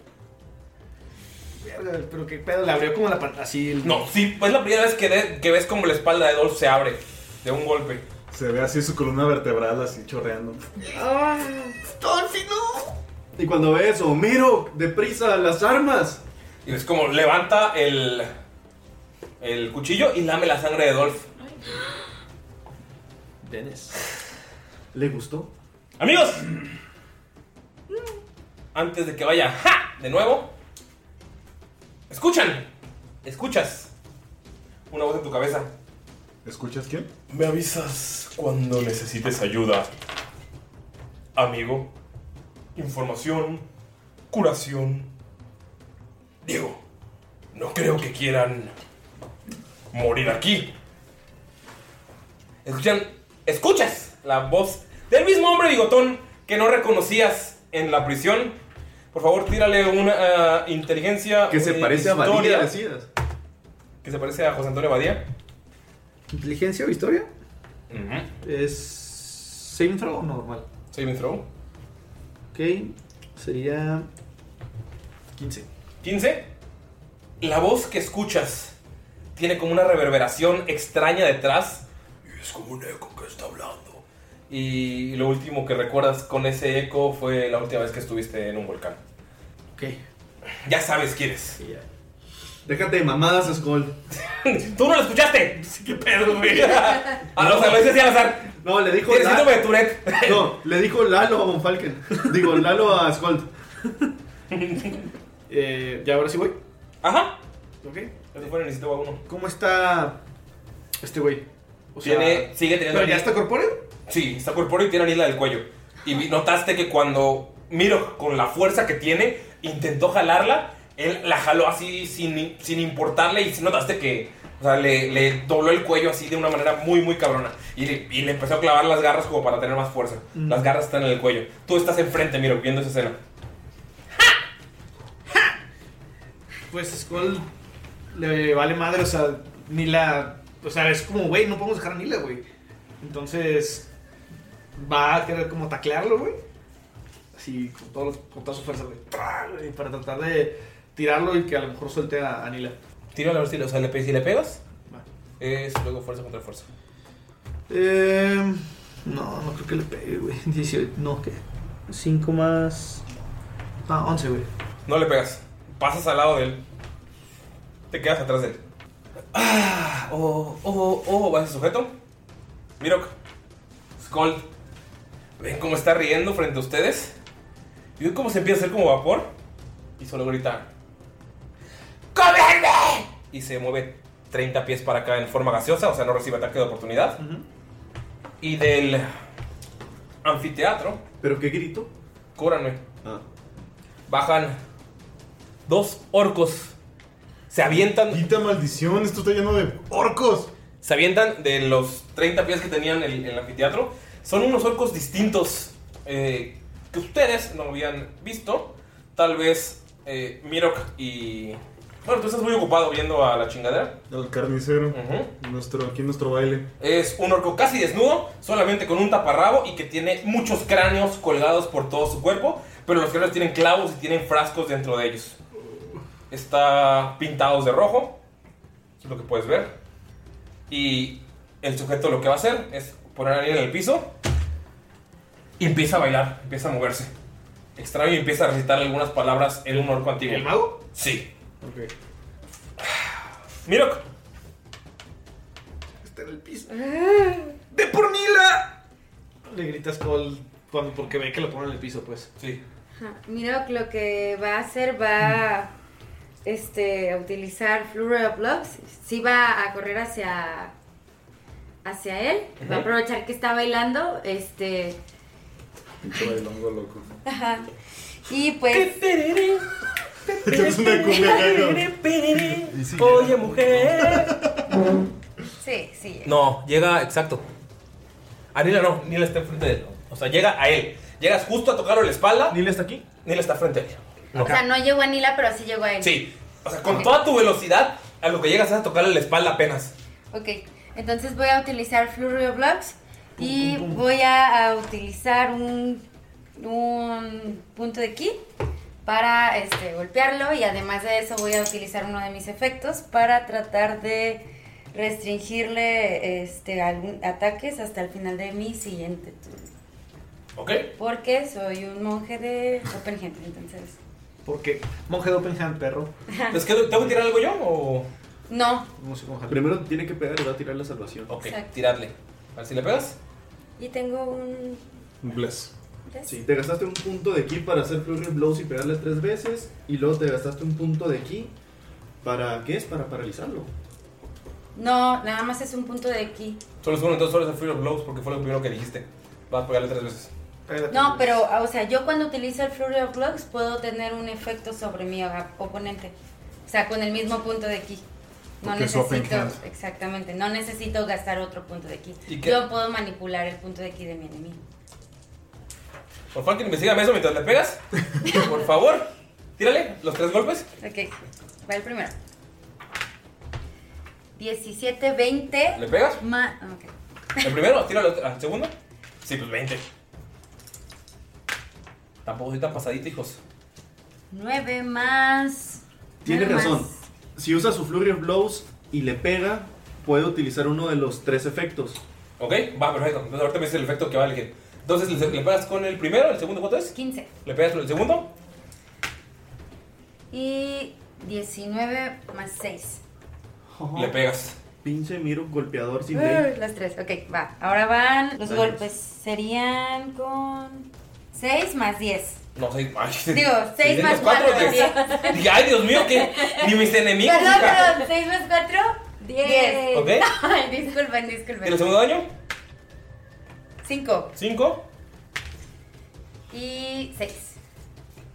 Speaker 2: Verga, Pero qué pedo, le abrió como la pan- así. el-
Speaker 1: No, sí, es la primera vez que, de- que ves como la espalda de Dolph se abre de un golpe.
Speaker 5: Se ve así su columna vertebral, así chorreando.
Speaker 2: Ah.
Speaker 3: Y cuando ve eso, Miro, deprisa, las armas.
Speaker 1: Y ves como levanta el, el cuchillo y lame la sangre de Dolph.
Speaker 3: ¿Le gustó?
Speaker 1: Amigos, antes de que vaya ¡ja! de nuevo, escuchan, escuchas una voz en tu cabeza.
Speaker 5: ¿Escuchas quién?
Speaker 1: Me avisas cuando necesites ayuda, amigo. Información, curación. Diego, no creo que quieran morir aquí. Escuchan, escuchas la voz del mismo hombre bigotón que no reconocías en la prisión. Por favor, tírale una ah, inteligencia.
Speaker 3: Que se
Speaker 1: eh,
Speaker 3: parece a
Speaker 1: historia.
Speaker 3: Badía, decías.
Speaker 1: Que se parece a José Antonio Badía.
Speaker 2: ¿Inteligencia o historia? ¿Es saving throw o normal?
Speaker 1: Saving throw.
Speaker 2: Ok, sería 15.
Speaker 1: 15. La voz que escuchas tiene como una reverberación extraña detrás. Y es como un eco que está hablando. Y lo último que recuerdas con ese eco fue la última vez que estuviste en un volcán.
Speaker 2: Ok.
Speaker 1: Ya sabes quién es.
Speaker 3: Déjate de mamadas, Skull.
Speaker 1: ¡Tú no lo escuchaste! ¡Qué pedo, güey! A los
Speaker 3: lo
Speaker 1: Ah, lo hice así al azar.
Speaker 3: No, le dijo.
Speaker 1: Tiene
Speaker 3: La-
Speaker 1: síndrome de Tourette.
Speaker 3: No, le dijo Lalo a Von Falken. Digo, Lalo a Skull.
Speaker 2: Eh, ¿Ya ahora sí voy?
Speaker 1: Ajá.
Speaker 2: Ok.
Speaker 1: Eso fue, necesitaba uno.
Speaker 2: ¿Cómo está este güey? O
Speaker 1: Tiene- sigue teniendo
Speaker 2: ¿Pero ya
Speaker 1: anillo.
Speaker 2: está corpóreo?
Speaker 1: Sí, está corpóreo y tiene anila del cuello. Y vi- notaste que cuando Miro, con la fuerza que tiene, intentó jalarla, él la jaló así sin, sin importarle y sí notaste que o sea, le, le dobló el cuello así de una manera muy, muy cabrona. Y le, y le empezó a clavar las garras como para tener más fuerza.
Speaker 2: Mm.
Speaker 1: Las garras están en el cuello. Tú estás enfrente, Miro, viendo esa escena.
Speaker 2: Pues Skull le vale madre, o sea, Nila. O sea, es como, güey, no podemos dejar a Nila, güey. Entonces, va a querer como taclearlo, güey. Así, con, todo, lo- con toda su fuerza, güey. ¡Tra! güey, Para tratar de tirarlo y que a lo mejor suelte a, a Nila.
Speaker 1: Tíralo a ver si le, o sea, le pe- si le pegas. Es luego fuerza contra fuerza.
Speaker 2: Eh, no, no creo que le pegue, güey. 18, no, ¿qué? 5 más. Ah, 11, güey.
Speaker 1: No le pegas. Pasas al lado de él. Te quedas atrás de él. Ah, oh, oh, oh, va ese sujeto. Mirok. Skull. Ven cómo está riendo frente a ustedes. Y ven cómo se empieza a hacer como vapor. Y solo grita. ¡Cómeme! Y se mueve 30 pies para acá en forma gaseosa, o sea, no recibe ataque de oportunidad. Y del anfiteatro.
Speaker 3: ¿Pero qué grito?
Speaker 1: Cúrame.
Speaker 5: Ah.
Speaker 1: Bajan dos orcos. Se avientan.
Speaker 5: Quita maldición, esto está lleno de orcos.
Speaker 1: Se avientan de los 30 pies que tenían el, el anfiteatro. Son unos orcos distintos eh, que ustedes no habían visto. Tal vez eh, Mirok y... Bueno, tú estás muy ocupado viendo a la chingadera.
Speaker 5: El carnicero. nuestro, aquí nuestro baile.
Speaker 1: Es un orco casi desnudo, solamente con un taparrabo y que tiene muchos cráneos colgados por todo su cuerpo. Pero los cráneos tienen clavos y tienen frascos dentro de ellos. Está pintados de rojo. Eso es lo que puedes ver. Y el sujeto lo que va a hacer es poner a alguien en el piso y empieza a bailar, empieza a moverse. Extraño y empieza a recitar algunas palabras en un orco antiguo. ¿El mago? Sí.
Speaker 2: Ok.
Speaker 1: Mirok,
Speaker 2: Está en el piso. ¡De por Nila! Le gritas Cole cuando porque ve que lo ponen en el piso, pues.
Speaker 1: Sí.
Speaker 4: Ajá. Mira, lo que va a hacer va a, este, a utilizar Flurry of Blows. Sí va a correr hacia, hacia él. Va a
Speaker 5: Ujú.
Speaker 4: aprovechar que está bailando. Este,
Speaker 5: Pinche bailongo loco.
Speaker 4: ajá. Y pues...
Speaker 5: Es una cumbia acá,
Speaker 1: Oye, mujer.
Speaker 4: Sí, sí.
Speaker 1: No, llega exacto. A Nila no, Nila está enfrente de él. O sea, llega a él. Llegas justo a tocarlo en la espalda. ¿Nila está aquí? Nila está frente a él.
Speaker 4: O sea, no llegó a Nila, pero sí llegó a él.
Speaker 1: Sí. O sea, con toda tu velocidad, a lo que llegas es a tocarle la espalda apenas.
Speaker 4: Ok, entonces voy a utilizar Flurry of Blows y voy a, a utilizar un, un punto de ki para este, golpearlo y además de eso voy a utilizar uno de mis efectos para tratar de restringirle este, algún, ataques hasta el final de mi siguiente turno.
Speaker 1: ¿Ok?
Speaker 4: Porque soy un monje de Copenhague, entonces...
Speaker 2: Porque monje de Oppenheim, perro.
Speaker 1: ¿Es que tengo que tirar algo yo o...?
Speaker 4: No,
Speaker 2: No sé cómo jalar.
Speaker 3: Primero tiene que pegar y va a tirar la salvación.
Speaker 1: Ok,
Speaker 4: Exacto.
Speaker 1: tiradle. A ver si le pegas.
Speaker 4: y tengo un...
Speaker 5: Un bless.
Speaker 4: Bless.
Speaker 3: Sí, te gastaste un punto de ki para hacer Flurry of Blows y pegarle tres veces. Y luego te gastaste un punto de ki para. ¿Qué es? Para paralizarlo.
Speaker 4: No, nada más es un punto de ki.
Speaker 1: Solo es uno, entonces solo es el Fury of Blows porque fue lo primero que dijiste. Vas a pegarle tres veces.
Speaker 4: No, pero, o sea, yo cuando utilizo el Flurry of Blows puedo tener un efecto sobre mi op- oponente. O sea, con el mismo punto de ki. No
Speaker 1: Porque es open
Speaker 4: necesito,
Speaker 1: hand.
Speaker 4: exactamente, no necesito gastar otro punto de ki.
Speaker 1: ¿Y qué?
Speaker 4: Yo puedo manipular el punto de ki de mi enemigo.
Speaker 1: Por favor, que investigame eso mientras le pegas. Por favor, tírale los tres golpes.
Speaker 4: Ok, va el primero. 17, 20.
Speaker 1: ¿Le pegas?
Speaker 4: ma- ok.
Speaker 1: El primero, tíralo al segundo. Sí, pues 20. Tampoco soy tan pasadito, hijos.
Speaker 4: 9 más.
Speaker 3: Tiene
Speaker 4: nueve más.
Speaker 3: razón. Si usa su Flurry of Blows y le pega, puede utilizar uno de los tres efectos.
Speaker 1: Ok, va, perfecto. Entonces ahorita me dice el efecto que va a elegir. Entonces le, le pegas con el primero, el segundo, ¿cuánto es?
Speaker 4: 15.
Speaker 1: Le pegas con el segundo.
Speaker 11: Y 19 más 6.
Speaker 1: Le pegas.
Speaker 3: Pinche miro golpeador sin ley.
Speaker 11: Uh, las tres, ok, va. Ahora van los
Speaker 3: Daños.
Speaker 11: golpes. Serían con 6 más 10.
Speaker 1: No sé. ay,
Speaker 11: Digo, 6
Speaker 1: los
Speaker 11: más 4
Speaker 1: cuatro
Speaker 11: más
Speaker 1: que-
Speaker 11: 10.
Speaker 1: Dije, ay, Dios mío, que ni mis enemigos.
Speaker 11: Perdón,
Speaker 1: hija.
Speaker 11: perdón, 6 más 4, 10.
Speaker 1: Ok.
Speaker 11: Ay, disculpen, disculpen.
Speaker 1: ¿Y el segundo daño?
Speaker 11: 5
Speaker 1: ¿Cinco?
Speaker 11: y 6.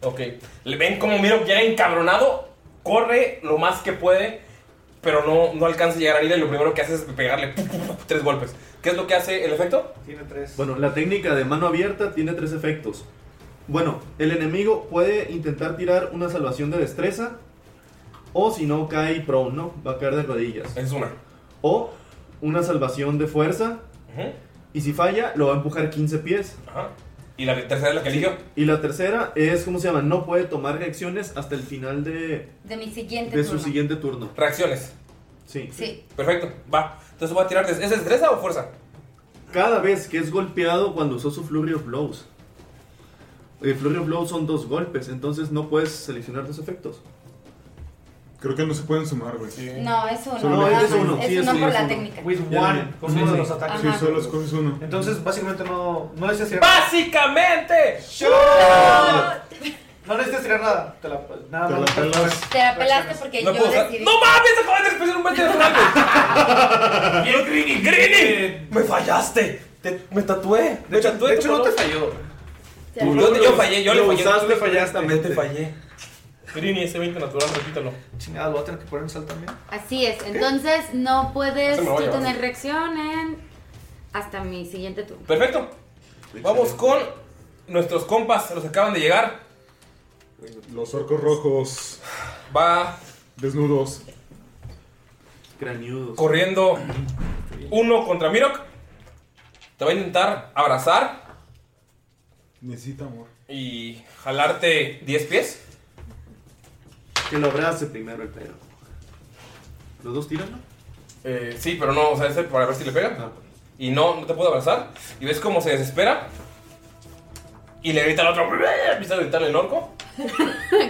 Speaker 1: Ok. Le ven como Miro llega encabronado, corre lo más que puede, pero no, no alcanza a llegar a Nira y lo primero que hace es pegarle puf, puf, puf, tres golpes. ¿Qué es lo que hace el efecto?
Speaker 2: Tiene tres.
Speaker 3: Bueno, la técnica de mano abierta tiene tres efectos. Bueno, el enemigo puede intentar tirar una salvación de destreza. O si no, cae prone, ¿no? Va a caer de rodillas.
Speaker 1: Es una.
Speaker 3: O una salvación de fuerza.
Speaker 1: Ujú.
Speaker 3: Y si falla, lo va a empujar 15 pies.
Speaker 1: ¿Y la tercera es la que eligió?
Speaker 3: Y la tercera es, ¿cómo se llama? No puede tomar reacciones hasta el final de,
Speaker 11: De mi siguiente
Speaker 3: de su
Speaker 11: turno.
Speaker 3: siguiente turno.
Speaker 1: Reacciones.
Speaker 3: Sí.
Speaker 11: Sí.
Speaker 1: Perfecto, va. Entonces voy a tirar. des- ¿Es destreza o fuerza?
Speaker 3: Cada vez que es golpeado cuando usó su Flurry of Blows. El Flurry of Blows son dos golpes, entonces no puedes seleccionar dos efectos.
Speaker 5: Creo que no se pueden sumar, güey.
Speaker 11: No, es uno.
Speaker 5: Solo
Speaker 11: nada
Speaker 5: este es
Speaker 11: más.
Speaker 5: uno, sí,
Speaker 11: Es uno
Speaker 5: sí,
Speaker 11: por
Speaker 5: es
Speaker 11: la
Speaker 5: uno.
Speaker 11: técnica.
Speaker 5: With
Speaker 2: Ya
Speaker 5: one,
Speaker 2: viene.
Speaker 5: con
Speaker 2: Sí,
Speaker 5: uno de
Speaker 2: sí.
Speaker 5: los ataques.
Speaker 2: Ajá.
Speaker 5: Sí, solo escoges uno.
Speaker 2: Entonces, básicamente no, no necesitas tirar
Speaker 1: ¡Básicamente!
Speaker 2: nada. No necesitas tirar nada. Te la, nada más.
Speaker 11: Te la pelaste porque
Speaker 2: No
Speaker 11: yo
Speaker 2: puedo usar-
Speaker 11: decidí.
Speaker 1: ¡No mames! Acabas de expresar un buen de frases. ¡Bien, Grini! ¡Grini! ¡Me fallaste! Te- me tatué. Me tatué. De hecho, no te falló. Yo, yo fallé, yo le fallé.
Speaker 3: usaste,
Speaker 1: Yo
Speaker 3: fallaste.
Speaker 1: Te fallé. Grini, ese 20 natural, repítalo. Chingada, lo voy a tener que poner en sal también.
Speaker 4: Así es, entonces no puedes
Speaker 1: Ese me lo voy a
Speaker 4: tú
Speaker 1: llevar.
Speaker 4: tener reacción en- hasta mi siguiente turno.
Speaker 1: Perfecto. Vamos con nuestros compas, los que acaban de llegar.
Speaker 5: Los orcos rojos.
Speaker 1: Va.
Speaker 5: Desnudos.
Speaker 3: Craniudos.
Speaker 1: Corriendo uno contra Mirok. Te va a intentar abrazar
Speaker 5: Necesita amor.
Speaker 1: y jalarte 10 pies.
Speaker 3: Que lo abrace primero el perro. ¿Los dos tiran, no? Ah,
Speaker 1: Eh, sí, pero no, o sea, ese para ver si le pega. Y no, no te puedo abrazar. Y ves cómo se desespera. Y le grita al otro. "Bruh", Empieza a gritarle el orco.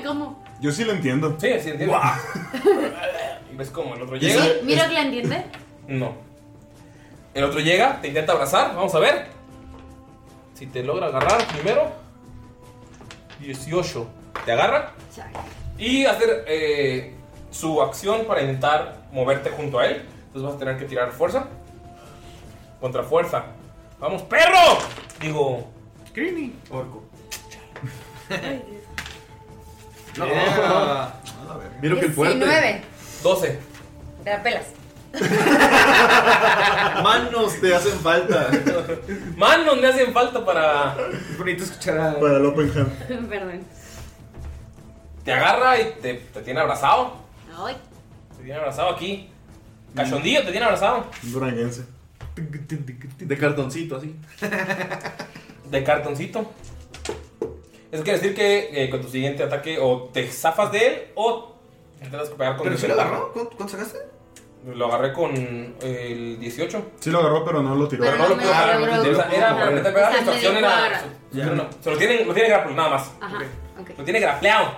Speaker 4: ¿Cómo?
Speaker 5: Yo sí lo entiendo.
Speaker 1: Sí, sí entiendo. Y ves cómo el otro
Speaker 5: ¿Y
Speaker 1: llega.
Speaker 5: ese-
Speaker 4: ¿Mira que la entiende?
Speaker 1: No. El otro llega, te intenta abrazar. Vamos a ver. Si te logra agarrar primero. 18. Te agarra. Y hacer eh, su acción para intentar moverte junto a él. Entonces vas a tener que tirar fuerza. Contra fuerza. ¡Vamos, perro! Digo.
Speaker 2: Creamy.
Speaker 3: Orco.
Speaker 1: No.
Speaker 3: Ah,
Speaker 2: Yeah.
Speaker 1: Mira
Speaker 11: 19.
Speaker 1: 12.
Speaker 11: Te la pelas.
Speaker 3: Manos te hacen falta.
Speaker 1: Manos me hacen falta para.
Speaker 2: Bonito escuchar a.
Speaker 5: Para el Oppenheim.
Speaker 4: Perdón.
Speaker 1: Te agarra y te, te tiene abrazado.
Speaker 4: Ay.
Speaker 1: Te tiene abrazado aquí. Cachondillo te tiene abrazado.
Speaker 5: Duranguense.
Speaker 3: De cartoncito, así.
Speaker 1: De cartoncito. Eso quiere decir que eh, con tu siguiente ataque o te zafas de él o intentas pegar con
Speaker 2: ¿Pero si
Speaker 1: el
Speaker 2: lo agarró? ¿Cuánto, cuánto sacaste?
Speaker 1: Lo agarré con el 18.
Speaker 5: Sí lo agarró, pero no lo tiró.
Speaker 1: Pero no lo puedo agarrar. O sea, Era para intentar pegar.
Speaker 4: O sea,
Speaker 1: Su acción
Speaker 4: medio
Speaker 1: era.
Speaker 4: cuadra.
Speaker 1: su- su- no, Se lo tienen, lo tienen grapple, nada más.
Speaker 4: Ajá, ok.
Speaker 1: Lo tiene grapleado.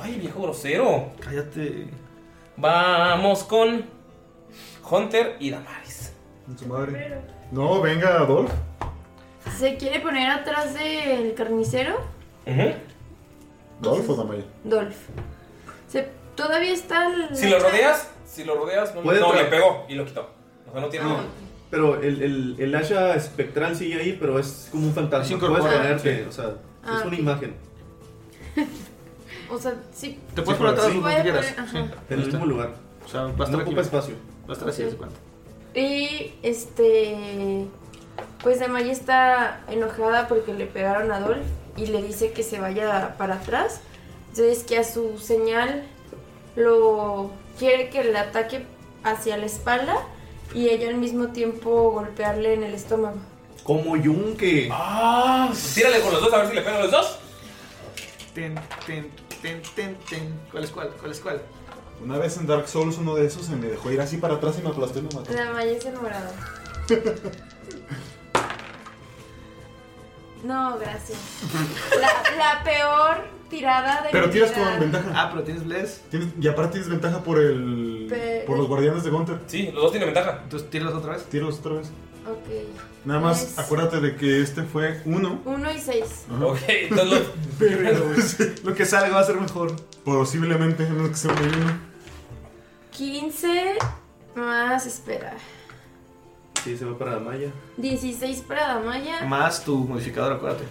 Speaker 1: Ay, viejo grosero. Cállate. Vamos con Hunter y Damaris.
Speaker 5: Con su madre. No, venga, Adolf.
Speaker 6: ¿Se quiere poner atrás del carnicero?
Speaker 5: Adolf o Damaya.
Speaker 6: Dolph. Se- ¿Todavía está el...
Speaker 1: Si lo rodeas, si lo rodeas, no,
Speaker 3: Puede
Speaker 1: no
Speaker 3: tra-
Speaker 1: le pegó y lo quitó. O sea, no tiene.
Speaker 3: No, pero el, el, el Asha espectral sigue ahí, pero es como un fantasma.
Speaker 1: incorpóreo,
Speaker 3: Puedes ponerte,
Speaker 1: sí.
Speaker 3: o sea,
Speaker 6: Ah,
Speaker 3: es una
Speaker 6: ok.
Speaker 3: imagen.
Speaker 6: O sea, sí.
Speaker 2: Te puedes poner atrás
Speaker 6: Sí,
Speaker 2: donde
Speaker 6: puede
Speaker 2: quieras.
Speaker 6: poner-
Speaker 2: Sí.
Speaker 6: ajá.
Speaker 3: En el mismo lugar.
Speaker 2: O sea, va a estar
Speaker 3: No
Speaker 2: aquí.
Speaker 3: ocupa espacio.
Speaker 2: Va a estar así,
Speaker 6: Ok.
Speaker 2: de cuenta.
Speaker 6: Y este. Pues Damaya está enojada porque le pegaron a Dolph y le dice que se vaya para atrás. Entonces, que a su señal lo quiere que le ataque hacia la espalda y ella al mismo tiempo golpearle en el estómago.
Speaker 3: Como yunque.
Speaker 1: Ah, Tírale con los dos a ver si le pegan los dos.
Speaker 2: Ten, ten, ten, ten, ten. ¿Cuál es cuál? ¿Cuál es cuál?
Speaker 5: Una vez en Dark Souls uno de esos se me dejó ir así para atrás y me aplastó y me mató.
Speaker 6: Damaya es enamorada. No, gracias. La, la peor tirada de
Speaker 5: Pero
Speaker 6: mi
Speaker 5: tiras
Speaker 6: vida.
Speaker 5: con ventaja.
Speaker 2: Ah, pero tienes bless.
Speaker 5: y aparte tienes ventaja por el.
Speaker 6: Pe-
Speaker 5: por los guardianes de Gunther.
Speaker 1: Sí, los dos tienen ventaja.
Speaker 2: Entonces tíralos otra vez.
Speaker 5: Tíralos otra vez.
Speaker 6: Ok.
Speaker 5: Nada más
Speaker 6: Pues-
Speaker 5: acuérdate de que este fue uno.
Speaker 6: Uno y seis.
Speaker 5: Ajá. pues,
Speaker 2: Pero, güey, lo que salga va a ser mejor.
Speaker 5: Posiblemente, a menos que sea un uno.
Speaker 6: 15 más, espera.
Speaker 3: Sí, se va para la malla.
Speaker 6: 16 para Damaya.
Speaker 2: Más tu modificador, acuérdate.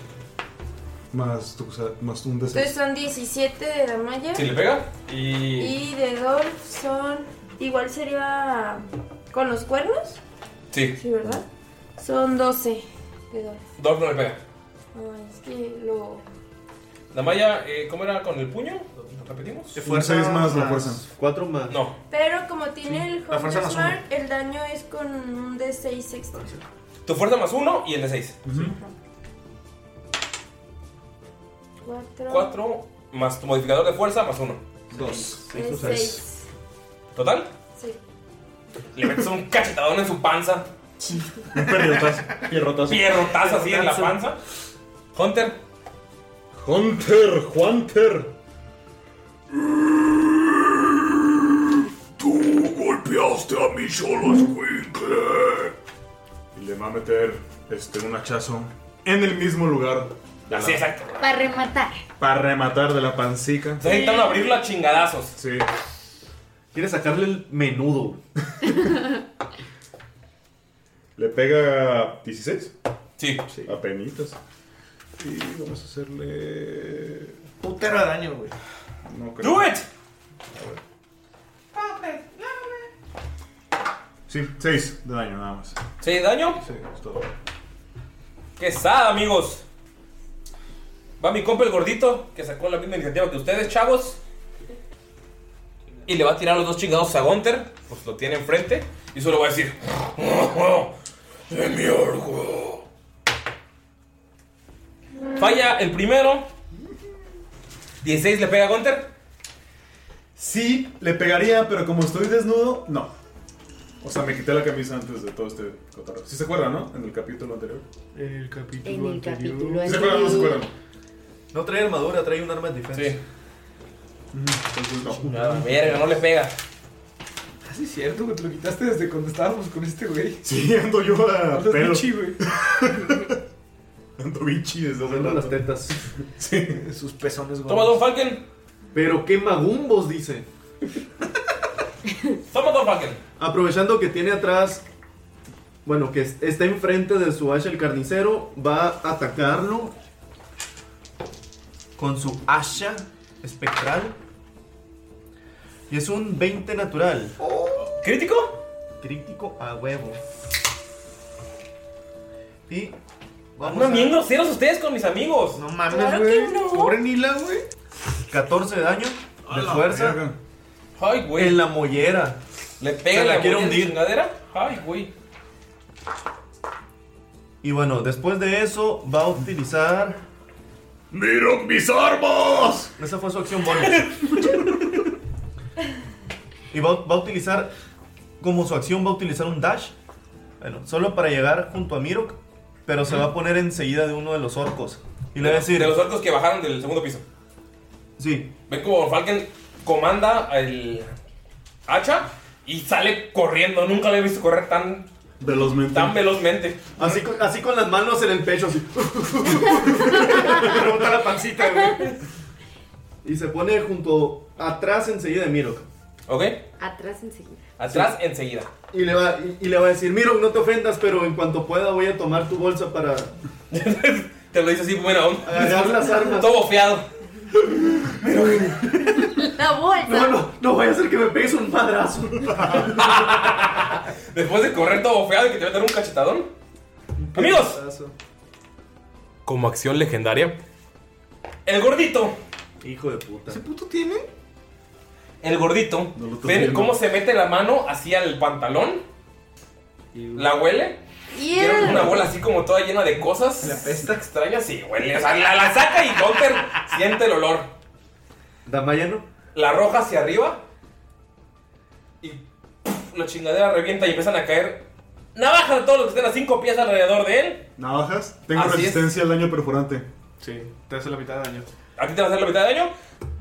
Speaker 5: Más, tu, o sea, más un deseo.
Speaker 6: Entonces son 17 de Damaya.
Speaker 5: Si le
Speaker 1: pega. Y.
Speaker 6: Y de Dolph son. Igual sería. Con los cuernos.
Speaker 1: Sí,
Speaker 6: Sí, ¿verdad? Son 12 de Dolph.
Speaker 1: Dolph no le pega.
Speaker 6: Ay, es que lo.
Speaker 1: La malla, eh, ¿cómo era con el puño? ¿Lo repetimos?
Speaker 5: Un seis más la fuerza.
Speaker 3: Cuatro más.
Speaker 1: No.
Speaker 6: Pero como tiene el
Speaker 1: la fuerza
Speaker 6: Hunter's
Speaker 1: más uno.
Speaker 6: Mark, el daño es con un D6 extra.
Speaker 1: Tu fuerza más uno y el de seis.
Speaker 6: 4.
Speaker 1: Cuatro más tu modificador de fuerza más uno. Dos.
Speaker 6: Seis o Es seis. seis.
Speaker 1: ¿Total?
Speaker 6: Sí.
Speaker 1: Le metes un cachetadón en su panza.
Speaker 5: Un pierrotazo. Pierrotazo.
Speaker 1: Pierrotazo así en la panza. Hunter.
Speaker 5: Hunter, Hunter.
Speaker 7: golpeaste a mi solo escuincle.
Speaker 5: Y le va a meter este, un hachazo en el mismo lugar.
Speaker 1: Así, exacto.
Speaker 11: Para rematar.
Speaker 5: Para rematar de la pancica.
Speaker 2: Pues
Speaker 1: Está intentando abrirlo a chingadazos.
Speaker 5: Sí.
Speaker 3: Quiere sacarle el menudo.
Speaker 5: Le pega 16.
Speaker 1: Sí.
Speaker 5: Apenitas. Y vamos a hacerle.
Speaker 2: Putero de daño, güey.
Speaker 5: No creo.
Speaker 1: ¡Do it!
Speaker 5: Sí, 6 de daño nada más.
Speaker 1: ¿Se de daño?
Speaker 5: Sí, es todo.
Speaker 1: ¡Qué sad, amigos! Va mi compa el gordito, que sacó la misma iniciativa que ustedes, chavos. Y le va a tirar los dos chingados a Gunter. Pues lo tiene enfrente. Y solo va a decir... ¡De mi orgullo! Falla el primero. 16 le pega a Gunter.
Speaker 5: Sí, le pegaría, pero como estoy desnudo, no. O sea, me quité la camisa antes de todo este cotarro. ¿Sí se acuerdan, no? En el capítulo anterior.
Speaker 3: El capítulo
Speaker 5: En el
Speaker 3: anterior.
Speaker 5: capítulo ¿Se acuerdan o no se anterior. acuerdan?
Speaker 3: No trae armadura, trae un arma de defensa.
Speaker 1: Sí.
Speaker 5: Mm. Entonces, no.
Speaker 1: Nada, verga, no le pega.
Speaker 2: Así es Ah, cierto, güey. Te lo quitaste desde cuando estábamos con este güey.
Speaker 5: Sí, ando yo a
Speaker 2: Andas
Speaker 5: pelo.
Speaker 2: bichi, güey.
Speaker 5: Ando bichi desde hace
Speaker 3: Ando
Speaker 5: rato.
Speaker 3: las tetas.
Speaker 5: Sí.
Speaker 2: Sus pezones,
Speaker 1: Toma Don Falken.
Speaker 3: Pero qué magumbos, dice.
Speaker 1: Toma Don Falken.
Speaker 3: Aprovechando que tiene atrás. Bueno, que es- está enfrente de su hacha el carnicero. Va a atacarlo. Con su hacha espectral. Y es un 20 natural.
Speaker 1: ¿Crítico?
Speaker 3: Crítico a huevo. Y.
Speaker 1: Andan bien groseros ustedes con mis amigos.
Speaker 3: No
Speaker 2: mames,
Speaker 1: Claro que güey. no. Pobre
Speaker 3: Nila, güey. 14 de daño
Speaker 1: A
Speaker 3: de
Speaker 1: la
Speaker 3: fuerza.
Speaker 1: verga. Ay, güey.
Speaker 3: En la mollera.
Speaker 1: Le pega
Speaker 3: Se la
Speaker 1: la
Speaker 3: quiere
Speaker 1: quiero
Speaker 3: hundir.
Speaker 1: chingadera. Ay, güey.
Speaker 3: Y bueno, después de eso va a utilizar.
Speaker 7: ¡Miro mis armas!
Speaker 3: Esa fue su acción bonus. y va, va a utilizar. Como su acción va a utilizar un dash. Bueno, solo para llegar junto a Mirok. Pero se va a poner enseguida de uno de los orcos. Y le va a decir.
Speaker 1: De los orcos que bajaron del segundo piso.
Speaker 3: Sí.
Speaker 1: Ven como Falken comanda el hacha y sale corriendo. Nunca le he visto correr tan
Speaker 5: velozmente.
Speaker 1: Tan velozmente.
Speaker 3: Así, con- así con las manos en el pecho, así.
Speaker 2: Rebota la pancita, güey.
Speaker 3: Y se pone junto atrás enseguida de Mirok.
Speaker 1: ¿Ok?
Speaker 4: Atrás enseguida.
Speaker 1: Atrás enseguida.
Speaker 3: Y le, va, y, y le va a decir, Mirok, no te ofendas, pero en cuanto pueda voy a tomar tu bolsa para...
Speaker 1: Te lo dice así, bueno, aún.
Speaker 3: Agarrar las armas.
Speaker 1: Todo bofeado.
Speaker 4: La bolsa.
Speaker 3: No, no, no voy a hacer que me pegues un madrazo.
Speaker 1: Después de correr todo bofeado y que te va a dar un cachetadón. Amigos, como acción legendaria, el gordito.
Speaker 3: Hijo de puta.
Speaker 1: ¿Ese puto tiene? El gordito. ¿Ven
Speaker 2: viendo.
Speaker 1: cómo se mete la mano hacia el pantalón? ¿La huele?
Speaker 4: Y
Speaker 1: Tiene
Speaker 4: el-
Speaker 1: una bola así como toda llena de cosas. La pesta extraña, sí, huele. O sea, la, la saca y Gunter siente el olor.
Speaker 3: Damaya no.
Speaker 1: La roja hacia arriba. Y pff, la chingadera revienta y empiezan a caer navajas a todos los que estén a cinco pies alrededor de él.
Speaker 5: ¿Navajas? Tengo
Speaker 1: Así es.
Speaker 5: resistencia al daño perforante.
Speaker 1: Sí, te hace la mitad de daño. A ti te va a hacer la mitad de daño.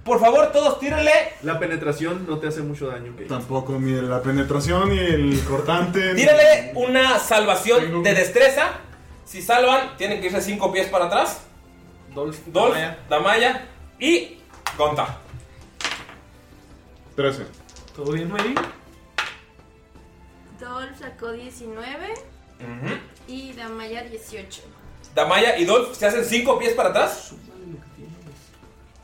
Speaker 1: Por favor, todos tírenle.
Speaker 3: La penetración no te hace mucho daño. ok.
Speaker 5: Tampoco, ni la penetración ni el cortante. ni-
Speaker 1: Tírale una salvación de destreza. Si salvan, tienen que irse cinco pies para atrás. Dolph, Damaya. y Gonta.
Speaker 5: 13.
Speaker 2: ¿Todo bien, Mary?
Speaker 6: Dolph sacó 19 y Damaya 18.
Speaker 1: Damaya y Dolph se hacen cinco pies para atrás.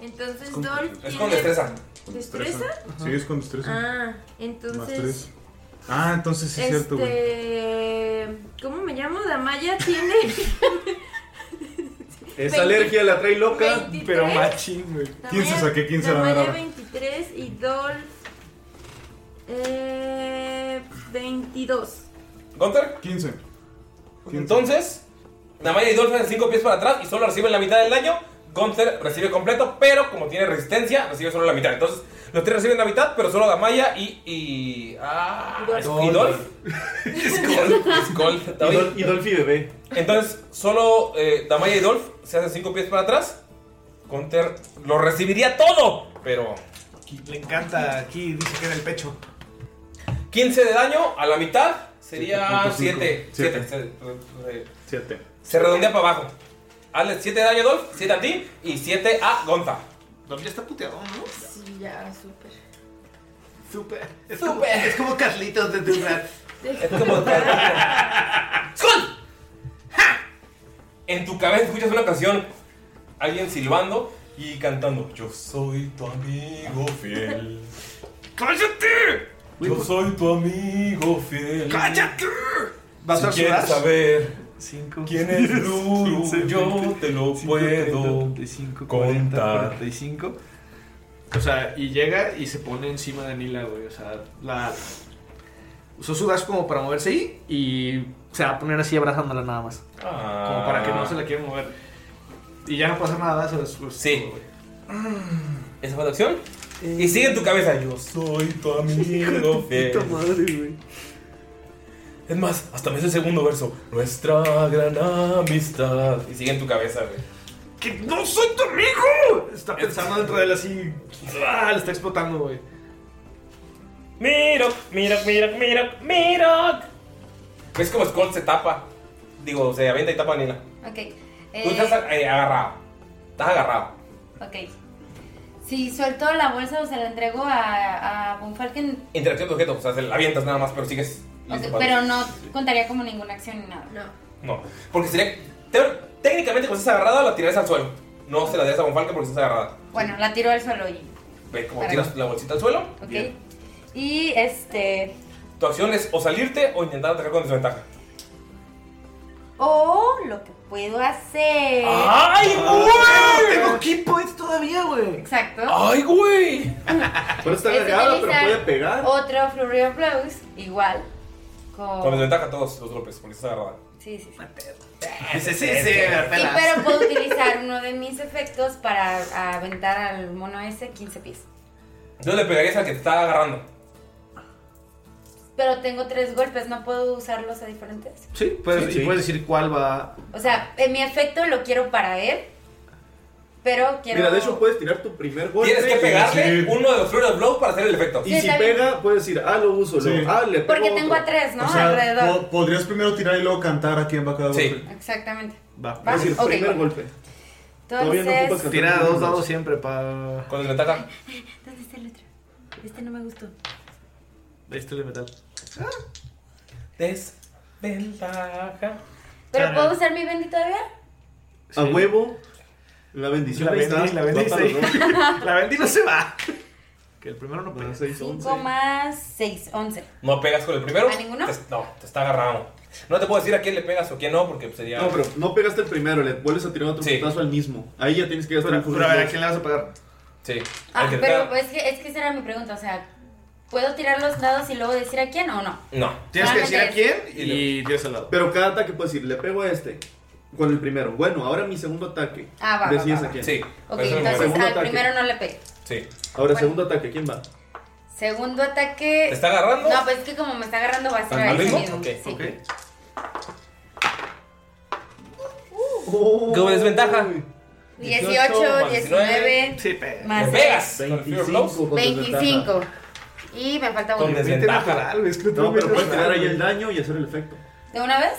Speaker 6: Entonces
Speaker 5: con-
Speaker 6: Dolph.
Speaker 1: Es
Speaker 6: tiene-
Speaker 1: con destreza.
Speaker 6: ¿Destreza?
Speaker 5: Sí, es con destreza.
Speaker 6: Ah,
Speaker 5: Más
Speaker 6: entonces.
Speaker 5: tres. Ah, entonces sí es cierto, güey.
Speaker 6: este. ¿Cómo me llamo? Damaya tiene.
Speaker 3: Esa alergia la trae loca,
Speaker 6: 23.
Speaker 3: pero machín, güey.
Speaker 5: ¿Quién se saqué? ¿Quién se la
Speaker 6: Damaya
Speaker 5: agarraba?
Speaker 6: 23 y Dolph. Eh, 22.
Speaker 1: Gonter.
Speaker 5: 15.
Speaker 1: Entonces, Damaya y Dolph se hacen cinco pies para atrás y solo reciben la mitad del daño. Gonter recibe completo, pero como tiene resistencia, recibe solo la mitad. Entonces, los tres reciben la mitad, pero solo Damaya y. y. Ah,
Speaker 3: Dolph.
Speaker 1: y Dolph. Skull, David.
Speaker 3: Y Dolph y bebé.
Speaker 1: Entonces, solo eh, Damaya y Dolph se hacen cinco pies para atrás. Gunter lo recibiría todo, pero.
Speaker 2: Le encanta, aquí dice que en el pecho.
Speaker 1: 15 de daño a la mitad sería
Speaker 2: 7.5.
Speaker 1: 7.
Speaker 2: Siete.
Speaker 1: 7.
Speaker 5: Siete.
Speaker 1: Se redondea para abajo. Hazle 7 de daño a Dolph, 7 a ti y 7 a Gonta.
Speaker 2: Dolph ya está puteado, ¿no?
Speaker 6: Sí, ya, súper.
Speaker 2: Súper. Es, como, es como Carlitos de Dubrat.
Speaker 1: Es como En tu cabeza escuchas una canción, alguien silbando y cantando: Yo soy tu amigo fiel. ¡Cállate! Yo soy tu amigo fiel. ¡Cállate!
Speaker 2: ¿Vas
Speaker 1: si
Speaker 2: a
Speaker 1: quieres
Speaker 2: sudar?
Speaker 1: saber quién es Luru, yo te lo puedo.
Speaker 2: 35,
Speaker 1: contar.
Speaker 2: 45. O sea, y llega y se pone encima de Nila, güey. O sea, la. Usó su dash como para moverse ahí y se va a poner así abrazándola nada más.
Speaker 1: Ah.
Speaker 2: Como para que no se la quiera mover. Y ya no pasa nada, se les- pues,
Speaker 1: Sí. ¿Esa fue la acción? Y sigue en tu cabeza. Eh, Yo soy tu amigo fiel. Es más, hasta me hice el segundo verso. Nuestra gran amistad. Y sigue en tu cabeza, güey.
Speaker 2: ¡Que no soy tu amigo! Está pensando dentro de él así. ¡Ah! Le está explotando, güey.
Speaker 1: Miro, miro, miro, miro, miro. ¿Ves como Skull se tapa? Digo, se avienta y tapa a Nina.
Speaker 4: Ok.
Speaker 1: Tú
Speaker 4: Eh,
Speaker 1: estás eh, agarrado. Estás agarrado.
Speaker 4: ok. Si suelto la bolsa o se la entrego a, a Von Falken,
Speaker 1: Interacción de objetos, o sea, se la avientas nada más, pero sigues.
Speaker 4: ok,
Speaker 1: listo para-
Speaker 4: pero no contaría como ninguna acción ni nada.
Speaker 1: No, porque sería. te- técnicamente, cuando estás agarrada, la tirarías al suelo. No se la darías a Bonfalca porque estás agarrada.
Speaker 4: Bueno, la tiro al suelo y.
Speaker 1: Ve cómo
Speaker 4: Para
Speaker 1: tiras la bolsita al suelo.
Speaker 4: Ok. Y este.
Speaker 1: Tu acción es o salirte o intentar atacar con desventaja.
Speaker 4: O lo que puedo hacer.
Speaker 1: ¡Ay, güey!
Speaker 2: Tengo key points todavía, güey.
Speaker 4: Exacto.
Speaker 1: güey!
Speaker 3: Pero está
Speaker 4: Es
Speaker 3: alargada, pero
Speaker 4: utilizar
Speaker 3: puede pegar.
Speaker 4: Otro Flurry of Blows, igual. Con.
Speaker 1: Con desventaja todos los golpes porque estás agarrada.
Speaker 4: Sí, sí, sí.
Speaker 1: Sí,
Speaker 2: sí, sí, me
Speaker 4: Sí, pero puedo utilizar uno de mis efectos para aventar al mono ese 15 pies.
Speaker 1: Entonces le pegarías al que te está agarrando.
Speaker 4: Pero tengo tres golpes, no puedo usarlos a diferentes.
Speaker 2: Sí, puedes,
Speaker 1: Sí,
Speaker 2: y
Speaker 1: sí.
Speaker 2: puedes decir cuál va.
Speaker 4: O sea, eh, mi efecto lo quiero para él, pero quiero.
Speaker 3: Mira, de hecho puedes tirar tu primer golpe.
Speaker 1: Tienes que
Speaker 3: y
Speaker 1: pegarle
Speaker 3: decir-
Speaker 1: uno de los Flurry of Blows para hacer el efecto.
Speaker 3: Y
Speaker 4: Sí,
Speaker 3: si
Speaker 4: está bien.
Speaker 3: pega, puedes decir, ah, lo uso,
Speaker 5: Sí.
Speaker 3: lo, ah, le pego
Speaker 4: Porque
Speaker 3: otro.
Speaker 4: tengo a tres, ¿no?
Speaker 5: O sea,
Speaker 4: Alrededor.
Speaker 5: po- podrías primero tirar y luego cantar a quién va cada golpe.
Speaker 4: Exactamente.
Speaker 2: Va.
Speaker 4: Va,
Speaker 5: Es el
Speaker 4: Ah, ok,
Speaker 5: primer
Speaker 4: va.
Speaker 5: golpe.
Speaker 4: Entonces.
Speaker 2: Tira dos dados siempre para.
Speaker 1: Con desventaja.
Speaker 4: ¿Dónde está el otro? Este no me gustó.
Speaker 2: Este de metal.
Speaker 1: Ah. Desventaja.
Speaker 4: ¿Pero puedo usar mi bendy todavía?
Speaker 3: A huevo. La bendición
Speaker 2: La
Speaker 3: ahí está.
Speaker 2: bendí, la bendí,
Speaker 3: Va para
Speaker 2: sí.
Speaker 3: los dos.
Speaker 2: La bendy no se va. Que el primero no pega.
Speaker 4: 5 más 6, 11.
Speaker 1: No pegas con el primero.
Speaker 4: ¿A ninguno?
Speaker 1: Te- no, te está agarrando. No te puedo decir a quién le pegas o quién no, porque sería.
Speaker 3: No, pero no pegaste el primero, le vuelves a tirar otro putazo al mismo. Ahí ya tienes que gastar un
Speaker 2: pero a ver,
Speaker 3: furor.
Speaker 2: ¿a quién le vas a pegar?
Speaker 1: Sí.
Speaker 4: Ah, pero pues, es que, es que esa era mi pregunta, o sea, ¿puedo tirar los dados y luego decir a quién o no?
Speaker 1: No.
Speaker 3: Tienes
Speaker 4: Ah,
Speaker 3: que decir a quién
Speaker 2: y tienes al lado.
Speaker 3: Pero cada ataque puedes decir, le pego a este. Con el primero. Bueno, ahora mi segundo ataque.
Speaker 4: Ah, va, va,
Speaker 3: Decides
Speaker 4: va,
Speaker 3: a
Speaker 4: va.
Speaker 3: quién.
Speaker 1: Sí.
Speaker 4: Ok, entonces al primero no le pegué.
Speaker 1: Sí.
Speaker 3: Ahora, segundo ataque, ¿quién va?
Speaker 4: Segundo ataque...
Speaker 3: ¿Te está agarrando?
Speaker 4: No, pues es que como me está agarrando va a ser
Speaker 3: ¿Al
Speaker 4: ahí
Speaker 3: mismo?
Speaker 4: mismo.
Speaker 3: Ok,
Speaker 4: sí.
Speaker 1: Como desventaja.
Speaker 4: 18, 19.
Speaker 2: Sí, pega.
Speaker 4: Más
Speaker 1: Le
Speaker 4: seis.
Speaker 1: pegas. Con el Fear of Blows.
Speaker 4: 25. Y me falta uno.
Speaker 3: No, pero puedes tirar ahí el daño y hacer el efecto.
Speaker 4: ¿De una vez?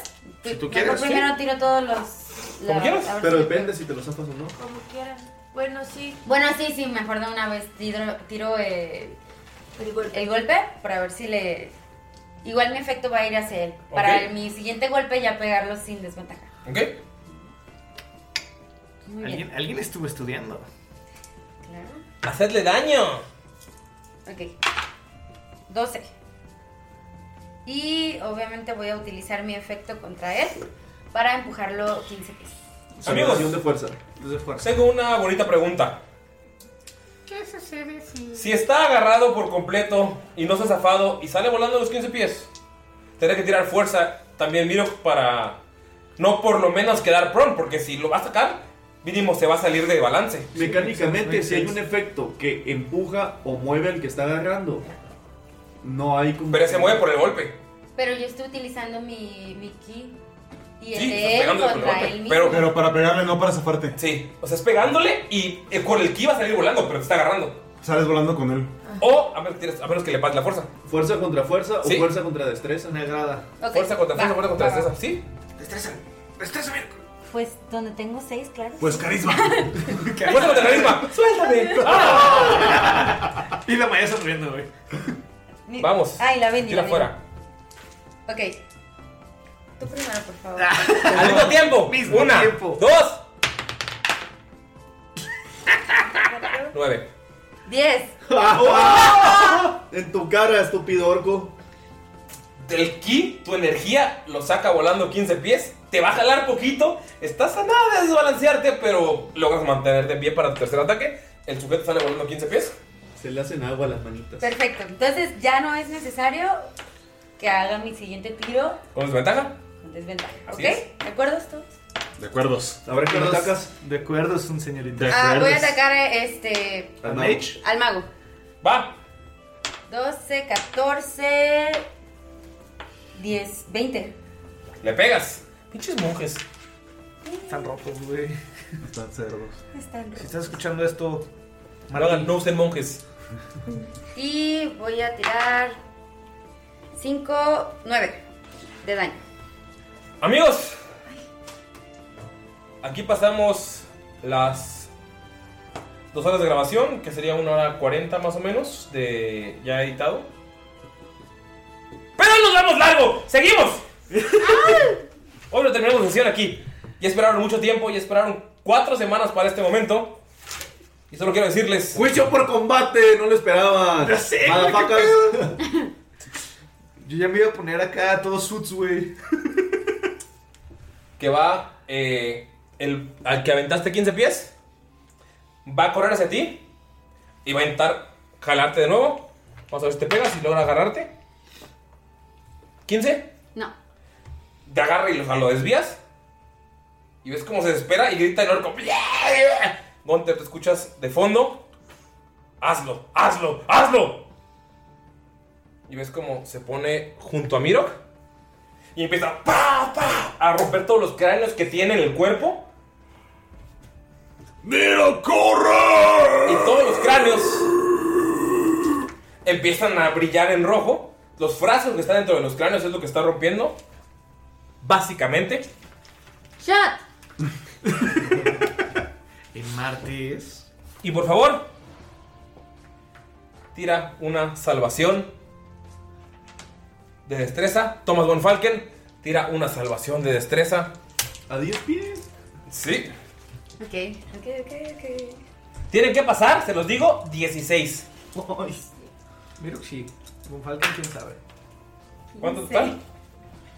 Speaker 4: Si
Speaker 3: tú quieres, sí.
Speaker 4: primero tiro todos los. la- a ver
Speaker 3: Pero
Speaker 4: si-
Speaker 3: depende si te lo zafas o no.
Speaker 12: Como quieran. Bueno, sí.
Speaker 4: Bueno, sí, sí, mejor de una vez tiro, tiro, eh, el, golpe. para ver si le... Igual mi efecto va a ir hacia él. Para
Speaker 1: Ok.
Speaker 4: el- mi siguiente golpe ya pegarlo sin desventaja.
Speaker 1: ¿Ok?
Speaker 4: Muy bien.
Speaker 2: ¿Alguien, alguien estuvo estudiando.
Speaker 4: Claro.
Speaker 1: Hacedle daño.
Speaker 4: Ok. 12. Y obviamente voy a utilizar mi efecto contra él para empujarlo 15 pies.
Speaker 1: Amigos.
Speaker 3: de fuerza.
Speaker 1: Tengo una bonita pregunta.
Speaker 12: ¿Qué sucede si.?
Speaker 1: Si está agarrado por completo y no se ha zafado y sale volando a los 15 pies, tendrá que tirar fuerza también, Miro, para no por lo menos quedar prone, porque si lo va a sacar, mínimo se va a salir de balance.
Speaker 3: Mecánicamente, si hay un efecto que empuja o mueve al que está agarrando, no hay como.
Speaker 1: Pero se mueve por el golpe.
Speaker 4: Pero yo estoy utilizando mi, mi ki y el
Speaker 1: Sí,
Speaker 4: de él
Speaker 1: pegándole con el
Speaker 4: contra
Speaker 1: golpe.
Speaker 4: él mismo.
Speaker 1: Pero,
Speaker 5: para pegarle, no para zafarte.
Speaker 1: Sí, o sea, es pegándole y eh, con el ki va a salir volando, pero te está agarrando.
Speaker 5: Sales volando con él.
Speaker 4: Ah.
Speaker 1: O a menos, que tires- a menos que le pases la fuerza.
Speaker 3: Fuerza contra fuerza
Speaker 1: Sí.
Speaker 3: o fuerza contra destreza.
Speaker 2: Me agrada.
Speaker 4: Ok,
Speaker 1: Fuerza contra
Speaker 4: va,
Speaker 1: fuerza, fuerza contra
Speaker 4: va.
Speaker 1: destreza. ¿Sí?
Speaker 4: Pues donde tengo 6, claro.
Speaker 5: Pues carisma.
Speaker 1: Fuerza contra carisma. Suéltame.
Speaker 2: Y la Maya sonriendo, güey.
Speaker 4: Ni-
Speaker 2: Vamos.
Speaker 4: Ay, la vendí.
Speaker 2: Tira
Speaker 4: la
Speaker 2: fuera.
Speaker 4: vendí. Ok. Tú primero, por favor.
Speaker 1: Al mismo tiempo. Una, dos. Nueve.
Speaker 4: 10.
Speaker 1: Ah. En tu cara, estúpido orco. Del ki, tu energía lo saca volando 15 pies, te va a jalar poquito, estás a nada de desbalancearte, pero logras mantenerte en pie para tu tercer ataque. El sujeto sale volando 15 pies.
Speaker 3: Se le hacen agua a las manitas.
Speaker 4: Perfecto. Entonces ya no es necesario que haga mi siguiente tiro
Speaker 1: ¿Con desventaja?
Speaker 4: con desventaja.
Speaker 1: Así
Speaker 4: ¿Ok? ¿De acuerdo todos?
Speaker 5: De acuerdos.
Speaker 3: Ahora que lo
Speaker 2: Acuerdos.
Speaker 3: atacas.
Speaker 2: De acuerdos, un señorita.
Speaker 4: Ah, voy a atacar eh, este.
Speaker 2: Al mage.
Speaker 4: Al mago.
Speaker 1: Va.
Speaker 4: 12, 14. 10, 20.
Speaker 1: Le pegas. Pinches monjes.
Speaker 2: Están rotos, güey.
Speaker 5: Están cerdos.
Speaker 4: Están
Speaker 2: Si estás escuchando esto,
Speaker 1: No hagan- no usen monjes.
Speaker 4: Y voy a tirar 5, 9 de daño.
Speaker 1: Amigos, aquí pasamos las dos horas de grabación, que sería una hora cuarenta más o menos, de ya editado. ¡Pero hoy nos vamos largo! ¡Seguimos! Hoy lo terminamos la sesión aquí. Ya esperaron mucho tiempo, ya esperaron cuatro semanas para este momento. Y solo quiero decirles...
Speaker 3: ¡Juicio Pues por combate! No lo esperaban.
Speaker 2: Ya sé, güey,
Speaker 3: Motherfuckers.
Speaker 2: Yo ya me iba a poner acá todos suits, güey.
Speaker 1: que va eh, el, al que aventaste 15 pies, va a correr hacia ti y va a intentar jalarte de nuevo. Vamos a ver si te pegas y logra agarrarte. 15,
Speaker 6: No.
Speaker 1: te agarra y lo, o sea, lo desvías. Y ves cómo se desespera y grita el orco. Donde te escuchas de fondo. Hazlo, hazlo, hazlo. Y ves cómo se pone junto a Mirok. Y empieza pa, pa, a romper todos los cráneos que tiene en el cuerpo. ¡Miro, corre! Y todos los cráneos empiezan a brillar en rojo. Los frases que están dentro de los cráneos es lo que está rompiendo. Básicamente.
Speaker 6: ¡Shot!
Speaker 2: El martes.
Speaker 1: Y por favor, tira una salvación de destreza. Thomas von Falken tira una salvación de destreza.
Speaker 3: ¿A 10 pies?
Speaker 1: Sí.
Speaker 4: Ok, ok, ok, ok.
Speaker 1: Tienen que pasar, se los digo, 16.
Speaker 2: Miro que sí. Con Falcon, quién sabe.
Speaker 1: ¿Cuánto total?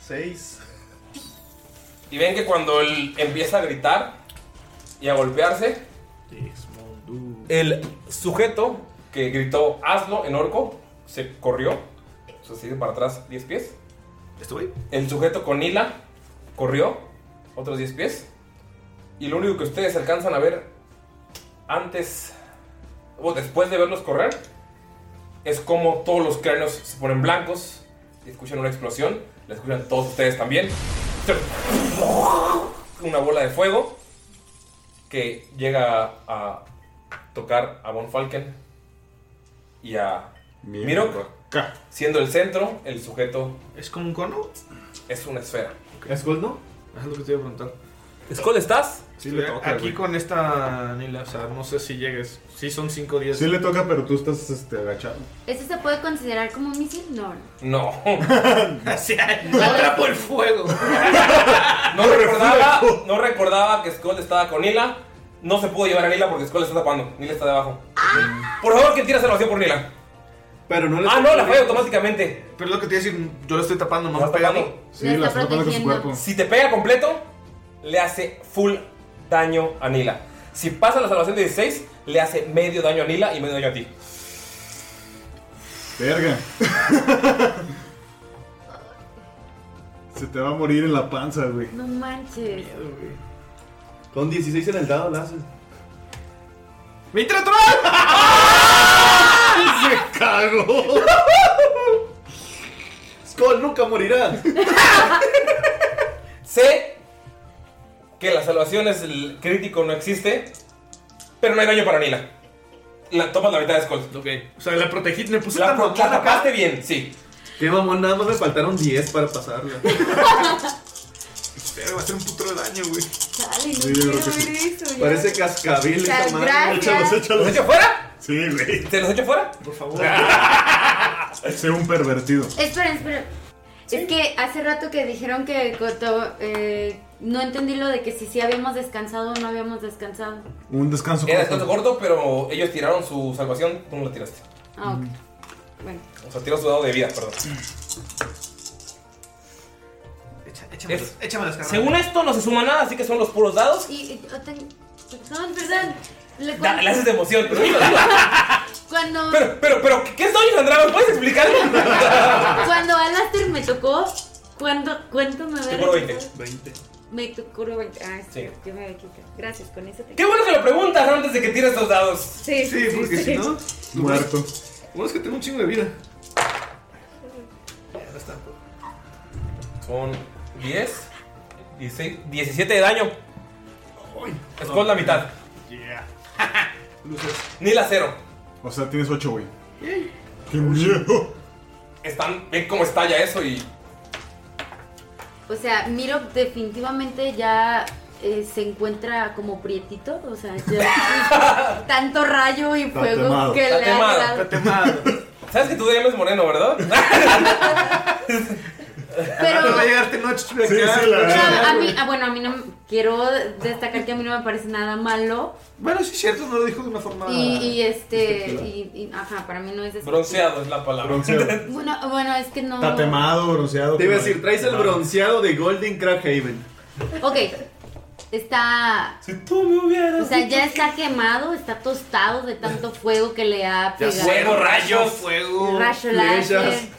Speaker 3: 6.
Speaker 1: Y ven que cuando él empieza a gritar y a golpearse, el sujeto que gritó hazlo en orco se corrió. O sea, se hizo para atrás 10 pies.
Speaker 2: ¿Estoy?
Speaker 1: El sujeto con Nila corrió otros 10 pies. Y lo único que ustedes alcanzan a ver antes o después de verlos correr es como todos los cráneos se ponen blancos y escuchan una explosión. La escuchan todos ustedes también. una bola de fuego que llega a tocar a Von Falken y a Mirok, siendo el centro, el sujeto. ¿Es como un cono? Es una esfera.
Speaker 2: ¿Skull no? Es lo que te iba a preguntar.
Speaker 1: ¿Skull estás?
Speaker 2: Sí,
Speaker 1: le toca,
Speaker 2: Aquí
Speaker 1: güey.
Speaker 2: con esta Nila, o sea, no sé si llegues. Sí, son 5 o 10.
Speaker 5: Sí le toca, pero tú estás este, agachado.
Speaker 4: ¿Este se puede considerar como un misil? No.
Speaker 1: No.
Speaker 2: atrapo el fuego.
Speaker 1: No recordaba, no recordaba que Skull estaba con Nila. No se pudo llevar a Nila porque Skull está tapando. Nila está debajo. Por favor, que tira salvación por Nila.
Speaker 3: Pero no
Speaker 2: Ah. le
Speaker 1: Ah, no, la falla automáticamente.
Speaker 2: Pero es lo que te iba a decir, yo lo estoy tapando, no me
Speaker 1: está
Speaker 2: pega a mí.
Speaker 1: tapando.
Speaker 2: Sí, Le la está está tapando con su protegiendo. cuerpo.
Speaker 1: Si te pega completo, le hace full daño a Nila. Si pasa la salvación de 16, le hace medio daño a Nila y medio daño a ti.
Speaker 5: Verga. Se te va a morir en la panza, güey.
Speaker 4: No manches.
Speaker 3: Con 16 en el dado, la haces.
Speaker 2: ¡Mitra
Speaker 3: ¡Se cagó! Skull nunca morirá.
Speaker 1: Sé que la salvación es el crítico, no existe, pero no hay daño para Nila. La tomas la mitad de Skull.
Speaker 2: Ok. O sea, la protegiste, me puse
Speaker 1: la,
Speaker 2: tan
Speaker 1: pro-
Speaker 2: rotón
Speaker 1: la
Speaker 2: acá.
Speaker 1: tapaste bien, sí.
Speaker 3: Qué mamón, nada más me faltaron 10 para pasarla.
Speaker 2: Pero va a hacer un puto daño, güey.
Speaker 4: Chale,
Speaker 3: Sí, yo creo que sí. Parece cascabil esa
Speaker 4: Muchas
Speaker 3: madre.
Speaker 4: gracias.
Speaker 3: Échalos, échalos.
Speaker 1: ¿Los echo fuera?
Speaker 5: Sí, güey.
Speaker 1: ¿Te los echo fuera? Ah.
Speaker 2: Por favor.
Speaker 5: Sé un pervertido.
Speaker 4: Esperen, esperen. Es que hace rato que dijeron que Coto, eh, no entendí lo de que si sí habíamos descansado o no habíamos descansado.
Speaker 5: Un descanso
Speaker 1: Era descanso corto, pero ellos tiraron su salvación, tú no la tiraste.
Speaker 4: Ah, ok.
Speaker 3: Mm.
Speaker 4: Bueno.
Speaker 1: O sea, tiró su dado de vida, perdón. Es- Según esto no se suma nada, así que son los puros dados.
Speaker 4: Y, y- o ten- perdón, perdón. Le-
Speaker 1: Da- le haces de emoción.
Speaker 4: Cuando,
Speaker 1: Pero, pero, pero, ¿qué es Dungeons and Dragons? ¿Puedes explicarlo?
Speaker 4: cuando Alastair me tocó, ¿cuándo, ¿cuánto me
Speaker 1: Te
Speaker 4: había
Speaker 1: curo
Speaker 4: rechazado?
Speaker 1: 20.
Speaker 4: Me tocó 20. Ah, sí.
Speaker 1: Sí.
Speaker 4: Yo me había quitado. Gracias, con eso te
Speaker 1: Qué bueno que lo preguntas antes de que tires los dados.
Speaker 4: Sí, sí, sí.
Speaker 5: Muerto.
Speaker 2: Bueno, es que tengo un chingo de vida.
Speaker 1: Son 10, 16, 17 de daño. Es con la mitad.
Speaker 2: Yeah.
Speaker 1: Ni la cero.
Speaker 5: O sea, tienes 8, güey.
Speaker 1: Yay.
Speaker 5: ¡Qué miedo!
Speaker 1: Están, ven cómo estalla eso y
Speaker 4: O sea, Miro definitivamente ya eh, se encuentra como prietito. O sea, ya tanto rayo y
Speaker 1: Está
Speaker 4: fuego
Speaker 1: temado.
Speaker 4: que
Speaker 1: Está
Speaker 4: le ha
Speaker 1: temado,
Speaker 4: dado.
Speaker 1: está Sabes que tu DM es moreno, ¿verdad?
Speaker 4: Pero-
Speaker 2: Va a llegarte noche de
Speaker 1: Sí,
Speaker 2: acá.
Speaker 1: sí, la
Speaker 4: O sea, a mí,
Speaker 2: güey.
Speaker 4: ah, bueno, a mí no quiero destacar que a mí no me parece nada malo.
Speaker 2: Bueno, sí es cierto, no lo dijo de una forma.
Speaker 4: Y, y este,
Speaker 2: Despectiva.
Speaker 4: y, y- ajá, para mí no es despectivo.
Speaker 1: Bronceado es la palabra.
Speaker 4: Bueno, bueno, es que no.
Speaker 5: bronceado.
Speaker 3: Te iba a
Speaker 5: pero-
Speaker 3: decir, traes el bronceado de Golden Crackhaven.
Speaker 4: Ok, está.
Speaker 1: Si tú me hubieras.
Speaker 4: O sea, ya está quemado, está tostado de tanto fuego que le ha
Speaker 2: Ya
Speaker 4: pegado.
Speaker 2: fuego, rayos, fuego.
Speaker 4: Rayo láser.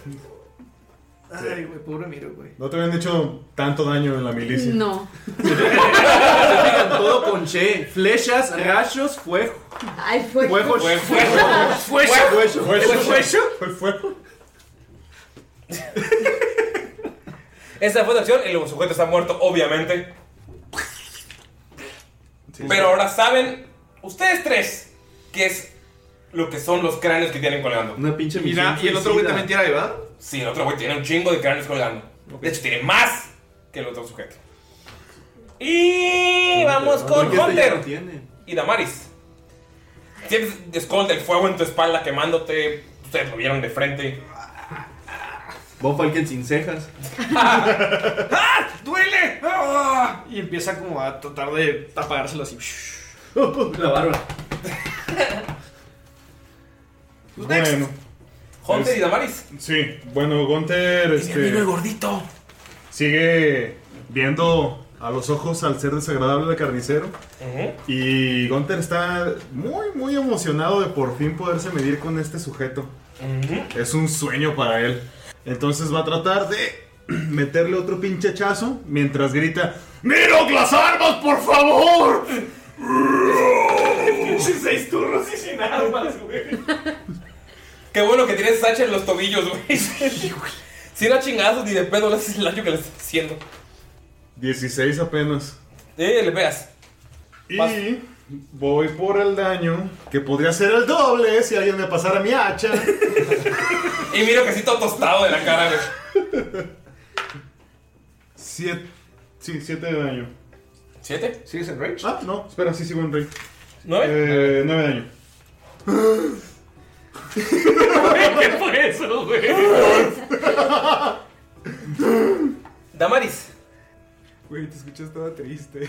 Speaker 2: Ay, güey, pobre miro, güey.
Speaker 5: No te habían hecho tanto daño en la milicia.
Speaker 4: No.
Speaker 3: Todo con che. Flechas, rayos, fuego.
Speaker 4: Ay, fuego.
Speaker 3: Fuego.
Speaker 1: Fuego.
Speaker 3: Fuego.
Speaker 1: Fuego.
Speaker 3: Fuego.
Speaker 5: ¿Fue fuego?
Speaker 1: Esa fue la acción. El sujeto está muerto, obviamente. Pero ahora saben, ustedes tres, qué es lo que son los cráneos que tienen colgando.
Speaker 3: Una pinche
Speaker 2: Mira, y el otro güey también tira, ¿verdad?
Speaker 1: Sí, el otro güey tiene un chingo de cráneos colgando. De hecho, tiene más que el otro sujeto. Y vamos
Speaker 3: No,
Speaker 1: con
Speaker 3: porque este ya
Speaker 1: Hunter
Speaker 3: lo tiene.
Speaker 1: y Damaris. Tienes Skull del fuego en tu espalda quemándote. Ustedes lo vieron de frente.
Speaker 3: Von Falken sin cejas.
Speaker 2: ¡Duele! ¡Ah! Y empieza como a tratar de apagárselo así.
Speaker 3: La barba.
Speaker 5: Bueno.
Speaker 1: Pues Hunter y Damaris.
Speaker 5: Sí, bueno, Gunter. Este,
Speaker 1: amigo el gordito.
Speaker 5: Sigue viendo a los ojos al ser desagradable del carnicero. ¿Eh? Y Gunter está muy, muy emocionado de por fin poderse medir con este sujeto. Es un sueño para él. Entonces va a tratar de meterle otro pinche hachazo mientras grita: ¡Miro las armas, por favor!
Speaker 1: Pinches seis turnos y sin armas, güey. Qué bueno que tienes Sacha en los tobillos, güey. Si no chingazos ni de pedo le haces el daño que le estás haciendo.
Speaker 5: 16 apenas.
Speaker 1: Eh, le pegas.
Speaker 5: Y voy por el daño, que podría ser el doble si alguien me pasara mi hacha.
Speaker 1: Y mira que sí todo tostado de la cara, güey.
Speaker 5: Siete. Sí, siete de daño.
Speaker 1: ¿Siete?
Speaker 5: ¿Sigues en range? Ah, no, espera, sí sigo en range.
Speaker 1: ¿Nueve?
Speaker 5: Eh, nueve de daño.
Speaker 1: ¿Qué fue eso, güey? Damaris.
Speaker 13: Güey, te escuché, estaba triste.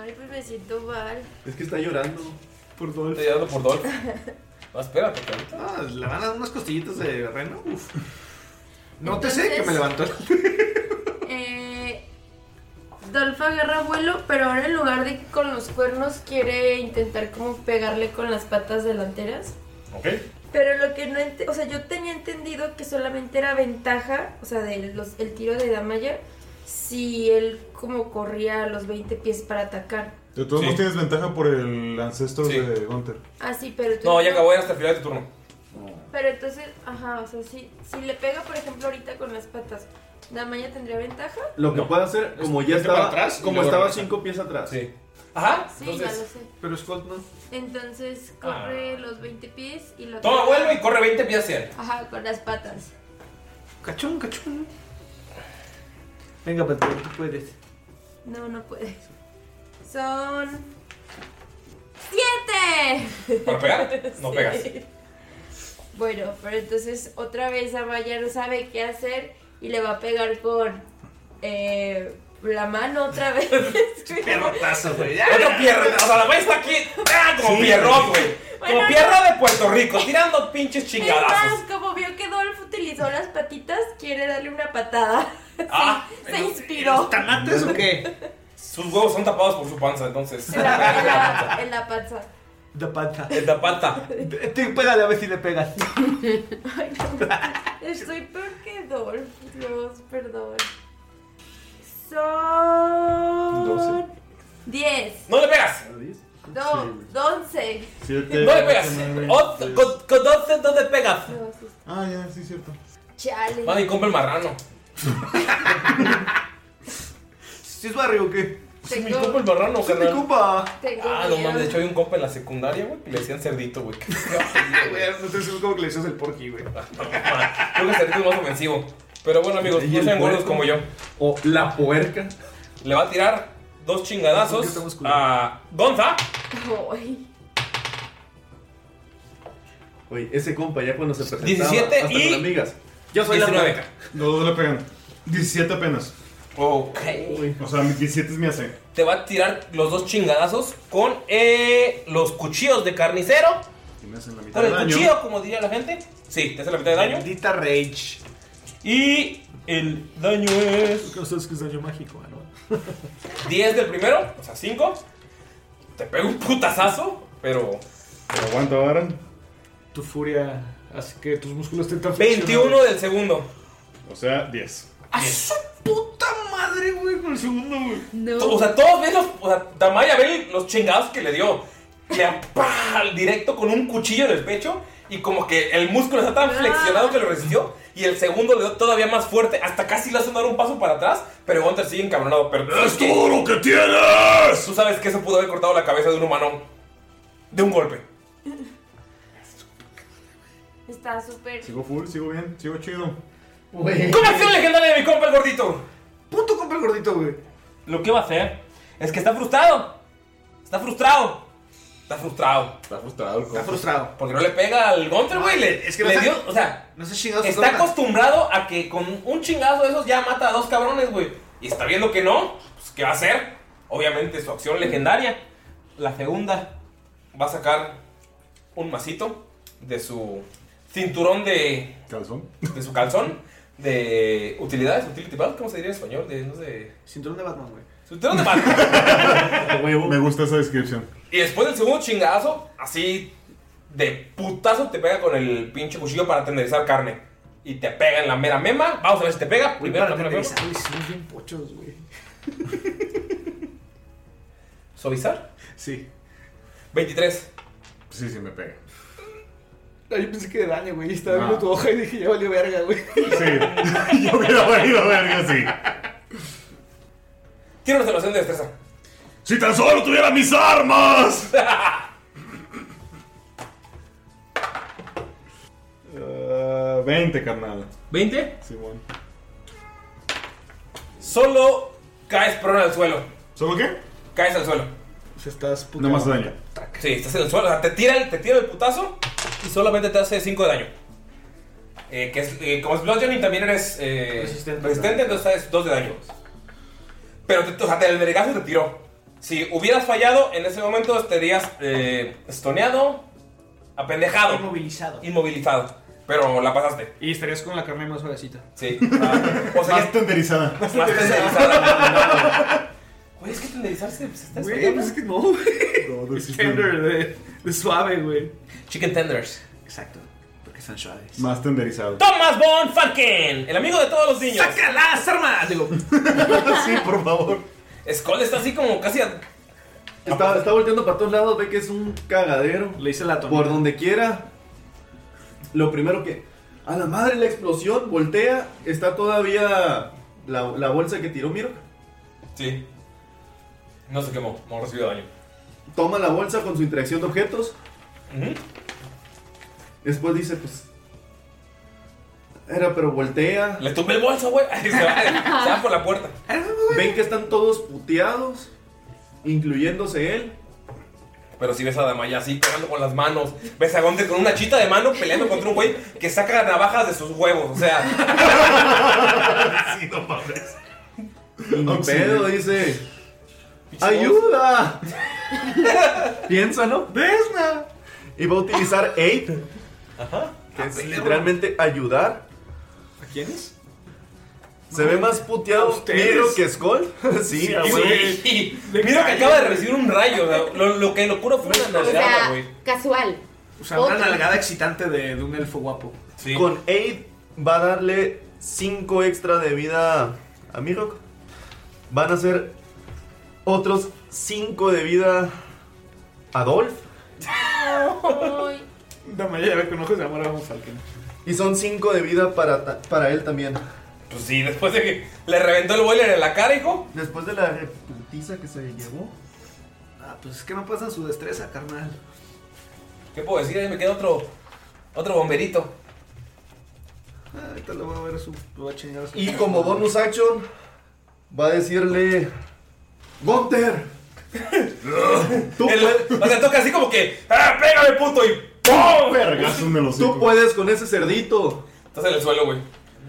Speaker 6: Ay, pues me siento mal.
Speaker 3: Es que está llorando
Speaker 13: por Dolph.
Speaker 1: Está llorando por Dolph. No, espérate, que ahorita.
Speaker 2: Ah, le van a dar unas costillitas de reno. Uf. No te sé que me levantó.
Speaker 6: Eh, Dolph agarra vuelo, pero ahora en lugar de que con los cuernos quiere intentar como pegarle con las patas delanteras.
Speaker 1: Ok.
Speaker 6: Pero lo que no ente- o sea, yo tenía entendido que solamente era ventaja, o sea, del los, el tiro de Damaya, si él como corría a los 20 pies para atacar.
Speaker 5: De todos modos tienes ventaja por el ancestro de Gunter.
Speaker 6: Ah, sí, pero tú-
Speaker 1: No, ya acabó ya hasta el final de tu turno.
Speaker 6: Pero entonces, ajá, o sea, si, si le pega, por ejemplo, ahorita con las patas, ¿Damaya tendría ventaja?
Speaker 3: Lo que puede hacer, como ya
Speaker 1: Vete
Speaker 3: estaba,
Speaker 1: para atrás y
Speaker 3: como
Speaker 1: luego
Speaker 3: estaba
Speaker 1: regresa.
Speaker 3: cinco pies atrás.
Speaker 1: Sí. Ajá.
Speaker 6: Sí, ya lo sé.
Speaker 2: Pero Scott no.
Speaker 6: Entonces corre los 20 pies y lo
Speaker 1: Ah, Toma vuelo y corre 20 pies hacia él.
Speaker 6: Ajá, con las patas.
Speaker 2: Cachón, cachón. Venga, Pato, tú puedes.
Speaker 6: No, no puede. Son. ¡Siete!
Speaker 1: ¿Para pegar? No pegas.
Speaker 6: Bueno, pero entonces otra vez Amaya no sabe qué hacer y le va a pegar con. eh, la mano otra vez.
Speaker 2: Perrotazo, güey.
Speaker 1: Otro pierro. O sea, la güey está aquí ah, como
Speaker 2: Sí.
Speaker 1: pierrot, güey.
Speaker 6: Bueno,
Speaker 1: como
Speaker 6: no.
Speaker 1: pierro de Puerto Rico, tirando pinches
Speaker 6: Es más,
Speaker 1: chingadazos.
Speaker 6: como vio que Dolph utilizó las patitas, quiere darle una patada.
Speaker 1: Ah,
Speaker 6: Se inspiró.
Speaker 1: ¿Tanates o qué? Sus huevos son tapados por su panza, entonces.
Speaker 6: En la, en la- en la panza.
Speaker 2: De pata.
Speaker 1: De pata.
Speaker 2: Te pégale a ver si le pegas.
Speaker 6: Estoy peor que Dolph. Dios, perdón. Son. 10,
Speaker 1: No le pegas.
Speaker 6: 2, 11.
Speaker 1: No le pegas. Ot- Con con 12 no le pegas.
Speaker 5: Ah, ya, sí, cierto.
Speaker 6: Chale.
Speaker 1: Van y compra el marrano.
Speaker 2: ¿Si es barrio o qué?
Speaker 1: Sí, mi compa el marrano,
Speaker 2: Sí, mi
Speaker 1: carnal.
Speaker 2: compa.
Speaker 6: Tengo
Speaker 1: Ah, no
Speaker 6: miedo.
Speaker 1: mames, de hecho hay un compa en la secundaria, güey, que le decían cerdito, güey. Ah, Qué feo,
Speaker 2: güey. Entonces es como que le decías el porqui, güey.
Speaker 1: Creo que cerdito es más ofensivo. Pero bueno, amigos, no sean gordos como yo.
Speaker 3: O la puerca.
Speaker 1: Le va a tirar dos chingadazos a Gonza.
Speaker 6: Ay.
Speaker 3: Oye, ese compa ya cuando se presentaba
Speaker 1: 17
Speaker 3: hasta
Speaker 1: y-
Speaker 3: con amigas. Yo soy la
Speaker 1: 19.
Speaker 3: puerca.
Speaker 5: Los dos le pegan. 17 apenas.
Speaker 1: Ok.
Speaker 5: O sea, mi 17 es mi AC.
Speaker 1: Te va a tirar los dos chingadazos con eh, los cuchillos de carnicero.
Speaker 5: Y me hacen la mitad
Speaker 1: Con
Speaker 5: de
Speaker 1: el
Speaker 5: daño.
Speaker 1: cuchillo, como diría la gente. Sí, te hace la mitad de daño.
Speaker 2: Maldita rage.
Speaker 1: Y el daño es.
Speaker 13: No sabes que es daño mágico, ¿no?
Speaker 1: 10 del primero, o sea, 5. Te pega un putazazo, pero.
Speaker 5: Pero aguanta, ahora.
Speaker 13: Tu furia hace que tus músculos te tan
Speaker 1: 21 del segundo.
Speaker 5: O sea, 10.
Speaker 2: Madre, güey, con el segundo, güey.
Speaker 6: No.
Speaker 1: O sea, todos ven los. O sea, Damaya ve los chingados que le dio. Le ¡pah! directo con un cuchillo en el pecho. Y como que el músculo está tan flexionado que lo resistió. Y el segundo le dio todavía más fuerte. Hasta casi le hace dar un paso para atrás. Pero Gunter sigue encabronado. Pero, ¡Es todo lo que tienes! Tú sabes que eso pudo haber cortado la cabeza de un humano. De un golpe.
Speaker 6: Está súper.
Speaker 5: Sigo full, sigo bien, sigo chido.
Speaker 1: ¿Cómo acción legendaria de mi compa el gordito?
Speaker 2: Puto compa el gordito, güey.
Speaker 1: Lo que va a hacer es que está frustrado. Está frustrado. Está frustrado.
Speaker 5: Está frustrado el
Speaker 2: Está frustrado.
Speaker 1: Porque no le pega al Gunter, güey. le-
Speaker 2: Es que no
Speaker 1: le
Speaker 2: se-
Speaker 1: dio, o sea,
Speaker 2: No sé chingados.
Speaker 1: está acostumbrado a que con un chingazo de esos ya mata a dos cabrones, güey. Y está viendo que no, pues ¿qué va a hacer? Obviamente su acción legendaria. La segunda va a sacar un masito de su cinturón de...
Speaker 5: ¿Calzón?
Speaker 1: De su calzón. De utilidades, utility belt, ¿cómo se diría en español? De, no sé...
Speaker 2: Cinturón de Batman, güey.
Speaker 1: Cinturón de Batman.
Speaker 5: Me gusta esa descripción.
Speaker 1: Y después del segundo chingazo, así de putazo te pega con el pinche cuchillo para tenderizar carne. Y te pega en la mera mema. Vamos a ver si te pega.
Speaker 2: Güey,
Speaker 1: Primero
Speaker 2: para
Speaker 1: la mera mema.
Speaker 2: aterrizar, güey, somos bien pochos, güey.
Speaker 1: ¿Suavizar?
Speaker 2: Sí.
Speaker 1: 23.
Speaker 5: Sí, sí, me pega.
Speaker 2: Ay, yo pensé que de daño, güey. Estaba
Speaker 5: No.
Speaker 2: viendo tu hoja y dije, ya valió verga, güey.
Speaker 5: Yo hubiera valido verga, sí.
Speaker 1: Tiene una salvación de destreza.
Speaker 7: ¡Si tan solo tuviera mis armas!
Speaker 5: Ah, 20, carnal.
Speaker 1: ¿20?
Speaker 5: Simón.
Speaker 1: Solo caes prone al suelo.
Speaker 5: ¿Solo qué?
Speaker 1: Caes al suelo.
Speaker 13: estás
Speaker 5: No más daño.
Speaker 1: Sí, estás en el suelo. O sea, te tira el, te tira el putazo y solamente te hace 5 de daño. Eh, que es, eh, como es Bludgeoning también eres eh, resistente, entonces haces 2 de daño. Pero te, o sea, te, el vergazo te tiró. Si hubieras fallado, en ese momento estarías eh, estoneado, apendejado. Inmovilizado. Inmovilizado. Pero la pasaste.
Speaker 2: Y estarías con la carne más suavecita.
Speaker 1: Sí.
Speaker 5: Más tenderizada.
Speaker 1: Más tenderizada. Güey, es que tenderizarse pues, está
Speaker 2: Güey,
Speaker 1: espantoso.
Speaker 2: pues es que no, güey. Es tender, de, de suave, güey.
Speaker 1: Chicken tenders.
Speaker 2: Exacto. Porque son suaves.
Speaker 5: Más tenderizado.
Speaker 1: Thomas Von Falken, el amigo de todos los niños. ¡Saca las armas! Digo.
Speaker 5: sí, por favor.
Speaker 1: Skull está así como casi a-
Speaker 3: Está, está volteando para todos lados, ve que es un cagadero.
Speaker 2: Le hice la
Speaker 3: Por donde quiera. Lo primero que. A la madre la explosión, voltea. Está todavía la, la bolsa que tiró Miro.
Speaker 1: Sí. No se quemó, no recibió daño.
Speaker 3: Toma la bolsa con su interacción de objetos. Después dice, pues. Era, pero voltea.
Speaker 1: Le tumbé el bolso, güey. Se va, se va por la puerta.
Speaker 3: Ven que están todos puteados, incluyéndose él.
Speaker 1: Pero si ves a Damaya así pegando con las manos, ves a Gonte con una chita de mano peleando contra un güey que saca navajas de sus huevos, o sea.
Speaker 7: sí, no mames.
Speaker 3: Ni
Speaker 7: Auxilio.
Speaker 3: pedo, dice. ¡Ayuda! Piénsalo. ¡Vesna! Y va a utilizar Aid. Que es literalmente ayudar.
Speaker 2: ¿A quiénes?
Speaker 3: Se ve más puteado Miro que Skull. sí,
Speaker 1: Sí,
Speaker 3: a huevo.
Speaker 1: güey. Mira que acaba de recibir un rayo, o sea, lo, lo que lo curó fue una
Speaker 4: O
Speaker 1: nalgada,
Speaker 4: sea,
Speaker 1: güey.
Speaker 4: casual.
Speaker 2: O sea, una
Speaker 4: Otra.
Speaker 2: nalgada excitante de, de un elfo guapo.
Speaker 3: Con Aid va a darle 5 extra de vida a Mirok. Van a ser otros 5 de vida a Dolph.
Speaker 2: Dame ya ve con ojos de amor a Von Falken.
Speaker 3: Y son 5 de vida para, ta- para él también.
Speaker 1: Pues sí, después de que le reventó el boiler en la cara, hijo.
Speaker 3: Después de la reputiza que se llevó.
Speaker 2: Ah, pues es que no pasa su destreza, carnal.
Speaker 1: ¿Qué puedo decir? Ahí me queda otro. Otro bomberito.
Speaker 2: Ah, ahorita lo voy a ver a su. Lo voy a chingar a su-
Speaker 3: Y como bonus action, va a decirle: ¡Gunter! tú puedes.
Speaker 1: O sea, toca así como que. ¡Ah, pégame, puto! Y ¡pum!
Speaker 3: Vergazo, Tú puedes con ese cerdito.
Speaker 1: Estás en el suelo, güey.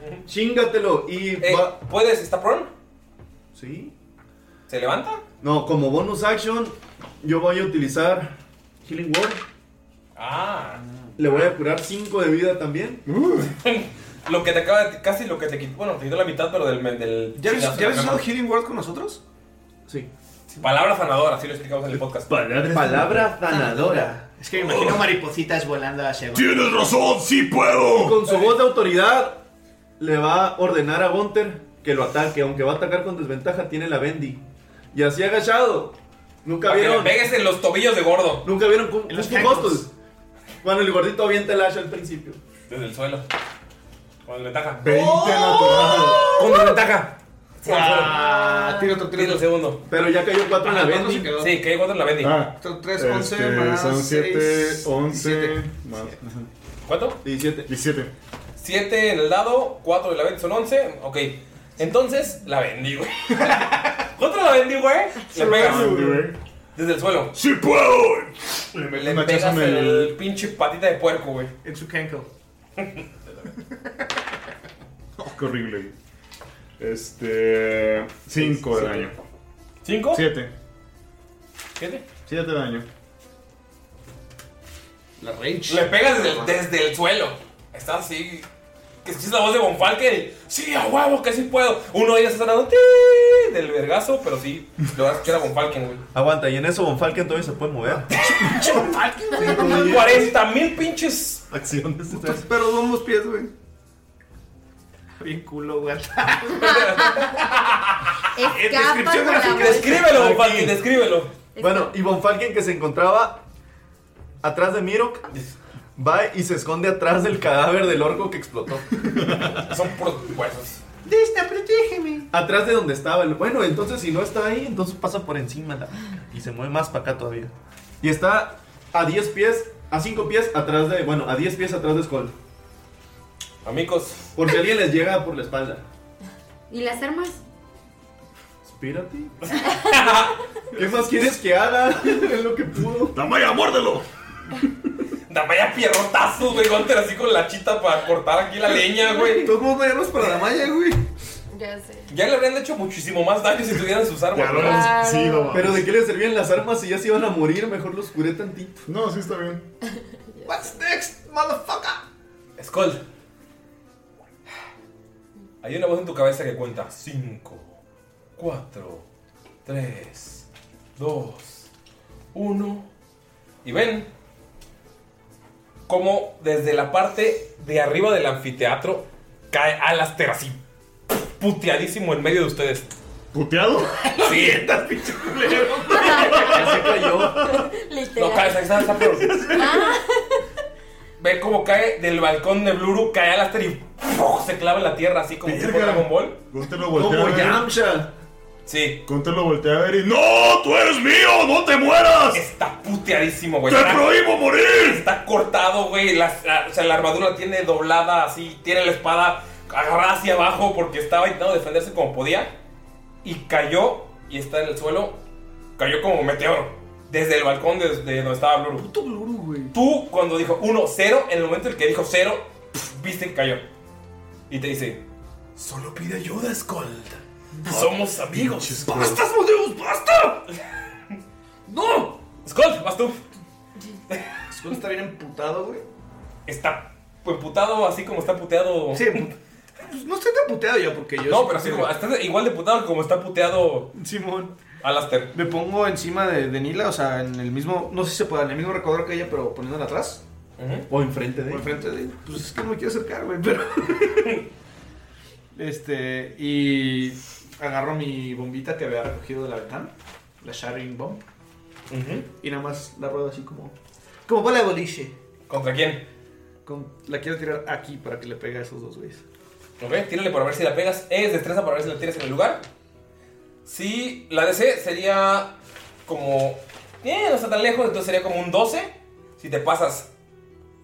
Speaker 1: Eh,
Speaker 3: Chingatelo y va.
Speaker 1: ¿Puedes? ¿Está prone?
Speaker 3: Sí.
Speaker 1: ¿Se levanta?
Speaker 3: No, como bonus action, yo voy a utilizar Healing Word.
Speaker 1: Ah.
Speaker 3: Le voy a curar 5 de vida también.
Speaker 1: Lo que te acaba de. Casi lo que te quitó. Bueno, te quitó la mitad, pero del. del
Speaker 2: ¿Ya habías
Speaker 1: chingazo,
Speaker 2: ya habías
Speaker 1: ¿no?
Speaker 2: usado Healing World con nosotros?
Speaker 3: Sí.
Speaker 1: Palabra sanadora, así lo explicamos en el podcast.
Speaker 3: Palabra sanadora.
Speaker 2: Es que me imagino maripositas volando a Shegon.
Speaker 7: Tienes razón, sí puedo.
Speaker 3: Y con su voz de autoridad, le va a ordenar a Gunter que lo ataque. Aunque va a atacar con desventaja, tiene la Bendy. Y así agachado. Nunca
Speaker 1: Para que le
Speaker 3: vieron.
Speaker 1: pegues en los tobillos de gordo.
Speaker 3: Nunca vieron Kung
Speaker 1: En los
Speaker 3: Kung Fu
Speaker 1: tacos.
Speaker 3: Hostel. Bueno, el gordito avienta el hacha al principio.
Speaker 1: Desde el suelo. Con ventaja.
Speaker 3: 20 ¡Oh!
Speaker 1: natural. Con ventaja.
Speaker 2: Ah, tiro otro, tiro
Speaker 1: el segundo.
Speaker 3: Pero ya cayó 4
Speaker 1: Ah,
Speaker 3: en Ah, la Bendy.
Speaker 1: Sí, cayó 4 en la Bendy.
Speaker 5: Ah,
Speaker 2: Son
Speaker 1: tres,
Speaker 5: este,
Speaker 1: once, más
Speaker 5: Son 7,
Speaker 1: seis,
Speaker 5: 11. Más.
Speaker 1: ¿Cuánto?
Speaker 3: 17.
Speaker 5: 17.
Speaker 1: 7 en el dado, 4 de la Bendy son 11. Ok. Entonces, la Bendy, güey. ¿Cuánto la Bendy, güey? Le pegas. Desde el suelo.
Speaker 7: ¡Sí puedo!
Speaker 1: Le,
Speaker 7: un hachazo
Speaker 1: pegas
Speaker 7: en
Speaker 1: el...
Speaker 7: el-
Speaker 1: pinche patita de puerco, güey.
Speaker 2: En su cankle.
Speaker 5: Oh, qué horrible. güey. Este. 5 de
Speaker 1: Siete.
Speaker 5: daño.
Speaker 1: ¿Cinco?
Speaker 5: 7.
Speaker 1: ¿Siete?
Speaker 5: 7 de daño.
Speaker 2: La rage.
Speaker 1: Le pegas desde el, desde el suelo. Está así. Que escuchas la voz de Bonfalken. Sí, a huevo, que sí puedo. Uno de ellos está sonando "Ti", del vergazo, pero sí. Lo vas a escuchar a Bonfalken, güey.
Speaker 3: Aguanta, y en eso Bonfalken todavía se puede mover.
Speaker 1: Bonfalken, 40 mil pinches.
Speaker 3: Acciones.
Speaker 2: Pero somos pies, güey. Bien culo, güey.
Speaker 4: Escapa con la bolsa.
Speaker 1: Descríbelo, Bonfalken, descríbelo.
Speaker 3: Este. Bueno, y Bonfalken que se encontraba atrás de Mirok, va y se esconde atrás del cadáver del orco que explotó.
Speaker 1: Son puros huesos.
Speaker 2: Disney, protégeme.
Speaker 3: Atrás de donde estaba. el- Bueno, entonces si no está ahí, entonces pasa por encima la- y se mueve más para acá todavía. Y está a 10 pies, a 5 pies atrás de. Bueno, a 10 pies atrás de Skull.
Speaker 1: Amigos.
Speaker 3: Por si alguien les llega por la espalda.
Speaker 4: ¿Y las armas?
Speaker 3: Espírate. ¿Qué más quieres que haga? es lo que pudo.
Speaker 1: ¡Damaya, muérdelo! Damaya pierrotazos, güey. Gunter así con la chita para cortar aquí la leña, güey.
Speaker 2: Todos modos, vayamos para Damaya, güey.
Speaker 6: Ya sé.
Speaker 1: Ya le habrían hecho muchísimo más daño si tuvieran sus armas. güey.
Speaker 3: Pero de qué les servían las armas si ya se iban a morir, mejor los curé tantito.
Speaker 5: No, sí está bien.
Speaker 2: What's next, motherfucker?
Speaker 1: Skull. Hay una voz en tu cabeza que cuenta 5, 4, 3, 2, 1. Y ven como desde la parte de arriba del anfiteatro cae Alastair así puteadísimo en medio de ustedes.
Speaker 5: ¿Puteado?
Speaker 1: Sí, No, cae, está, está, está peor. Ven cómo cae del balcón de Bluru, cae Alastair y ¡puf! se clava en la tierra así como tipo Dragon Ball.
Speaker 5: Gunter lo voltea a ver.
Speaker 1: Sí.
Speaker 5: Gunter lo voltea a ver y. ¡No!
Speaker 1: ¡No,
Speaker 5: ¡Tú eres mío! ¡No te mueras!
Speaker 1: Está puteadísimo, güey.
Speaker 5: ¡Te
Speaker 1: Está-
Speaker 5: prohíbo morir!
Speaker 1: Está cortado, güey. La, la- o sea, la armadura la tiene doblada así. Tiene la espada agarrada hacia abajo porque estaba intentando defenderse como podía. Y cayó y está en el suelo. Cayó como meteoro. Desde el balcón de, de donde estaba Bluru. Tú, cuando dijo 1-0, en el momento en el que dijo 0, viste que cayó. Y te dice: Solo pide ayuda, Skull. Somos amigos. ¡Basta, Asmodeus! ¡Basta! ¡No! Skull, vas tú.
Speaker 2: Skull está bien emputado, güey.
Speaker 1: Está emputado así como está puteado.
Speaker 2: Sí, Pues no estoy tan puteado ya porque yo.
Speaker 1: No, pero así como. Está igual de puteado como está puteado.
Speaker 2: Simón.
Speaker 1: Alastair.
Speaker 2: Me pongo encima de, de Nila, o sea, en el mismo. No sé si se puede, en el mismo recodero que ella, pero poniéndola atrás.
Speaker 3: O enfrente de
Speaker 2: O enfrente de Pues es que no me quiero acercar, güey, pero. este. Y. Agarro mi bombita que había recogido de la ventana. La Sharing Bomb. Y nada más la ruedo así como. Como bola de boliche.
Speaker 1: ¿Contra quién?
Speaker 2: la quiero tirar aquí para que le pegue a esos dos güeyes.
Speaker 1: Ok, tírale para ver si la pegas. Es destreza para ver si la tiras en el lugar. Si la DC sería como. Eh, no está tan lejos, entonces sería como un 12. Si te pasas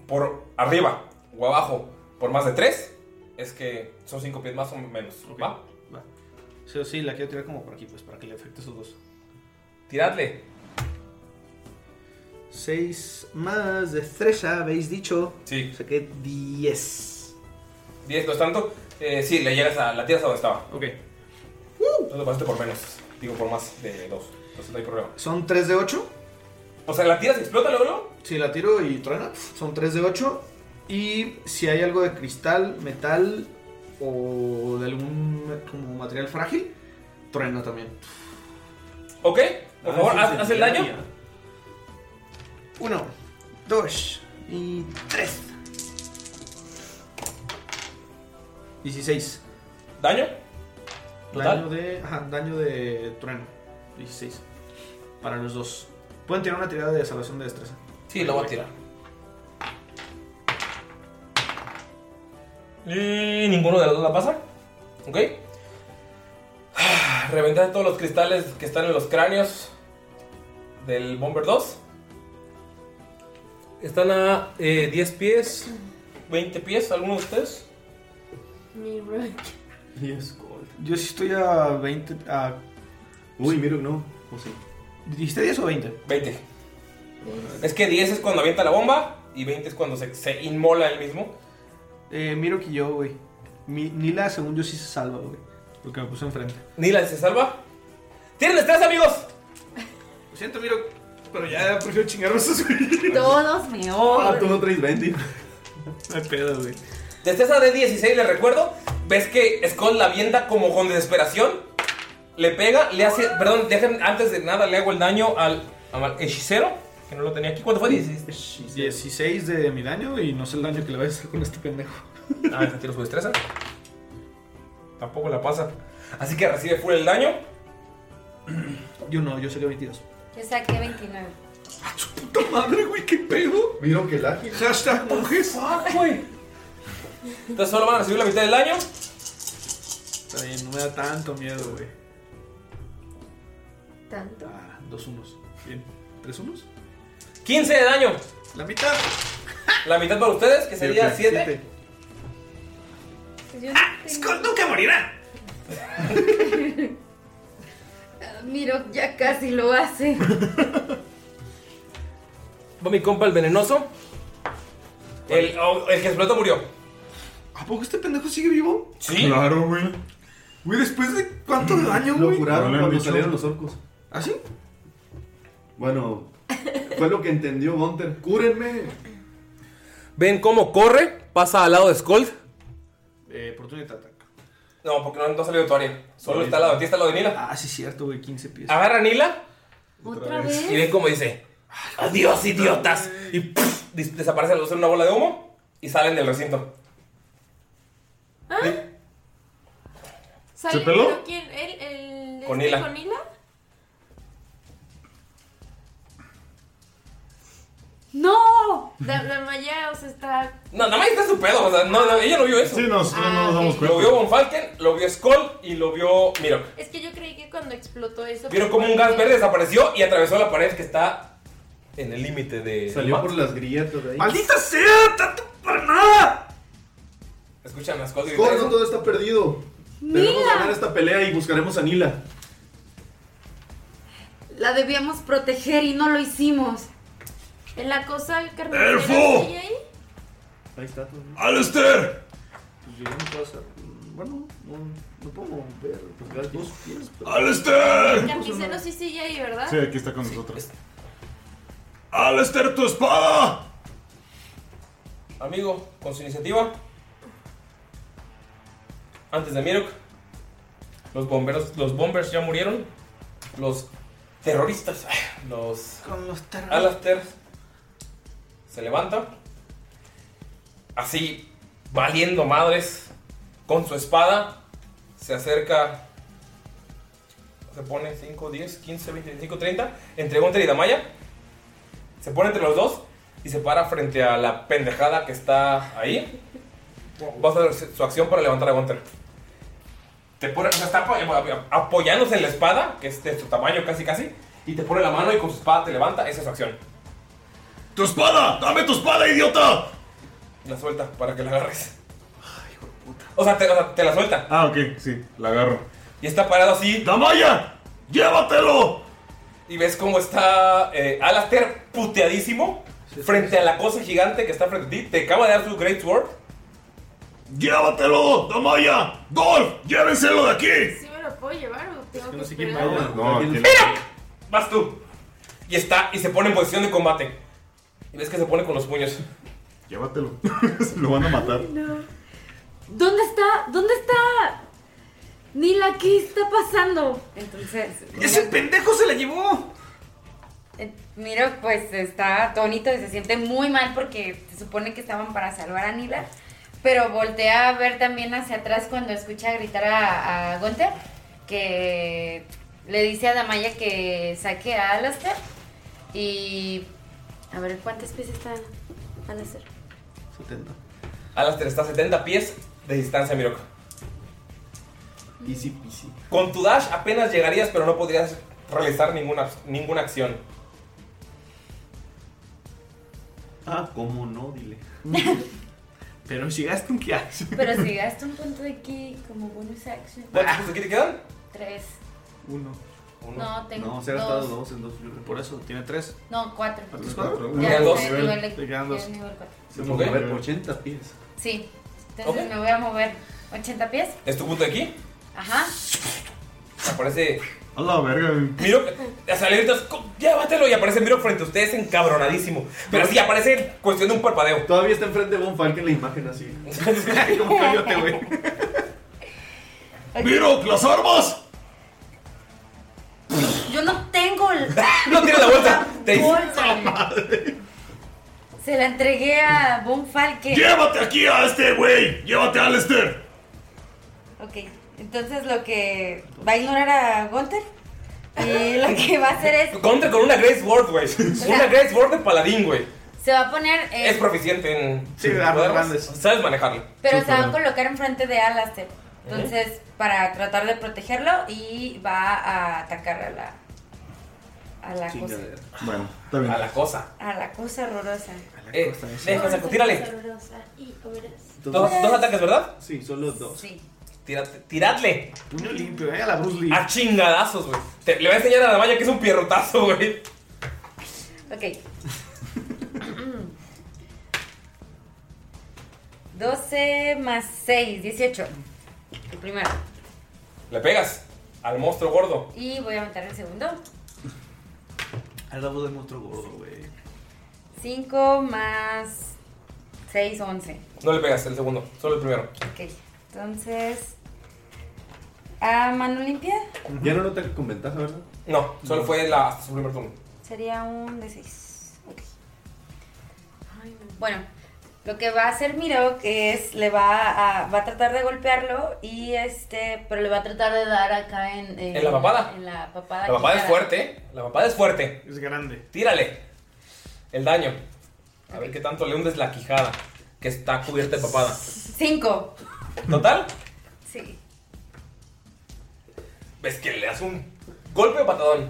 Speaker 1: por arriba o abajo por más de 3, es que son 5 pies más o menos. ¿Va?
Speaker 2: Sí, sí, la quiero tirar como por aquí, pues, para que le afecte a esos dos.
Speaker 1: Tiradle.
Speaker 2: 6 más destreza, habéis dicho.
Speaker 1: Sí.
Speaker 2: Saqué 10.
Speaker 1: 10, no es tanto. Eh, sí, le llegas a, la tiras a donde estaba.
Speaker 2: Ok.
Speaker 1: Entonces lo pasaste por menos. Digo, por más de 2. Entonces no hay problema.
Speaker 2: Son 3 de 8.
Speaker 1: O sea, la tiras y explota luego.
Speaker 2: Sí, la tiro y truena. Son 3 de 8. Y si hay algo de cristal, metal o de algún como material frágil, truena también.
Speaker 1: Ok, por favor, haz, haz el daño.
Speaker 2: 1, 2 y 3. 16.
Speaker 1: ¿Daño? ¿Total?
Speaker 2: Daño de, ajá, daño de trueno. 16. Para los dos. Pueden tirar una tirada de salvación de destreza.
Speaker 1: Sí, lo voy a tirar. Y ninguno de los dos la pasa. ¿Ok? Reventaste todos los cristales que están en los cráneos del Bomber 2. Están a eh, 10 pies, 20 pies, algunos de ustedes.
Speaker 6: Mi rock.
Speaker 2: Yo sí estoy a 20. A...
Speaker 3: Uy, miro, no. O sí.
Speaker 2: ¿Dijiste 10 o 20?
Speaker 1: 20. Es que 10 es cuando avienta la bomba y 20 es cuando se, se inmola el mismo.
Speaker 2: Eh, miro que yo, güey. Mi- Nila, según yo, sí se salva, güey. Porque me puse enfrente.
Speaker 1: Nila se salva. ¡Tienen estrés, amigos!
Speaker 2: Lo siento, miro. Pero ya prefiero chingarme esos güeyes. Ah,
Speaker 11: Todos me odian.
Speaker 3: no traes Bendy.
Speaker 2: No pedo, güey.
Speaker 1: Destreza de 16, les recuerdo. Ves que Skull la avienta como con desesperación. Le pega, le hace. Perdón, dejen, antes de nada le hago el daño al, al hechicero. Que no lo tenía aquí. ¿Cuánto fue? 16.
Speaker 2: 16 de mi daño y no sé el daño que le voy a hacer con este pendejo.
Speaker 1: Ah, este tiro su destreza. Tampoco la pasa. Así que recibe full el daño.
Speaker 2: Yo no, yo sería 22.
Speaker 11: Yo saqué 29.
Speaker 2: ¡Puta madre, güey! ¿Qué pedo?
Speaker 3: Miro que el ágil.
Speaker 2: Hashtag monjes.
Speaker 1: Entonces solo van a recibir la mitad del daño.
Speaker 2: Está bien, no me da tanto miedo, güey.
Speaker 6: Tanto.
Speaker 2: Ah, dos unos. Bien. ¿Tres unos?
Speaker 1: 15 de daño.
Speaker 2: La mitad.
Speaker 1: La mitad para ustedes, que sería
Speaker 2: Ok,
Speaker 1: 7.
Speaker 2: ¡Ah! ¡Skull nunca morirá!
Speaker 14: Ah, Miro, ya casi lo hace.
Speaker 1: Va mi compa el venenoso. El, oh, el que explotó murió.
Speaker 2: ¿A poco este pendejo sigue vivo?
Speaker 1: Sí.
Speaker 11: Claro, güey.
Speaker 2: Güey, después de cuánto daño,
Speaker 3: Lo
Speaker 2: güey.
Speaker 11: No
Speaker 3: curaron
Speaker 11: le han
Speaker 3: cuando
Speaker 11: dicho.
Speaker 3: salieron los orcos.
Speaker 2: ¿Ah, sí?
Speaker 3: Bueno, fue lo que entendió Gunter. ¡Cúrenme!
Speaker 1: Ven cómo corre, pasa al lado de Skold.
Speaker 2: Eh, oportunidad attack.
Speaker 1: No, porque no, no ha salido tu área. Solo está al lado de ti, está al lado de Nila.
Speaker 2: Ah, sí, cierto, güey, 15 pies.
Speaker 1: Agarra a Nila
Speaker 14: ¿Otra vez?
Speaker 1: y ven cómo dice: ¡Adiós, idiotas! Y pff, dis- desaparece la luz en una bola de humo y salen del recinto.
Speaker 6: ¿Sale
Speaker 1: ¿Se peló?
Speaker 6: pero quién? ¿El, el,
Speaker 1: Con
Speaker 6: este
Speaker 1: Hila.
Speaker 6: con Hila? ¡No! La, la Maya, o sea, está.
Speaker 1: No, nada más está su pedo. O sea, no, no, ella no vio eso. Sí,
Speaker 11: no,
Speaker 14: Ah,
Speaker 11: no nos damos
Speaker 1: Lo vio Von Falken, lo vio Skold y lo vio Mirok.
Speaker 6: Es que yo creí que cuando explotó eso. pues,
Speaker 1: Vieron como un gas verde desapareció y atravesó la pared que está en el límite de.
Speaker 3: Salió por las grilletas de ahí.
Speaker 1: ¡Maldita
Speaker 2: sea! ¡Tanto para nada!
Speaker 1: Escuchan a Skold gritar
Speaker 3: Corno,
Speaker 1: eso.
Speaker 3: todo está perdido. Debemos
Speaker 14: Nila.
Speaker 3: ganar esta pelea y buscaremos a Nila.
Speaker 14: La debíamos proteger y no lo hicimos.
Speaker 6: En la cosa
Speaker 14: carnicera
Speaker 7: ¡Elfo!
Speaker 14: sigue ahí.
Speaker 3: Ahí está todo.
Speaker 7: ¡Alistair!
Speaker 2: Pues yo no puedo hacer. Bueno, no, no puedo mover. Pues cada dos pies. pero-
Speaker 6: El
Speaker 7: ¡Alistair!
Speaker 6: carnicero sí sigue ahí, ¿verdad?
Speaker 11: Sí, aquí está con nosotros.
Speaker 7: ¡Alistair, tu espada!
Speaker 1: Amigo, con su iniciativa. Antes de Mirok. Los bomberos, los bombers ya murieron. Los terroristas, los
Speaker 2: Con los terrenos.
Speaker 1: Alastair se levanta. Así, valiendo madres, con su espada, se acerca. Se pone 5, 10, 15, 20, 25, 30. Entre Gunter y Damaya. Se pone entre los dos y se para frente a la pendejada que está ahí. Va a hacer su acción para levantar a Gunter. Te pone, o sea, está apo- apoyándose en la espada, que es de su tamaño casi casi, y te pone la mano y con su espada te levanta. Esa es su acción.
Speaker 7: ¡Tu espada! ¡Dame tu espada, idiota!
Speaker 1: La suelta para que la agarres. O sea, te, o sea, te la suelta.
Speaker 11: Ah, ok, sí, la agarro.
Speaker 1: Y está parado así.
Speaker 7: ¡Damaya! ¡Llévatelo!
Speaker 1: Y ves cómo está eh, Alastair puteadísimo frente a la cosa gigante que está frente a ti. Te acaba de dar su Great Sword.
Speaker 7: ¡Llévatelo, Damaya! ¡Dolph! ¡Llévenselo de aquí!
Speaker 6: ¿Sí me lo puedo llevar o tengo que,
Speaker 1: no sé quién
Speaker 6: esperar?
Speaker 1: vaya.
Speaker 11: No, aquí no.
Speaker 1: Vas tú. Y está, y se pone en posición de combate. Y ves que se pone con los puños.
Speaker 11: Llévatelo. Lo van a matar.
Speaker 14: ¿Dónde está? ¿Dónde está? Nila, ¿qué está pasando? Entonces.
Speaker 2: ¡Ese pendejo se la llevó!
Speaker 4: Eh, Miro, pues está atónito y se siente muy mal porque se supone que estaban para salvar a Nila. Pero voltea a ver también hacia atrás cuando escucha gritar a, a Gunther, que le dice a Damaya que saque a Alastair. Y a ver, ¿cuántas piezas está Alastair?
Speaker 2: 70.
Speaker 1: Alastair está a 70 pies de distancia, Mirok.
Speaker 3: Easy peasy.
Speaker 1: Con tu dash apenas llegarías, pero no podrías realizar ninguna, ninguna acción.
Speaker 3: Ah, cómo no, dile.
Speaker 2: Pero si gastan, ¿qué haces?
Speaker 4: Pero si gasta un punto de aquí como bonus action.
Speaker 1: ¿Cuántos puntos aquí te quedan?
Speaker 4: Tres.
Speaker 2: Uno.
Speaker 4: No, tengo
Speaker 2: No,
Speaker 4: se ha gastado dos.
Speaker 2: en dos. Por eso, tiene tres.
Speaker 4: No, cuatro.
Speaker 2: ¿Cuántos cuatro?
Speaker 4: Ya,
Speaker 2: Quedan dos.
Speaker 4: ya es nivel-
Speaker 2: Te
Speaker 4: ya
Speaker 2: quedan dos.
Speaker 4: es nivel cuatro.
Speaker 3: Se puede mover por 80 pies.
Speaker 4: Sí, entonces me voy a mover 80 pies.
Speaker 1: ¿Es tu punto de aquí?
Speaker 4: Ajá.
Speaker 1: Aparece.
Speaker 11: A la verga, güey.
Speaker 1: Miro, o sea, le gritas, "Co- llévatelo. Y aparece Miro frente a ustedes encabronadísimo. Pero sí, aparece en cuestión de un parpadeo.
Speaker 3: Todavía está enfrente de Von Falken la imagen así.
Speaker 1: Como coyote,
Speaker 2: güey.
Speaker 7: ¡Miro, las armas!
Speaker 4: Yo no tengo el-
Speaker 1: No tiene la bolsa. Te dice,
Speaker 4: Se la entregué a Von Falke.
Speaker 7: ¡Llévate aquí a este güey! ¡Llévate a Alistair!
Speaker 4: Ok, entonces lo que va a ignorar a Gunther. Y lo que va a hacer es.
Speaker 1: Contra con una Grace Ward, güey. Una Grace Ward de paladín, güey.
Speaker 4: Se va a poner. eh,
Speaker 1: Es proficiente en.
Speaker 2: Sí, armas
Speaker 1: Sabes manejarlo.
Speaker 4: Pero se va a colocar enfrente de Alastair.
Speaker 11: Entonces, para tratar de protegerlo y va a atacar a la. A la cosa.
Speaker 5: Bueno, está bien.
Speaker 1: A la cosa.
Speaker 11: A la cosa horrorosa.
Speaker 1: Eh, deja, saco, tírale. Dos,
Speaker 11: Entonces-
Speaker 1: dos ataques, ¿verdad?
Speaker 3: Sí, son los dos.
Speaker 11: Sí.
Speaker 1: Tírate, tiradle.
Speaker 2: Puño limpio, eh, a la Bruce Lee.
Speaker 1: A chingadazos, güey. Te- Le voy a enseñar a la malla que es un pierrotazo, güey.
Speaker 11: Ok. 12 más 6, 18. El primero.
Speaker 1: Le pegas al monstruo gordo.
Speaker 11: Y voy a aumentar el segundo.
Speaker 2: Al lado del monstruo gordo, güey.
Speaker 11: 5 más 6, 11.
Speaker 1: No le pegas el segundo, solo el primero.
Speaker 11: Ok. Entonces. A mano limpia
Speaker 3: Ya no lo te con ventaja, ¿verdad?
Speaker 1: No, solo fue la, hasta su primer turno.
Speaker 11: sería un de 6. Ok. Bueno, lo que va a hacer Miro que es le va a, va a tratar de golpearlo y este, pero le va a tratar de dar acá en, eh,
Speaker 1: ¿En la papada?
Speaker 11: En la papada.
Speaker 4: Ah,
Speaker 1: La papada es
Speaker 11: quijada.
Speaker 1: fuerte, ¿eh? La papada es fuerte. Es grande. Tírale. El daño. A ver qué tanto le hundes la quijada, que está cubierta de papada.
Speaker 11: Cinco.
Speaker 1: ¿Total?
Speaker 11: Sí.
Speaker 1: Ves que le das un golpe o patadón.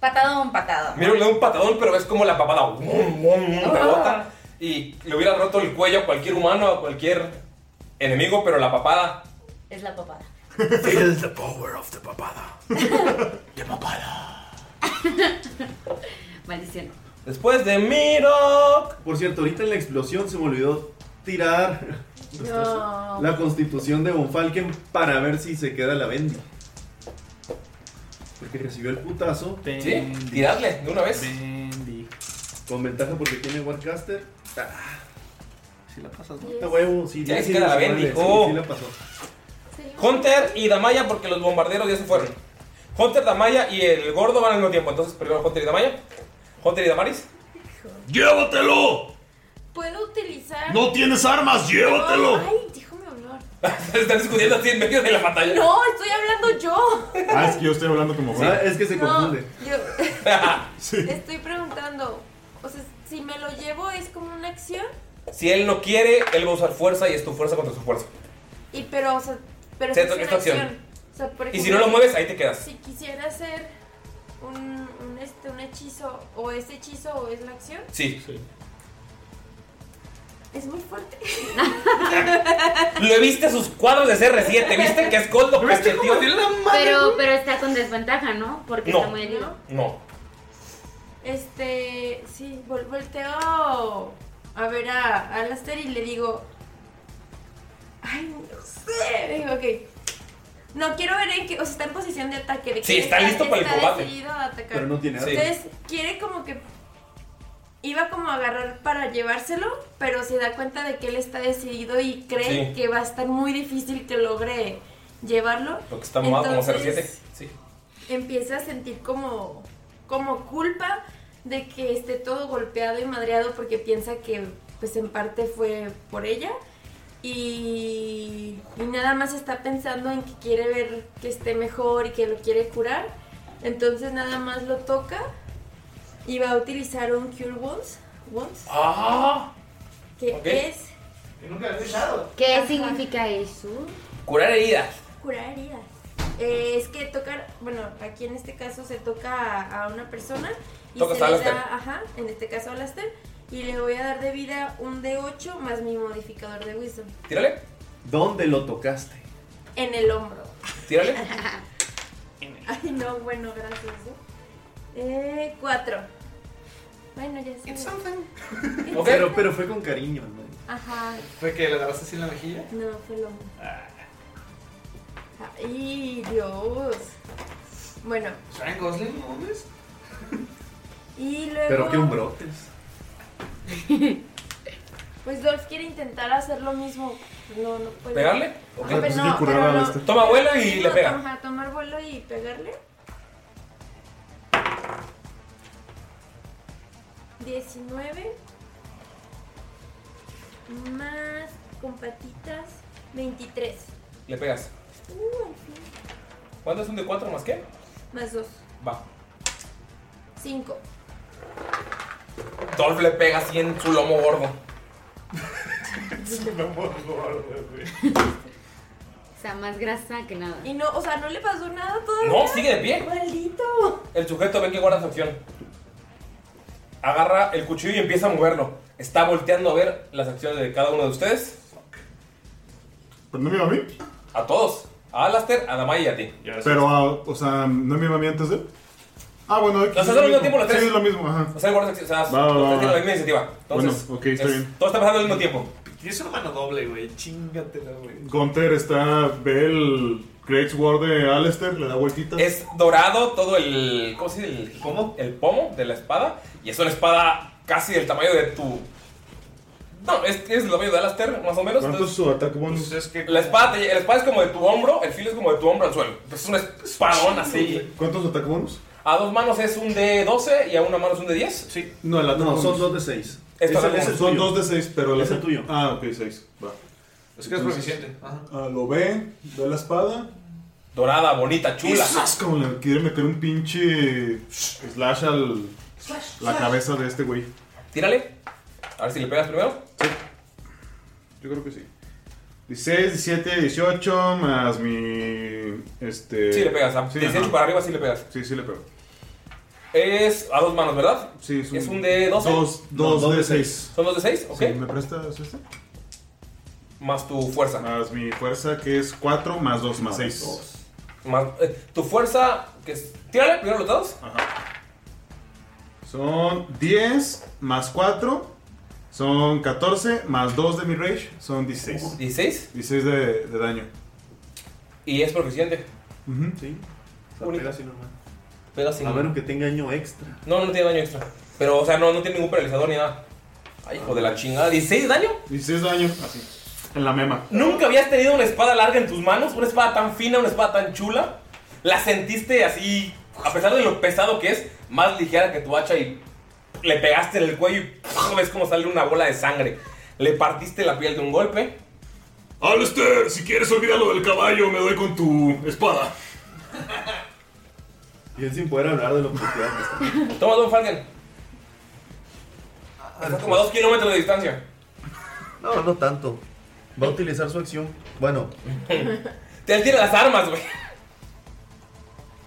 Speaker 11: Patadón, patadón.
Speaker 1: Miro le da un patadón, pero ves como la papada ¡um,
Speaker 6: Ah.
Speaker 1: um, um! rebota y le hubiera roto el cuello a cualquier humano, a cualquier enemigo, pero la papada.
Speaker 11: Es la papada.
Speaker 1: Feel the power of the papada. The papada.
Speaker 11: Maldición.
Speaker 1: Después de Miro.
Speaker 3: Por cierto, ahorita en la explosión se me olvidó tirar
Speaker 6: No.
Speaker 3: la constitución de Bonfalken para ver si se queda la Bendy. Porque recibió el putazo.
Speaker 1: Sí, tiradle de una vez.
Speaker 3: Con ventaja porque tiene Warcaster. Ah.
Speaker 2: Si la pasas,
Speaker 3: ¿no? Está huevo, sí,
Speaker 1: Ya
Speaker 3: diez,
Speaker 1: se queda la
Speaker 3: diecinueve,
Speaker 1: Bendy.
Speaker 3: sí,
Speaker 1: Oh.
Speaker 3: sí la pasó.
Speaker 1: Hunter y Damaya porque los bombarderos ya se fueron. Hunter, Damaya y el gordo van al mismo tiempo. Entonces primero Hunter y Damaya. Hunter y Damaris.
Speaker 7: ¡Llévatelo!
Speaker 6: ¿Puedo utilizar?
Speaker 7: ¡No tienes armas! ¡Llévatelo!
Speaker 6: No, ay, déjame hablar.
Speaker 1: Están discutiendo así en medio de la batalla.
Speaker 6: No, estoy hablando yo.
Speaker 5: Ah, es que yo estoy hablando como Juan.
Speaker 3: es que se
Speaker 6: No,
Speaker 5: confunde.
Speaker 6: Yo estoy preguntando. O sea, si me lo llevo es como una acción.
Speaker 1: Si él no quiere, él va a usar fuerza y es tu fuerza contra su fuerza.
Speaker 6: Y pero, o sea, pero
Speaker 1: Sí,
Speaker 6: es
Speaker 1: esta
Speaker 6: una
Speaker 1: acción.
Speaker 6: O sea, por
Speaker 1: Y si no lo mueves, ahí te quedas.
Speaker 6: Si quisiera hacer un, un, este, un hechizo, o es hechizo o es la acción,
Speaker 1: Sí.
Speaker 6: es muy fuerte.
Speaker 1: Lo viste sus cuadros de CR7. ¿Viste que es Cold lo cacheteó?
Speaker 4: Pero, pero está con desventaja, ¿no? Porque
Speaker 1: No.
Speaker 4: está muy herido.
Speaker 1: No.
Speaker 6: Este, sí, vol- volteo a ver a, a Alastair y le digo, ay, no sé, digo, ok. No quiero ver en qué, o sea, está en posición de ataque. De
Speaker 1: Sí,
Speaker 6: que
Speaker 1: está listo para el
Speaker 6: está
Speaker 1: combate.
Speaker 6: decidido a atacar.
Speaker 1: Pero no tiene arma.
Speaker 6: Entonces, quiere como que, iba como a agarrar para llevárselo, pero se da cuenta de que él está decidido y cree
Speaker 1: Sí.
Speaker 6: que va a estar muy difícil que logre llevarlo.
Speaker 1: Porque está mamado como
Speaker 6: Entonces,
Speaker 1: CR7. Sí.
Speaker 6: empieza a sentir como, como culpa de que esté todo golpeado y madreado porque piensa que pues en parte fue por ella y, y nada más está pensando en que quiere ver que esté mejor y que lo quiere curar. Entonces nada más lo toca y va a utilizar un Cure Wounds. Wounds
Speaker 1: Ah.
Speaker 6: que
Speaker 1: ok.
Speaker 6: es
Speaker 2: Nunca lo he usado.
Speaker 4: ¿Qué
Speaker 6: Ajá.
Speaker 4: significa eso?
Speaker 1: Curar heridas.
Speaker 6: Curar heridas. Eh, es que tocar, bueno, aquí en este caso se toca a, a una persona y
Speaker 1: Tocas
Speaker 6: se
Speaker 1: a
Speaker 6: le
Speaker 1: Alastair.
Speaker 6: da, ajá, en este caso a Alastair, y le voy a dar de vida un D8 más mi modificador de Wisdom
Speaker 1: Tírale.
Speaker 3: ¿Dónde lo tocaste?
Speaker 6: en el hombro.
Speaker 1: Tírale.
Speaker 6: Ay, no, bueno, gracias. ¿eh? Eh, cuatro. Bueno, ya sé.
Speaker 3: Pero, pero fue con cariño, ¿no?
Speaker 6: Ajá,
Speaker 2: ¿Fue que le agarraste así en la mejilla?
Speaker 6: no, fue el hombro. Ay, Dios. Bueno,
Speaker 2: ¿Saben Gosling, no mames?
Speaker 6: y luego.
Speaker 3: hombrotes.
Speaker 6: Pues Dolph quiere intentar hacer lo mismo. No, no puede.
Speaker 1: ¿Pegarle? Ok.
Speaker 6: Ah, pero no, pero no.
Speaker 1: Toma vuelo y le
Speaker 6: No,
Speaker 1: pega.
Speaker 6: toma- tomar vuelo y pegarle. 19 más con patitas 23
Speaker 1: Le pegas.
Speaker 6: Uh, al fin.
Speaker 1: ¿Cuánto es un de 4 más qué?
Speaker 6: más 2
Speaker 1: Va.
Speaker 6: 5
Speaker 1: Dolph le pega así en su lomo gordo.
Speaker 2: Es un amor gordo, güey.
Speaker 4: O sea, más grasa que nada.
Speaker 6: Y no, o sea, no le pasó nada todavía.
Speaker 1: No, sigue de pie.
Speaker 6: Maldito.
Speaker 1: El sujeto ve que guarda su acción. Agarra el cuchillo y empieza a moverlo. Está volteando a ver las acciones de cada uno de ustedes.
Speaker 5: ¿Pero no me iba a mí?
Speaker 1: A todos. A Alastair, a Damaya y a ti.
Speaker 5: Pero, ah, o sea, ¿no me iba a mí antes de él? Ah, bueno,
Speaker 1: O sea, son al mismo tiempo los tres.
Speaker 5: Sí, es lo mismo, ajá.
Speaker 1: O sea, el guarda su acción. O sea,
Speaker 5: Va, va,
Speaker 1: los
Speaker 5: va,
Speaker 1: tres tienen
Speaker 5: va.
Speaker 1: la misma iniciativa. Entonces,
Speaker 5: bueno, ok, está
Speaker 1: es-
Speaker 5: bien.
Speaker 1: todo está pasando al mismo tiempo.
Speaker 2: Tienes una mano doble, güey. Chingatela, güey.
Speaker 5: Gunther está, ve el Great Sword de Alistair, le da vueltita.
Speaker 1: Es dorado todo el. ¿Cómo se dice? El pomo. El pomo de la espada. Y es una espada casi del tamaño de tu. No, es, es el tamaño de Alastair, más o menos.
Speaker 5: ¿Cuánto es
Speaker 1: Entonces,
Speaker 5: su ataque bonus?
Speaker 1: la, espada te- la espada es como de tu hombro, el filo es como de tu hombro al suelo. Entonces, es una espadón así.
Speaker 5: ¿Cuánto es su ataque bonus?
Speaker 1: A dos manos es un de 12 y a una mano es un de 10.
Speaker 2: Sí.
Speaker 5: No, el ataque
Speaker 3: No,
Speaker 5: bonus.
Speaker 3: son dos de seis.
Speaker 1: Es
Speaker 5: Ese-
Speaker 1: para-
Speaker 5: ese
Speaker 1: es el
Speaker 5: son
Speaker 1: tuyo.
Speaker 5: dos de seis, pero el
Speaker 3: Es el
Speaker 5: ata-
Speaker 3: tuyo.
Speaker 5: Ah, ok, seis. Va.
Speaker 2: Es que es
Speaker 5: Entonces,
Speaker 2: proficiente. Ajá.
Speaker 5: ah, lo ve, ve la espada.
Speaker 1: Dorada, bonita, chula.
Speaker 5: Y ¡zas! Como le quiere meter un pinche slash al.
Speaker 1: Slash,
Speaker 5: la
Speaker 1: slash.
Speaker 5: cabeza de este güey.
Speaker 1: Tírale. A ver si le pegas primero.
Speaker 5: Yo creo que sí. 16, 17, 18, más mi. Este.
Speaker 1: Sí, le pegas. A
Speaker 5: Sí,
Speaker 1: 18
Speaker 5: ajá.
Speaker 1: para arriba sí le pegas.
Speaker 5: Sí, sí le pego.
Speaker 1: Es a dos manos, ¿verdad?
Speaker 5: Sí, es un,
Speaker 1: ¿Es un de 12?
Speaker 5: Dos, dos,
Speaker 1: No, dos
Speaker 5: de,
Speaker 1: de
Speaker 5: 6.
Speaker 1: seis. ¿Son dos de seis? Ok.
Speaker 5: ¿Me prestas este?
Speaker 1: Más tu fuerza.
Speaker 5: Más mi fuerza, que es 4, más 2, más 6.
Speaker 1: Más, eh, tu fuerza. Que es, tírale primero los dados.
Speaker 5: Son 10, más 4, son 14, más 2 de mi rage, son 16.
Speaker 1: ¿16?
Speaker 5: 16 de, de daño.
Speaker 1: Y es proficiente.
Speaker 5: Ujú.
Speaker 3: Sí. O sea,
Speaker 1: Bonito.
Speaker 3: pega así normal.
Speaker 1: Pega así.
Speaker 3: A menos que tenga año extra.
Speaker 1: No, no tiene daño extra. Pero, o sea, no, no tiene ningún paralizador ni nada. Ay, hijo de la chingada. ¿16 daño?
Speaker 5: 16 daño, así. En la mema.
Speaker 1: ¿Nunca habías tenido una espada larga en tus manos? ¿Una espada tan fina, una espada tan chula? ¿La sentiste así, a pesar de lo pesado que es, más ligera que tu hacha y le pegaste en el cuello y ¡puf! ves cómo sale una bola de sangre? ¿Le partiste la piel de un golpe?
Speaker 7: Alistair, si quieres olvidarlo del caballo, me doy con tu espada.
Speaker 3: Y él sin poder hablar de lo puteado que está.
Speaker 1: Toma, Don Falken. Está como a dos kilómetros de distancia.
Speaker 3: No, no tanto. Va a utilizar su acción. Bueno,
Speaker 1: Te él tira las armas, güey.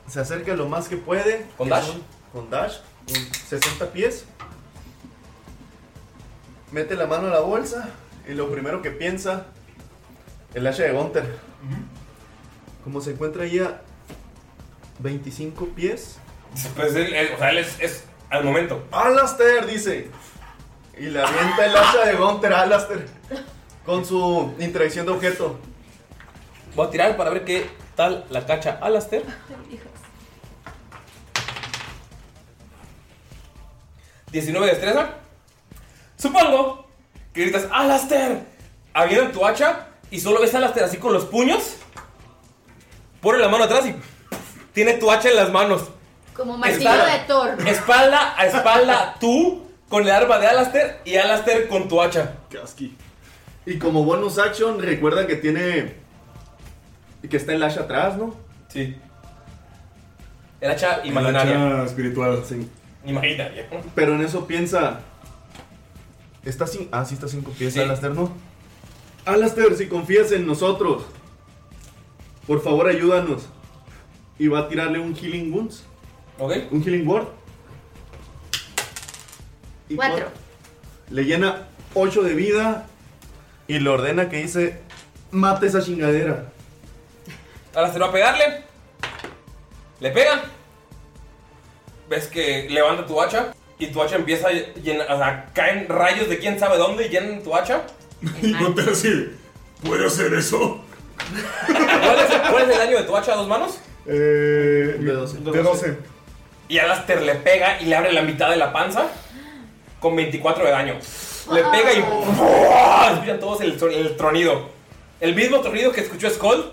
Speaker 3: se acerca lo más que puede.
Speaker 1: ¿Con
Speaker 3: que
Speaker 1: dash?
Speaker 3: son- Con dash. con 60 pies. Mete la mano a la bolsa. Y lo primero que piensa. El hacha de Gunter. Como se encuentra ahí a 25 pies.
Speaker 1: Pues él, él- o sea, él es, es al momento.
Speaker 3: Alastair dice. Y le avienta el hacha de Gunter a Alastair. Con su interacción de objeto.
Speaker 1: Voy a tirar para ver qué tal la cacha Alastair.
Speaker 6: Hijos.
Speaker 1: 19 de destreza. Supongo que gritas, Alastair, avientan tu hacha y solo ves a Alastair así con los puños. Pone la mano atrás y tiene tu hacha en las manos.
Speaker 4: Como martillo
Speaker 1: Espada.
Speaker 4: de Thor.
Speaker 1: Espalda a espalda tú con el arma de Alastair y Alastair con tu hacha.
Speaker 3: Y como bonus action, recuerda que tiene. y que está el hacha atrás, ¿no? Ah,
Speaker 1: Sí. El hacha imaginaria.
Speaker 5: espiritual.
Speaker 3: Sí.
Speaker 1: Imaginaria.
Speaker 3: Pero en eso piensa. Está sin. Ah, sí, está cinco pies. Alastair, ¿no? Alastair, si confías en nosotros, por favor ayúdanos. Y va a tirarle un Healing Wounds.
Speaker 1: ¿Ok?
Speaker 3: Un Healing Word. Y
Speaker 4: Cuatro.
Speaker 3: Le llena 8 de vida. Y le ordena que dice: Mate esa chingadera.
Speaker 1: Alastair va a pegarle. Le pega. Ves que levanta tu hacha y tu hacha empieza a llenar. O sea, caen rayos de quién sabe dónde y llenan tu hacha.
Speaker 7: Y Gunther así, ¿puede hacer eso?
Speaker 1: ¿Cuál es, cuál es el daño de tu hacha a dos manos?
Speaker 5: Eh, de
Speaker 3: 12.
Speaker 5: De 12.
Speaker 1: Y Alastair le pega y le abre la mitad de la panza con 24 de daño. Le pega y ¡buah! escuchan todos el, tro- el tronido. El mismo tronido que escuchó Skull.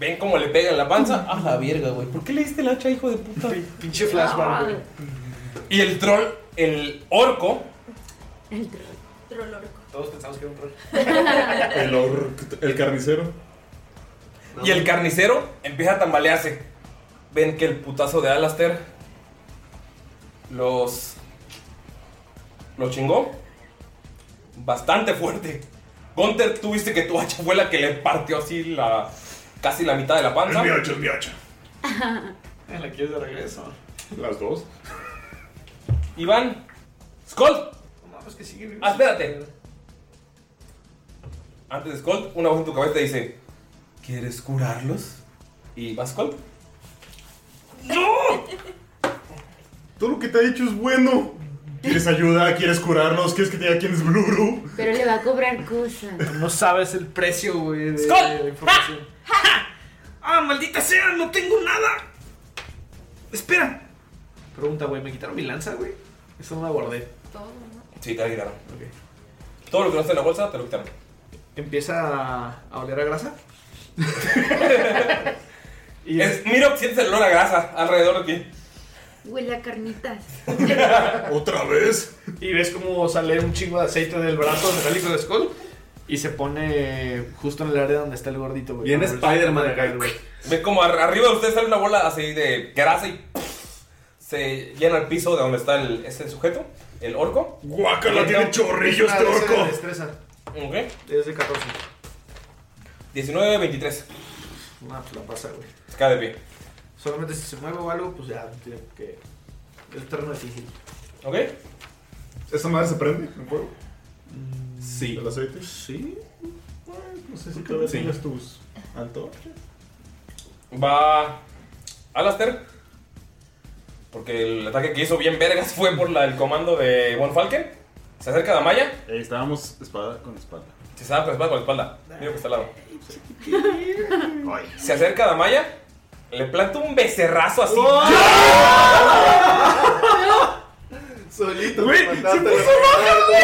Speaker 1: Ven cómo le pega en la panza. A la verga, güey. ¿Por qué le diste el hacha, hijo de puta?
Speaker 2: Pinche flashback, güey.
Speaker 1: Y el troll, el orco,
Speaker 4: El troll.
Speaker 2: Todos pensamos que era un troll.
Speaker 5: El, or- el carnicero.
Speaker 1: Y el carnicero empieza a tambalearse. Ven que el putazo de Alastair los. los chingó. Bastante fuerte. Gunther, tuviste que tu hacha fue la que le partió así la, casi la mitad de la panza.
Speaker 15: Es mi hacha, es mi hacha.
Speaker 2: ¿La quieres de regreso?
Speaker 15: Las dos.
Speaker 1: Iván. ¡Skull!
Speaker 2: Vamos que sigue.
Speaker 1: Ah, espérate. Antes de Skull, una voz en tu cabeza te dice: ¿Quieres curarlos? Y va Skull.
Speaker 5: Todo lo que te ha dicho es bueno. ¿Quieres ayuda? ¿Quieres curarnos? ¿Quieres que te diga quién es Blue Blue?
Speaker 16: Pero le va a cobrar cosas.
Speaker 2: No sabes el precio, güey,
Speaker 5: Eh,
Speaker 2: de
Speaker 1: ¡Skull!
Speaker 2: de la información.
Speaker 1: ¡Ah, maldita sea! ¡No tengo nada! Espera.
Speaker 2: Pregunta, güey, ¿me quitaron mi lanza, güey? Eso no la guardé.
Speaker 1: Sí, te la quitaron. Todo lo que no está en la bolsa te lo quitaron.
Speaker 2: Empieza a, a oler a grasa.
Speaker 1: Es- mira, sientes el olor a grasa alrededor de ti.
Speaker 17: Huele a carnitas.
Speaker 2: ¿Otra vez? Y ves cómo sale un chingo de aceite del brazo metálico de Skull y se pone justo en el área donde está el gordito, güey.
Speaker 1: Viene
Speaker 2: Como el-
Speaker 1: Spider-Man
Speaker 2: como el- güey.
Speaker 1: Ve como ar- arriba de ustedes sale una bola así de grasa y ¡puff! se llena el piso de donde está el, ese sujeto, el orco.
Speaker 15: Guácala, tiene chorrillos
Speaker 2: Es
Speaker 15: este
Speaker 2: una de esas de
Speaker 15: orco.
Speaker 2: destreza.
Speaker 1: Ok.
Speaker 2: Es de 14.
Speaker 1: 19, 23.
Speaker 2: No, pues la pasa, güey.
Speaker 1: Se cae de pie.
Speaker 2: Solamente si se mueve o algo, pues ya tiene que. El terreno es difícil.
Speaker 1: ¿Ok?
Speaker 5: ¿Esa madre se prende en fuego?
Speaker 1: Sí.
Speaker 5: ¿El aceite?
Speaker 2: Sí.
Speaker 5: No sé si todavía
Speaker 1: Sí.
Speaker 5: tienes tus antorchas.
Speaker 1: Va Alastair. Porque el ataque que hizo bien vergas fue por la- el comando de Von Falken. Se acerca a Damaya.
Speaker 5: Eh, estábamos espada con espada.
Speaker 1: Se sabe con la espalda, con la espalda. Mira que está al lado. Se acerca a Damaya. Le planta un becerrazo así.
Speaker 3: Solito.
Speaker 1: Güey,
Speaker 3: te
Speaker 1: se
Speaker 3: mataste
Speaker 1: puso roja, güey.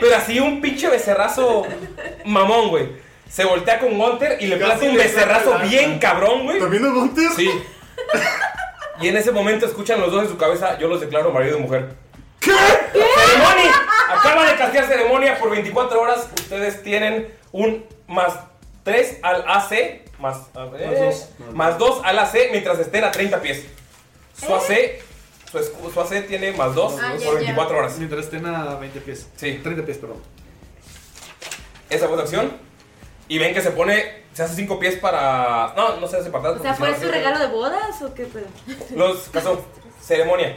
Speaker 1: Pero así un pinche becerrazo mamón, güey. Se voltea con Gunter y le
Speaker 5: Casi
Speaker 1: planta un
Speaker 5: le saca
Speaker 1: becerrazo
Speaker 5: el arma.
Speaker 1: bien cabrón, güey.
Speaker 5: ¿También a Gunter?
Speaker 1: Sí. Y en ese momento escuchan los dos en su cabeza, yo los declaro marido y mujer. ¿Qué? ¡Ceremonia! Acaba de castear ceremonia por 24 horas. Ustedes tienen un más 3 al AC, más, a ver,
Speaker 2: Más dos.
Speaker 1: más 2 al AC mientras estén a 30 pies. Su AC, su, escu- su AC tiene más 2
Speaker 2: ¿Eh? Ah, ya,
Speaker 1: por
Speaker 2: ya.
Speaker 1: 24 horas.
Speaker 2: Mientras estén a 20 pies.
Speaker 1: Sí.
Speaker 2: 30 pies, perdón.
Speaker 1: Esa fue su acción. Y ven que se pone, se hace 5 pies para. No, no se hace para atrás.
Speaker 17: O sea,
Speaker 1: porque
Speaker 17: ¿fue
Speaker 1: si
Speaker 17: su
Speaker 1: no-
Speaker 17: regalo de bodas o qué pedo?
Speaker 1: Los casos, ceremonia.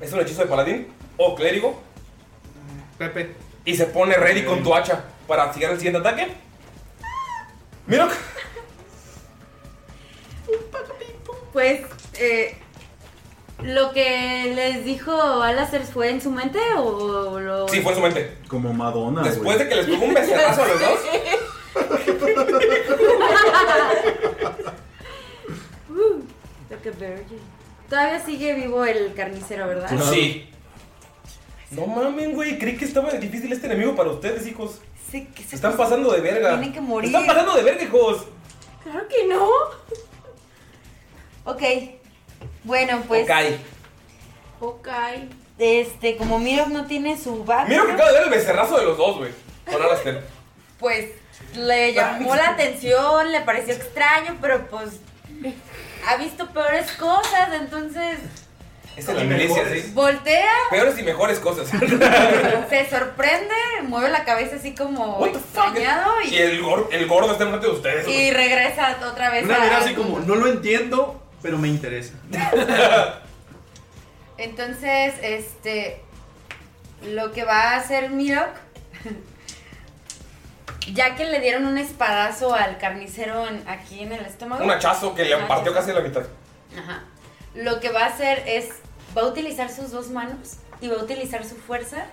Speaker 1: Es un hechizo de paladín o clérigo.
Speaker 2: Pepe.
Speaker 1: Y se pone ready con tu hacha para activar el siguiente ataque. Mira.
Speaker 16: Pues eh, lo que les dijo Alacer fue en su mente o lo
Speaker 1: Sí, fue en su mente.
Speaker 5: Como Madonna.
Speaker 1: Después de que les pegó un becerrazo a los dos.
Speaker 16: Uh, like a virgin. Todavía sigue vivo el carnicero, ¿verdad?
Speaker 1: Sí. No mamen, güey. Creí que estaba difícil este enemigo para ustedes, hijos.
Speaker 4: Sí, que se
Speaker 1: Están pasando de verga.
Speaker 4: Tienen que morir.
Speaker 1: Están pasando de verga, hijos.
Speaker 4: Claro que no. Ok. Bueno, pues.
Speaker 1: Ok.
Speaker 4: Ok. Este, como Mirok no tiene su background,
Speaker 1: Mira que acaba de ver el becerrazo de los dos, güey. Con Alastair.
Speaker 4: pues le llamó la atención, le pareció extraño, pero pues ha visto peores cosas, entonces
Speaker 1: Esta es la milicia, sí.
Speaker 4: voltea,
Speaker 1: Peores y mejores cosas.
Speaker 4: se sorprende, mueve la cabeza así como extrañado
Speaker 1: y
Speaker 4: y,
Speaker 1: el, gor- el gordo está enfrente de ustedes.
Speaker 4: y regresa otra vez
Speaker 3: Una mirada
Speaker 4: a...
Speaker 3: así como, no lo entiendo, pero me interesa.
Speaker 4: Entonces, este. Lo que va a hacer Mirok. Ya que le dieron un espadazo al carnicero en- aquí en el estómago.
Speaker 1: Un hachazo que le
Speaker 4: Un
Speaker 1: partió
Speaker 4: hachazo.
Speaker 1: casi la mitad.
Speaker 4: Ajá. Lo que va a hacer es. Va a utilizar sus dos manos y va a utilizar su fuerza.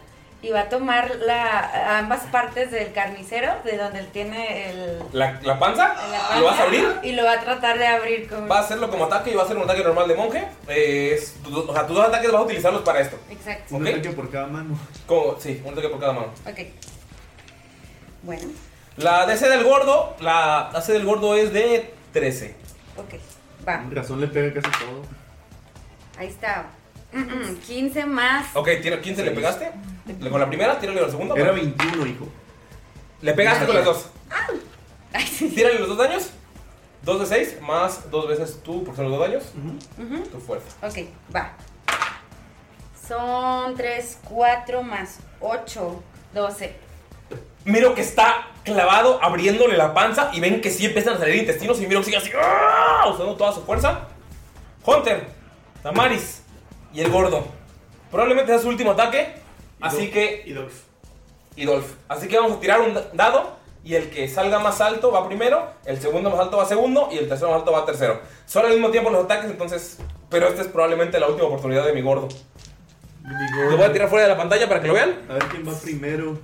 Speaker 4: Y va a tomar la, ambas partes del carnicero, de donde tiene el.
Speaker 1: La, la panza,
Speaker 4: la
Speaker 1: ¿lo vas
Speaker 4: panza,
Speaker 1: a abrir?
Speaker 4: Y lo va a tratar de abrir con.
Speaker 1: Va a hacerlo como ataque y va a hacer un ataque normal de monje. Eh, es- tu- o sea, tus dos ataques vas a utilizarlos para esto.
Speaker 4: Exacto.
Speaker 1: Un ataque
Speaker 3: por cada mano.
Speaker 1: Sí, un ataque por cada mano.
Speaker 4: Ok. Bueno,
Speaker 1: La DC del gordo, la AC del gordo es de 13.
Speaker 4: ok. Va.
Speaker 3: Razón le pega casi todo.
Speaker 4: Ahí está. 15 más.
Speaker 1: Ok, tiene 15 le pegaste. Le- Con la primera, tírale con la segunda.
Speaker 3: Era
Speaker 1: pero-
Speaker 3: 21, hijo.
Speaker 1: Le pegaste con las dos. Tírale los dos daños. 2 de 6 más dos veces tú, porque son los dos daños.
Speaker 4: Ujú.
Speaker 1: Tu fuerza.
Speaker 4: Ok, va. Son 3, 4 más 8, 12.
Speaker 1: miro que está clavado abriéndole la panza y ven que sí empiezan a salir intestinos y miro que sigue así ¡ah! usando toda su fuerza. Hunter, Tamaris y el gordo. Probablemente sea su último ataque, así que... Y Dolph. Y Dolph. Así que vamos a tirar un dado y el que salga más alto va primero, el segundo más alto va segundo y el tercero más alto va tercero. Solo al mismo tiempo los ataques, entonces... Pero esta es probablemente la última oportunidad de mi gordo. Lo voy a tirar fuera de la pantalla para que lo vean. A ver quién va primero.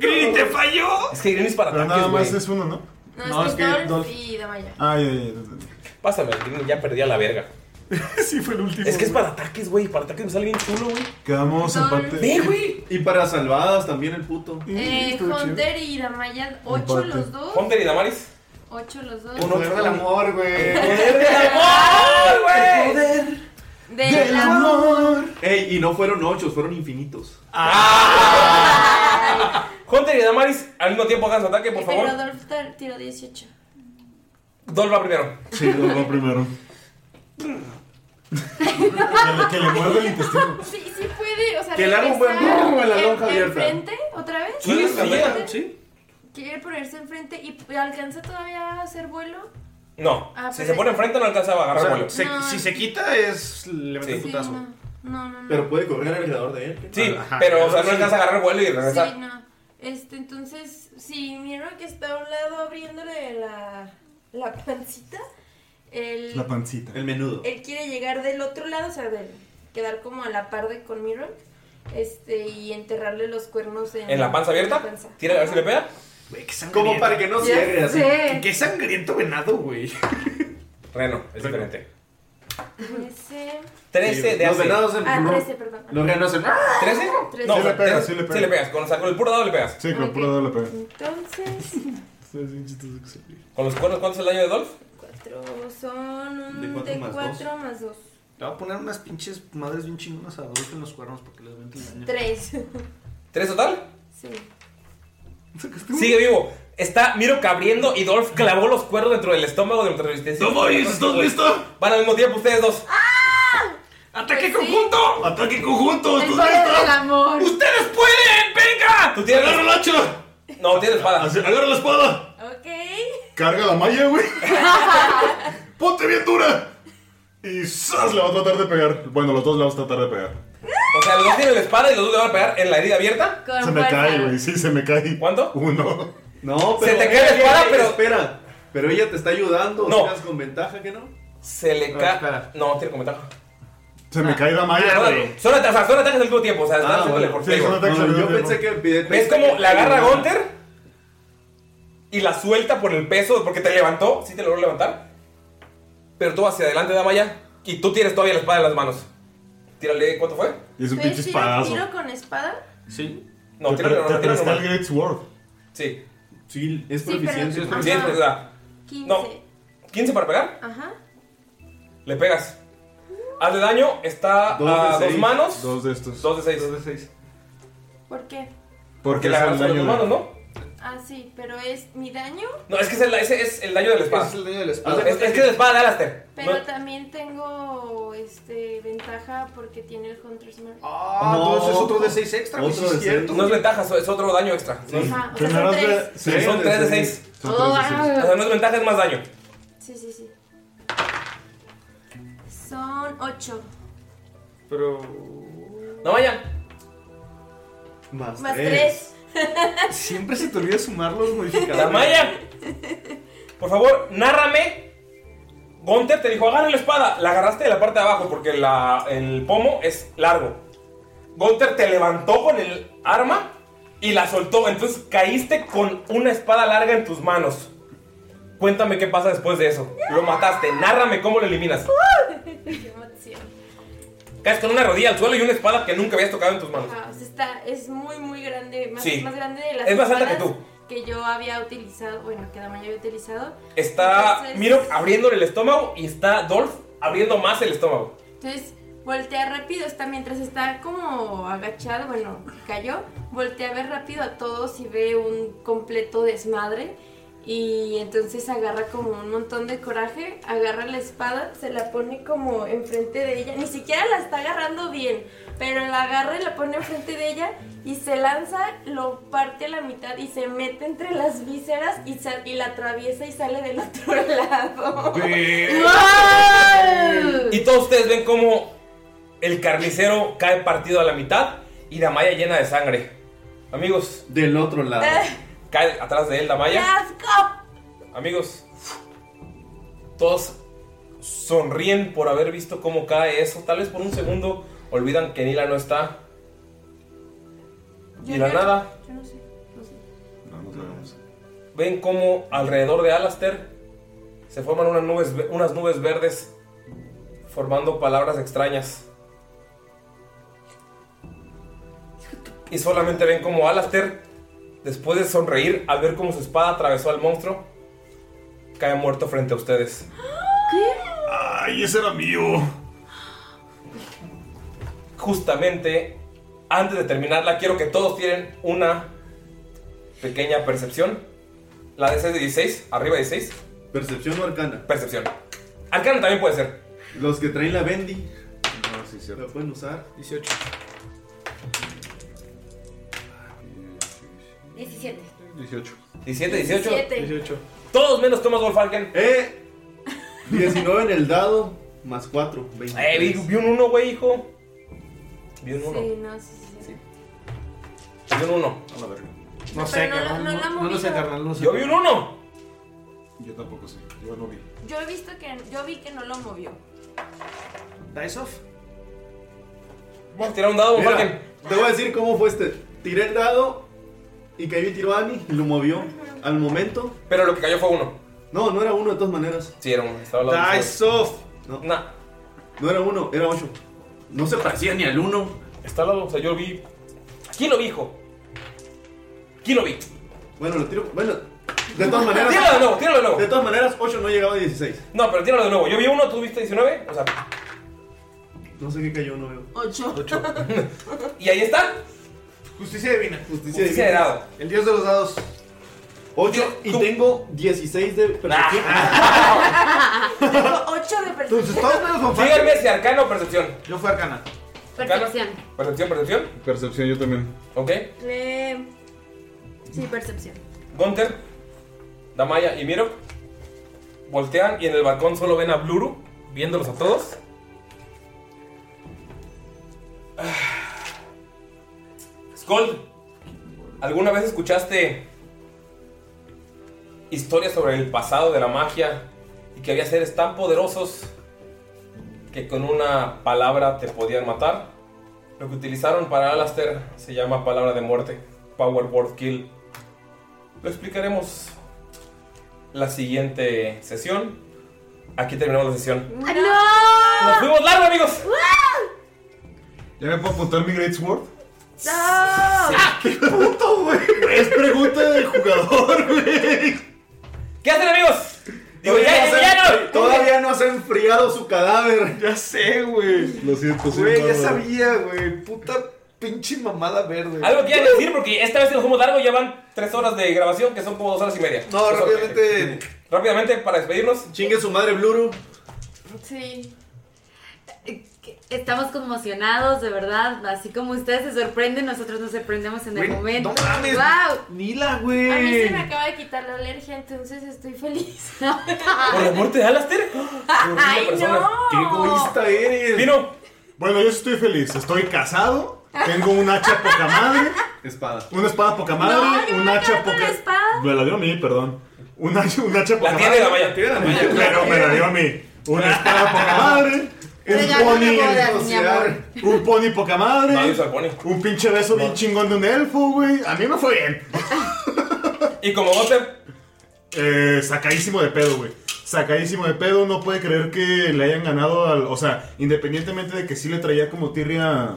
Speaker 1: ¡Grin, te falló! Es que Grin es para
Speaker 5: Pero
Speaker 1: ataques,
Speaker 5: nada más
Speaker 1: güey.
Speaker 5: es uno, ¿no?
Speaker 6: No,
Speaker 5: No,
Speaker 6: es
Speaker 5: es
Speaker 6: que
Speaker 5: que
Speaker 6: Dolph
Speaker 5: Dolph-
Speaker 6: y Damaya.
Speaker 5: Ay, ay, ay.
Speaker 1: Pásame, Grin, ya perdí a la verga. sí, fue el último. Es que es para ataques, güey. Para ataques me sale bien chulo, güey.
Speaker 5: Quedamos
Speaker 6: No,
Speaker 5: empate.
Speaker 6: Ve,
Speaker 3: Y para salvadas también el puto.
Speaker 6: Eh, Hunter y Damaya, 8
Speaker 3: Empate.
Speaker 6: los dos.
Speaker 1: Hunter y Damaris.
Speaker 6: 8 los dos.
Speaker 3: Un ocho del amor,
Speaker 6: güey.
Speaker 3: poder
Speaker 1: del
Speaker 6: amor,
Speaker 1: güey.
Speaker 6: Del amor.
Speaker 3: Ey, y no fueron ocho, fueron infinitos.
Speaker 1: Ah. Hunter y Damaris al mismo tiempo hagan su ataque, por favor.
Speaker 6: Pero Dolph tar- Este tiró 18.
Speaker 1: Dol va primero.
Speaker 5: Sí, Dol va primero. Que le muerde el intestino.
Speaker 6: Sí, sí puede, o sea,
Speaker 5: Que le haga un buen
Speaker 6: regresar
Speaker 5: burro a la lonja
Speaker 6: en-
Speaker 5: abierta.
Speaker 6: enfrente, otra vez.
Speaker 1: Sí, sí,
Speaker 6: Quiere-
Speaker 1: sí.
Speaker 6: Quiere ponerse enfrente y y alcanza todavía a hacer vuelo.
Speaker 1: No.
Speaker 6: Ah,
Speaker 1: si
Speaker 6: pero-
Speaker 1: se pone enfrente no alcanzaba a agarrar
Speaker 2: O sea,
Speaker 1: vuelo.
Speaker 2: se- No. si se quita es. Le mete
Speaker 1: Sí.
Speaker 2: putazo.
Speaker 6: No, no, no.
Speaker 3: Pero puede correr alrededor de él. Ah,
Speaker 1: Sí, pero o sea, no alcanza a agarrar vuelo y regresa.
Speaker 6: Sí, no. Este, entonces, si miro que está a un lado abriéndole la, la pancita, él,
Speaker 5: La pancita. El menudo.
Speaker 6: él quiere llegar del otro lado, o sea, del- quedar como a la par de con Mirok, este, y enterrarle los cuernos en,
Speaker 1: ¿En la panza abierta?
Speaker 6: en la panza.
Speaker 1: Tira a ver si le pega.
Speaker 2: Como para que
Speaker 6: no cierre, Ya así. sé.
Speaker 2: Qué sangriento venado, güey.
Speaker 1: Reno, es diferente.
Speaker 6: Ese-
Speaker 1: 13 de
Speaker 2: Los
Speaker 1: AC.
Speaker 2: venados
Speaker 6: hacen- Ah, 13, perdón.
Speaker 1: Los venados
Speaker 2: ¡Ah!
Speaker 1: hacen. ¿13?
Speaker 6: Trece.
Speaker 1: No,
Speaker 6: Sí le
Speaker 5: pegas, sí
Speaker 1: sí le
Speaker 5: le pegas.
Speaker 1: pegas. Sí le pegas. Con, o sea, con el puro dado le pegas.
Speaker 5: Sí, con el puro dado le pega.
Speaker 6: Entonces,
Speaker 1: ¿Con los cuernos cuánto es el daño de Dolph?
Speaker 6: cuatro pues, son un
Speaker 2: ¿De cuatro
Speaker 6: de
Speaker 2: más
Speaker 6: 4 más 2.
Speaker 2: Le voy a poner unas pinches madres bien chingonas a Adolfo en los cuernos para que les aumente el daño.
Speaker 6: 3.
Speaker 1: ¿Tres total?
Speaker 6: Sí.
Speaker 1: Sigue vivo. Está Miro cabriendo y Dolph clavó los cuernos dentro del estómago de nuestra resistencia.
Speaker 7: No, Boris, ¿estás listo?
Speaker 1: Van al mismo tiempo ustedes dos.
Speaker 6: ¡Ataque
Speaker 1: conjunto!
Speaker 7: ¡Ataque conjunto!
Speaker 6: ¡Ah! Pues El
Speaker 7: ¿Estás
Speaker 6: poder
Speaker 7: listo?
Speaker 6: del amor.
Speaker 1: ¡Ustedes pueden! ¡Venga! ¡Tú tienes
Speaker 7: ¡Agarra el hacha!
Speaker 1: No, tienes espada.
Speaker 7: ¡Agarra la espada!
Speaker 6: Ok.
Speaker 5: Carga la malla, güey.
Speaker 7: ¡Ponte bien dura!
Speaker 5: Y ¡zas! Le va a tratar de pegar. Bueno, los dos le vas a tratar de pegar.
Speaker 1: O sea, los dos tienen la espada y los dos le van a pegar en la herida abierta.
Speaker 6: Con
Speaker 5: Se me
Speaker 1: fuerza.
Speaker 5: cae, güey. Sí, se me cae.
Speaker 1: ¿Cuánto?
Speaker 5: Uno.
Speaker 3: No,
Speaker 1: Se
Speaker 3: pero.
Speaker 1: te cae la espada,
Speaker 3: Ey,
Speaker 1: pero-
Speaker 3: Espera, pero ella te está ayudando.
Speaker 1: No.
Speaker 3: ¿Estás con ventaja que no?
Speaker 1: Se le cae. No, tiene comentario.
Speaker 5: Se me cae la malla, güey.
Speaker 1: Ah, Son ata- o sea, son ataques al mismo tiempo. O sea, están haciéndole por
Speaker 5: Sí, son ataques al mismo
Speaker 3: Ah, yo
Speaker 5: tiempo.
Speaker 3: pensé que.
Speaker 1: ¿Ves cómo la agarra Gunter? Y la suelta por el peso, porque te levantó, sí te logró levantar. Pero tú hacia adelante, Damaya, y tú tienes todavía la espada en las manos. Tírale, ¿cuánto fue?
Speaker 5: Y es un
Speaker 6: ¿Puedes
Speaker 5: pinche
Speaker 6: tirar
Speaker 5: espadazo.
Speaker 6: tiro con espada?
Speaker 1: Sí. No,
Speaker 5: Te
Speaker 1: tírale,
Speaker 5: pre-
Speaker 1: no, no,
Speaker 5: te
Speaker 1: tírale.
Speaker 5: presta
Speaker 1: normal.
Speaker 5: el Great Sword.
Speaker 1: Sí.
Speaker 3: Sí, es
Speaker 6: Sí, proficiente, pero- güey.
Speaker 1: Sí, es verdad.
Speaker 6: 15.
Speaker 1: No. 15 para pegar,
Speaker 6: Ajá.
Speaker 1: le pegas. Hazle daño, está
Speaker 5: Dos de
Speaker 1: a dos
Speaker 5: seis.
Speaker 1: manos.
Speaker 5: Dos de estos.
Speaker 1: Dos de seis. Dos de seis.
Speaker 6: ¿Por qué?
Speaker 1: Porque la
Speaker 5: es el
Speaker 1: agarras con
Speaker 5: daño
Speaker 1: tus
Speaker 5: de-
Speaker 1: manos, ¿no?
Speaker 6: Ah, sí, pero es mi daño,
Speaker 1: No, es que es el, ese es el daño de la espada.
Speaker 2: Es el daño de la
Speaker 1: Es,
Speaker 2: espada.
Speaker 1: es que es la espada de Alastair.
Speaker 6: pero
Speaker 1: No-
Speaker 6: también tengo este ventaja porque tiene el Hunter's Mark.
Speaker 2: Ah, entonces es
Speaker 6: Oh.
Speaker 2: otro de 6 extra, güey. Sí, es cierto.
Speaker 1: No es ventaja, so- es otro daño extra. No es-
Speaker 6: Ajá, o sea, son tres. Oh,
Speaker 1: Sí, son 3 de 6.
Speaker 6: Son tres de seis.
Speaker 1: O sea, no es ventaja, es más daño.
Speaker 6: Sí, sí, sí. Son 8.
Speaker 2: Pero.
Speaker 1: No vaya.
Speaker 6: Más 3.
Speaker 2: Siempre se te olvida sumar los modificadores.
Speaker 1: Damaya, por favor, nárrame. Gunter te dijo, agarra la espada. La agarraste de la parte de abajo porque la- el pomo es largo. Gunter te levantó con el arma y la soltó. Entonces caíste con una espada larga en tus manos. Cuéntame qué pasa después de eso. Lo mataste. Nárrame cómo lo eliminas.
Speaker 6: Qué emoción.
Speaker 1: Caes con una rodilla al suelo y una espada que nunca habías tocado en tus manos.
Speaker 6: Ajá, Ah, o sea, está, es muy, muy grande. Más,
Speaker 1: Sí.
Speaker 6: más grande de las
Speaker 1: Es más alta que
Speaker 6: espadas
Speaker 1: tú.
Speaker 6: que yo había utilizado, bueno, que Damaya había utilizado.
Speaker 1: Está
Speaker 6: Entonces-
Speaker 1: Miro abriéndole el estómago y está Dolph abriendo más el estómago.
Speaker 6: Entonces voltea rápido, está mientras está como agachado, bueno, cayó, voltea a ver rápido a todos y ve un completo desmadre Y entonces agarra como un montón de coraje, agarra la espada, se la pone como enfrente de ella, ni siquiera la está agarrando bien, pero la agarra y la pone enfrente de ella y se lanza, lo parte a la mitad y se mete entre las vísceras y, sa- y la atraviesa y sale del otro lado.
Speaker 1: Y todos ustedes ven cómo el carnicero cae partido a la mitad y la malla llena de sangre. Amigos.
Speaker 3: Del otro lado.
Speaker 6: Eh.
Speaker 1: Cae atrás de él la
Speaker 6: ¡Qué
Speaker 1: malla.
Speaker 6: asco!
Speaker 1: Amigos, todos sonríen por haber visto cómo cae eso. Tal vez por un segundo olvidan que Nila no está. Y de la nada
Speaker 6: Yo no sé, no sé.
Speaker 1: ven cómo alrededor de Alastair se forman unas nubes, ve- unas nubes verdes formando palabras extrañas. Y solamente ven cómo Alastair, después de sonreír al ver cómo su espada atravesó al monstruo, cae muerto frente a ustedes.
Speaker 7: Ay, ese era mío.
Speaker 1: Justamente, antes de terminarla, quiero que todos tienen una pequeña percepción. La de 6 de 16, arriba de 16.
Speaker 3: ¿Percepción o arcana?
Speaker 1: Percepción. Arcana también puede ser.
Speaker 3: Los que traen la Bendy. No, sí, cierto. La pueden usar.
Speaker 2: 18.
Speaker 11: 17.
Speaker 1: 18. 17, 18.
Speaker 11: 17.
Speaker 3: 18.
Speaker 1: Todos menos Thomas Wolfalken.
Speaker 3: Eh. 19 en el dado, más 4.
Speaker 1: Eh, vi, vi un 1, güey, hijo. Vi un 1.
Speaker 6: Sí, no, sí, sí, sí.
Speaker 1: Vi un 1.
Speaker 6: No sé, Pero no carnal, la- no la no- no lo sé, movido. carnal, no sé.
Speaker 1: Yo vi un 1.
Speaker 5: Yo tampoco sé. Yo no vi.
Speaker 6: Yo he visto que, yo vi que no lo movió.
Speaker 2: ¿Dice off?
Speaker 1: Vamos a tirar un dado,
Speaker 3: Mira,
Speaker 1: Wolfalken.
Speaker 3: Te voy a decir cómo fue este. Tiré el dado y cayó y tiró a Ani y lo movió al momento.
Speaker 1: Pero lo que cayó fue uno.
Speaker 3: No, no era uno de todas maneras.
Speaker 1: Sí, era uno. Estaba
Speaker 3: hablando.
Speaker 1: Dice
Speaker 3: off. No. No era uno, era ocho.
Speaker 1: No se parecía ni al 1. Está al lado, o sea, yo vi. ¿Quién lo vi, hijo? ¿Quién lo vi?
Speaker 3: Bueno, lo tiro. Bueno, de todas maneras.
Speaker 1: Tíralo de nuevo, tíralo de nuevo.
Speaker 3: De todas maneras, 8 no llegaba a 16.
Speaker 1: No, pero tíralo de nuevo. Yo vi uno, tú viste 19. O sea,
Speaker 3: No sé qué cayó, no veo.
Speaker 6: Ocho.
Speaker 1: ¿Y ahí está?
Speaker 2: Justicia divina.
Speaker 3: Justicia,
Speaker 1: Justicia de dado.
Speaker 2: El dios de los dados.
Speaker 3: 8 y tengo 16 de percepción.
Speaker 6: Ah. Tengo ocho de percepción.
Speaker 1: Díganme si arcana o percepción.
Speaker 2: Yo fui arcana.
Speaker 6: Percepción.
Speaker 1: Percepción, percepción.
Speaker 5: Percepción, yo también.
Speaker 1: Ok.
Speaker 6: Eh, sí, percepción.
Speaker 1: Gunter, Damaya y Miro voltean y en el balcón solo ven a Bluru viéndolos a todos. Skull, ¿alguna vez escuchaste historias sobre el pasado de la magia y que había seres tan poderosos que con una palabra te podían matar? Lo que utilizaron para Alastair se llama palabra de muerte, Power Word Kill. Lo explicaremos la siguiente sesión. Aquí terminamos la sesión.
Speaker 6: ¡No!
Speaker 1: ¡Nos fuimos largo, amigos!
Speaker 5: ¿Ya me puedo apuntar mi Great Sword?
Speaker 1: ¡Qué puto, güey! Es pregunta del jugador, güey. ¿Qué hacen, amigos? Digo,
Speaker 3: Todavía
Speaker 1: ya,
Speaker 3: no se-
Speaker 1: ya, ya, no.
Speaker 3: Todavía no se ha enfriado su cadáver.
Speaker 2: Ya sé, güey.
Speaker 5: Lo siento, sí,
Speaker 2: Güey, ya
Speaker 5: bárbaro.
Speaker 2: sabía, güey. Puta pinche mamada verde.
Speaker 1: Algo que quieran decir porque esta vez que nos fuimos largo ya van tres horas de grabación que son como dos horas y media.
Speaker 2: No,
Speaker 1: Pues,
Speaker 2: rápidamente.
Speaker 1: Rápidamente para despedirnos.
Speaker 3: Chingue su madre, Bluru.
Speaker 4: Sí. Eh, Estamos conmocionados, de verdad. Así como ustedes se sorprenden, nosotros nos sorprendemos en el
Speaker 2: Güey,
Speaker 4: momento.
Speaker 2: no mames.
Speaker 4: ¡Wow!
Speaker 2: Nila,
Speaker 6: A mí se
Speaker 2: güey.
Speaker 6: me acaba de quitar la alergia, entonces estoy feliz.
Speaker 1: ¿Por la muerte de Alastair?
Speaker 6: ¡Ay, no!
Speaker 5: ¡Qué egoísta
Speaker 1: eres! ¡Vino!
Speaker 5: Bueno, yo sí estoy feliz. Estoy casado. Tengo un hacha poca madre.
Speaker 3: Espada.
Speaker 5: Una espada poca madre. un hacha poca. Me la dio a mí, perdón. Un hacha, un hacha poca
Speaker 1: tiene
Speaker 5: madre.
Speaker 1: la valla. La tiene la valla.
Speaker 5: Pero me la dio a mí. Una espada poca madre. Un
Speaker 3: Regalo de bodas,
Speaker 5: pony.
Speaker 3: mi amor.
Speaker 5: Un pony poca madre.
Speaker 1: Nadie usa el pony.
Speaker 5: Un pinche beso bien chingón de un elfo, güey. A mí me fue bien.
Speaker 1: ¿Y como Gotter?
Speaker 5: Eh, sacadísimo de pedo, güey. Sacadísimo de pedo, no puede creer que le hayan ganado al. O sea, independientemente de que sí le traía como tirria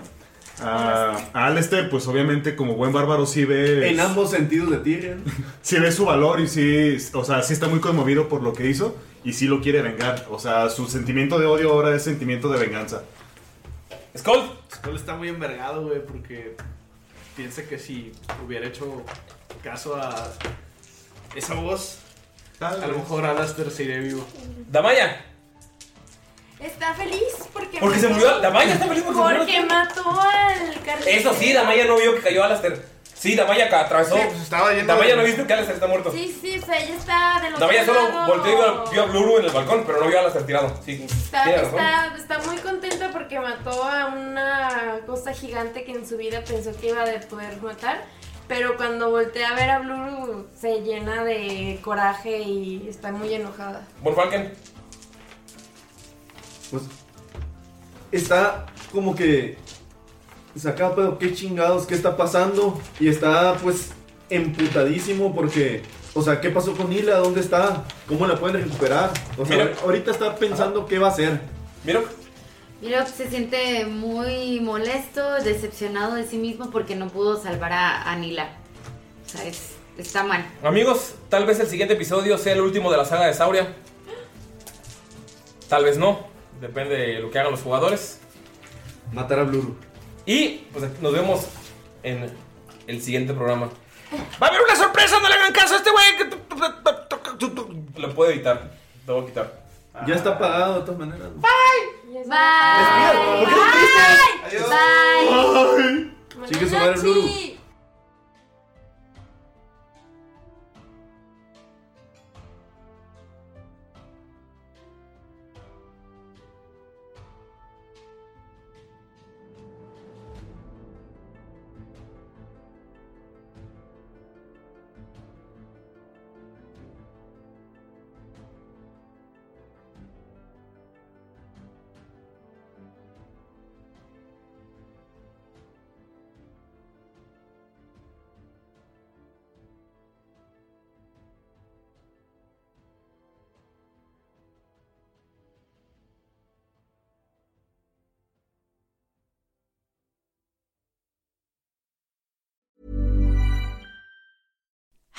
Speaker 5: a, a Alistair, pues obviamente como buen bárbaro sí ve.
Speaker 3: En ambos sentidos de Tyrion.
Speaker 5: Sí ve su valor y sí. O sea, sí está muy conmovido por lo que hizo y sí lo quiere vengar. O sea, su sentimiento de odio ahora es sentimiento de venganza.
Speaker 1: Skull.
Speaker 2: Skull está muy envergado, güey, porque piensa que si hubiera hecho caso a esa voz, A lo mejor Alastair se iré vivo.
Speaker 1: Damaya.
Speaker 6: Está feliz porque.
Speaker 1: Porque se murió. Damaya está feliz porque se murió.
Speaker 6: Porque mató al carnal.
Speaker 1: Eso sí, Damaya no vio que cayó Alastair. Sí, Damaya ca- atravesó.
Speaker 3: pues,
Speaker 1: Damaya no vio que Alastair está muerto.
Speaker 6: Sí, sí, o sea, ella está del otro
Speaker 1: Damaya solo
Speaker 6: lado.
Speaker 1: volteó y vio- vio a Bluru en el balcón, pero no vio a Alastair tirado. Sí,
Speaker 6: Está,
Speaker 1: tiene razón.
Speaker 6: está, está muy contenta porque mató a una cosa gigante que en su vida pensó que iba a poder matar. Pero cuando voltea a ver a Blue se llena de coraje y está muy enojada.
Speaker 1: Volfalken.
Speaker 3: Pues está como que sacado pedo, qué chingados, qué está pasando. Y está pues emputadísimo porque, o sea, ¿qué pasó con Hila? ¿Dónde está? ¿Cómo la pueden recuperar? O sea,
Speaker 1: Mira.
Speaker 3: ahorita está pensando qué va a hacer.
Speaker 1: Mira,
Speaker 4: Miro se siente muy molesto, decepcionado de sí mismo porque no pudo salvar a, a Nila. O sea, es- está mal.
Speaker 1: Amigos, tal vez el siguiente episodio sea el último de la saga de Sauria. Tal vez no. Depende de lo que hagan los jugadores.
Speaker 3: Matar a Bluru.
Speaker 1: Y pues nos vemos en el siguiente programa.
Speaker 2: ¡Va a haber una sorpresa! ¡No le hagan caso a este güey! que-
Speaker 1: Lo puedo editar. Lo voy a quitar.
Speaker 3: Ya está apagado de todas maneras.
Speaker 6: Bye. Bye.
Speaker 3: Bye.
Speaker 6: Bye.
Speaker 3: Ay. Sigue su madre Bluru.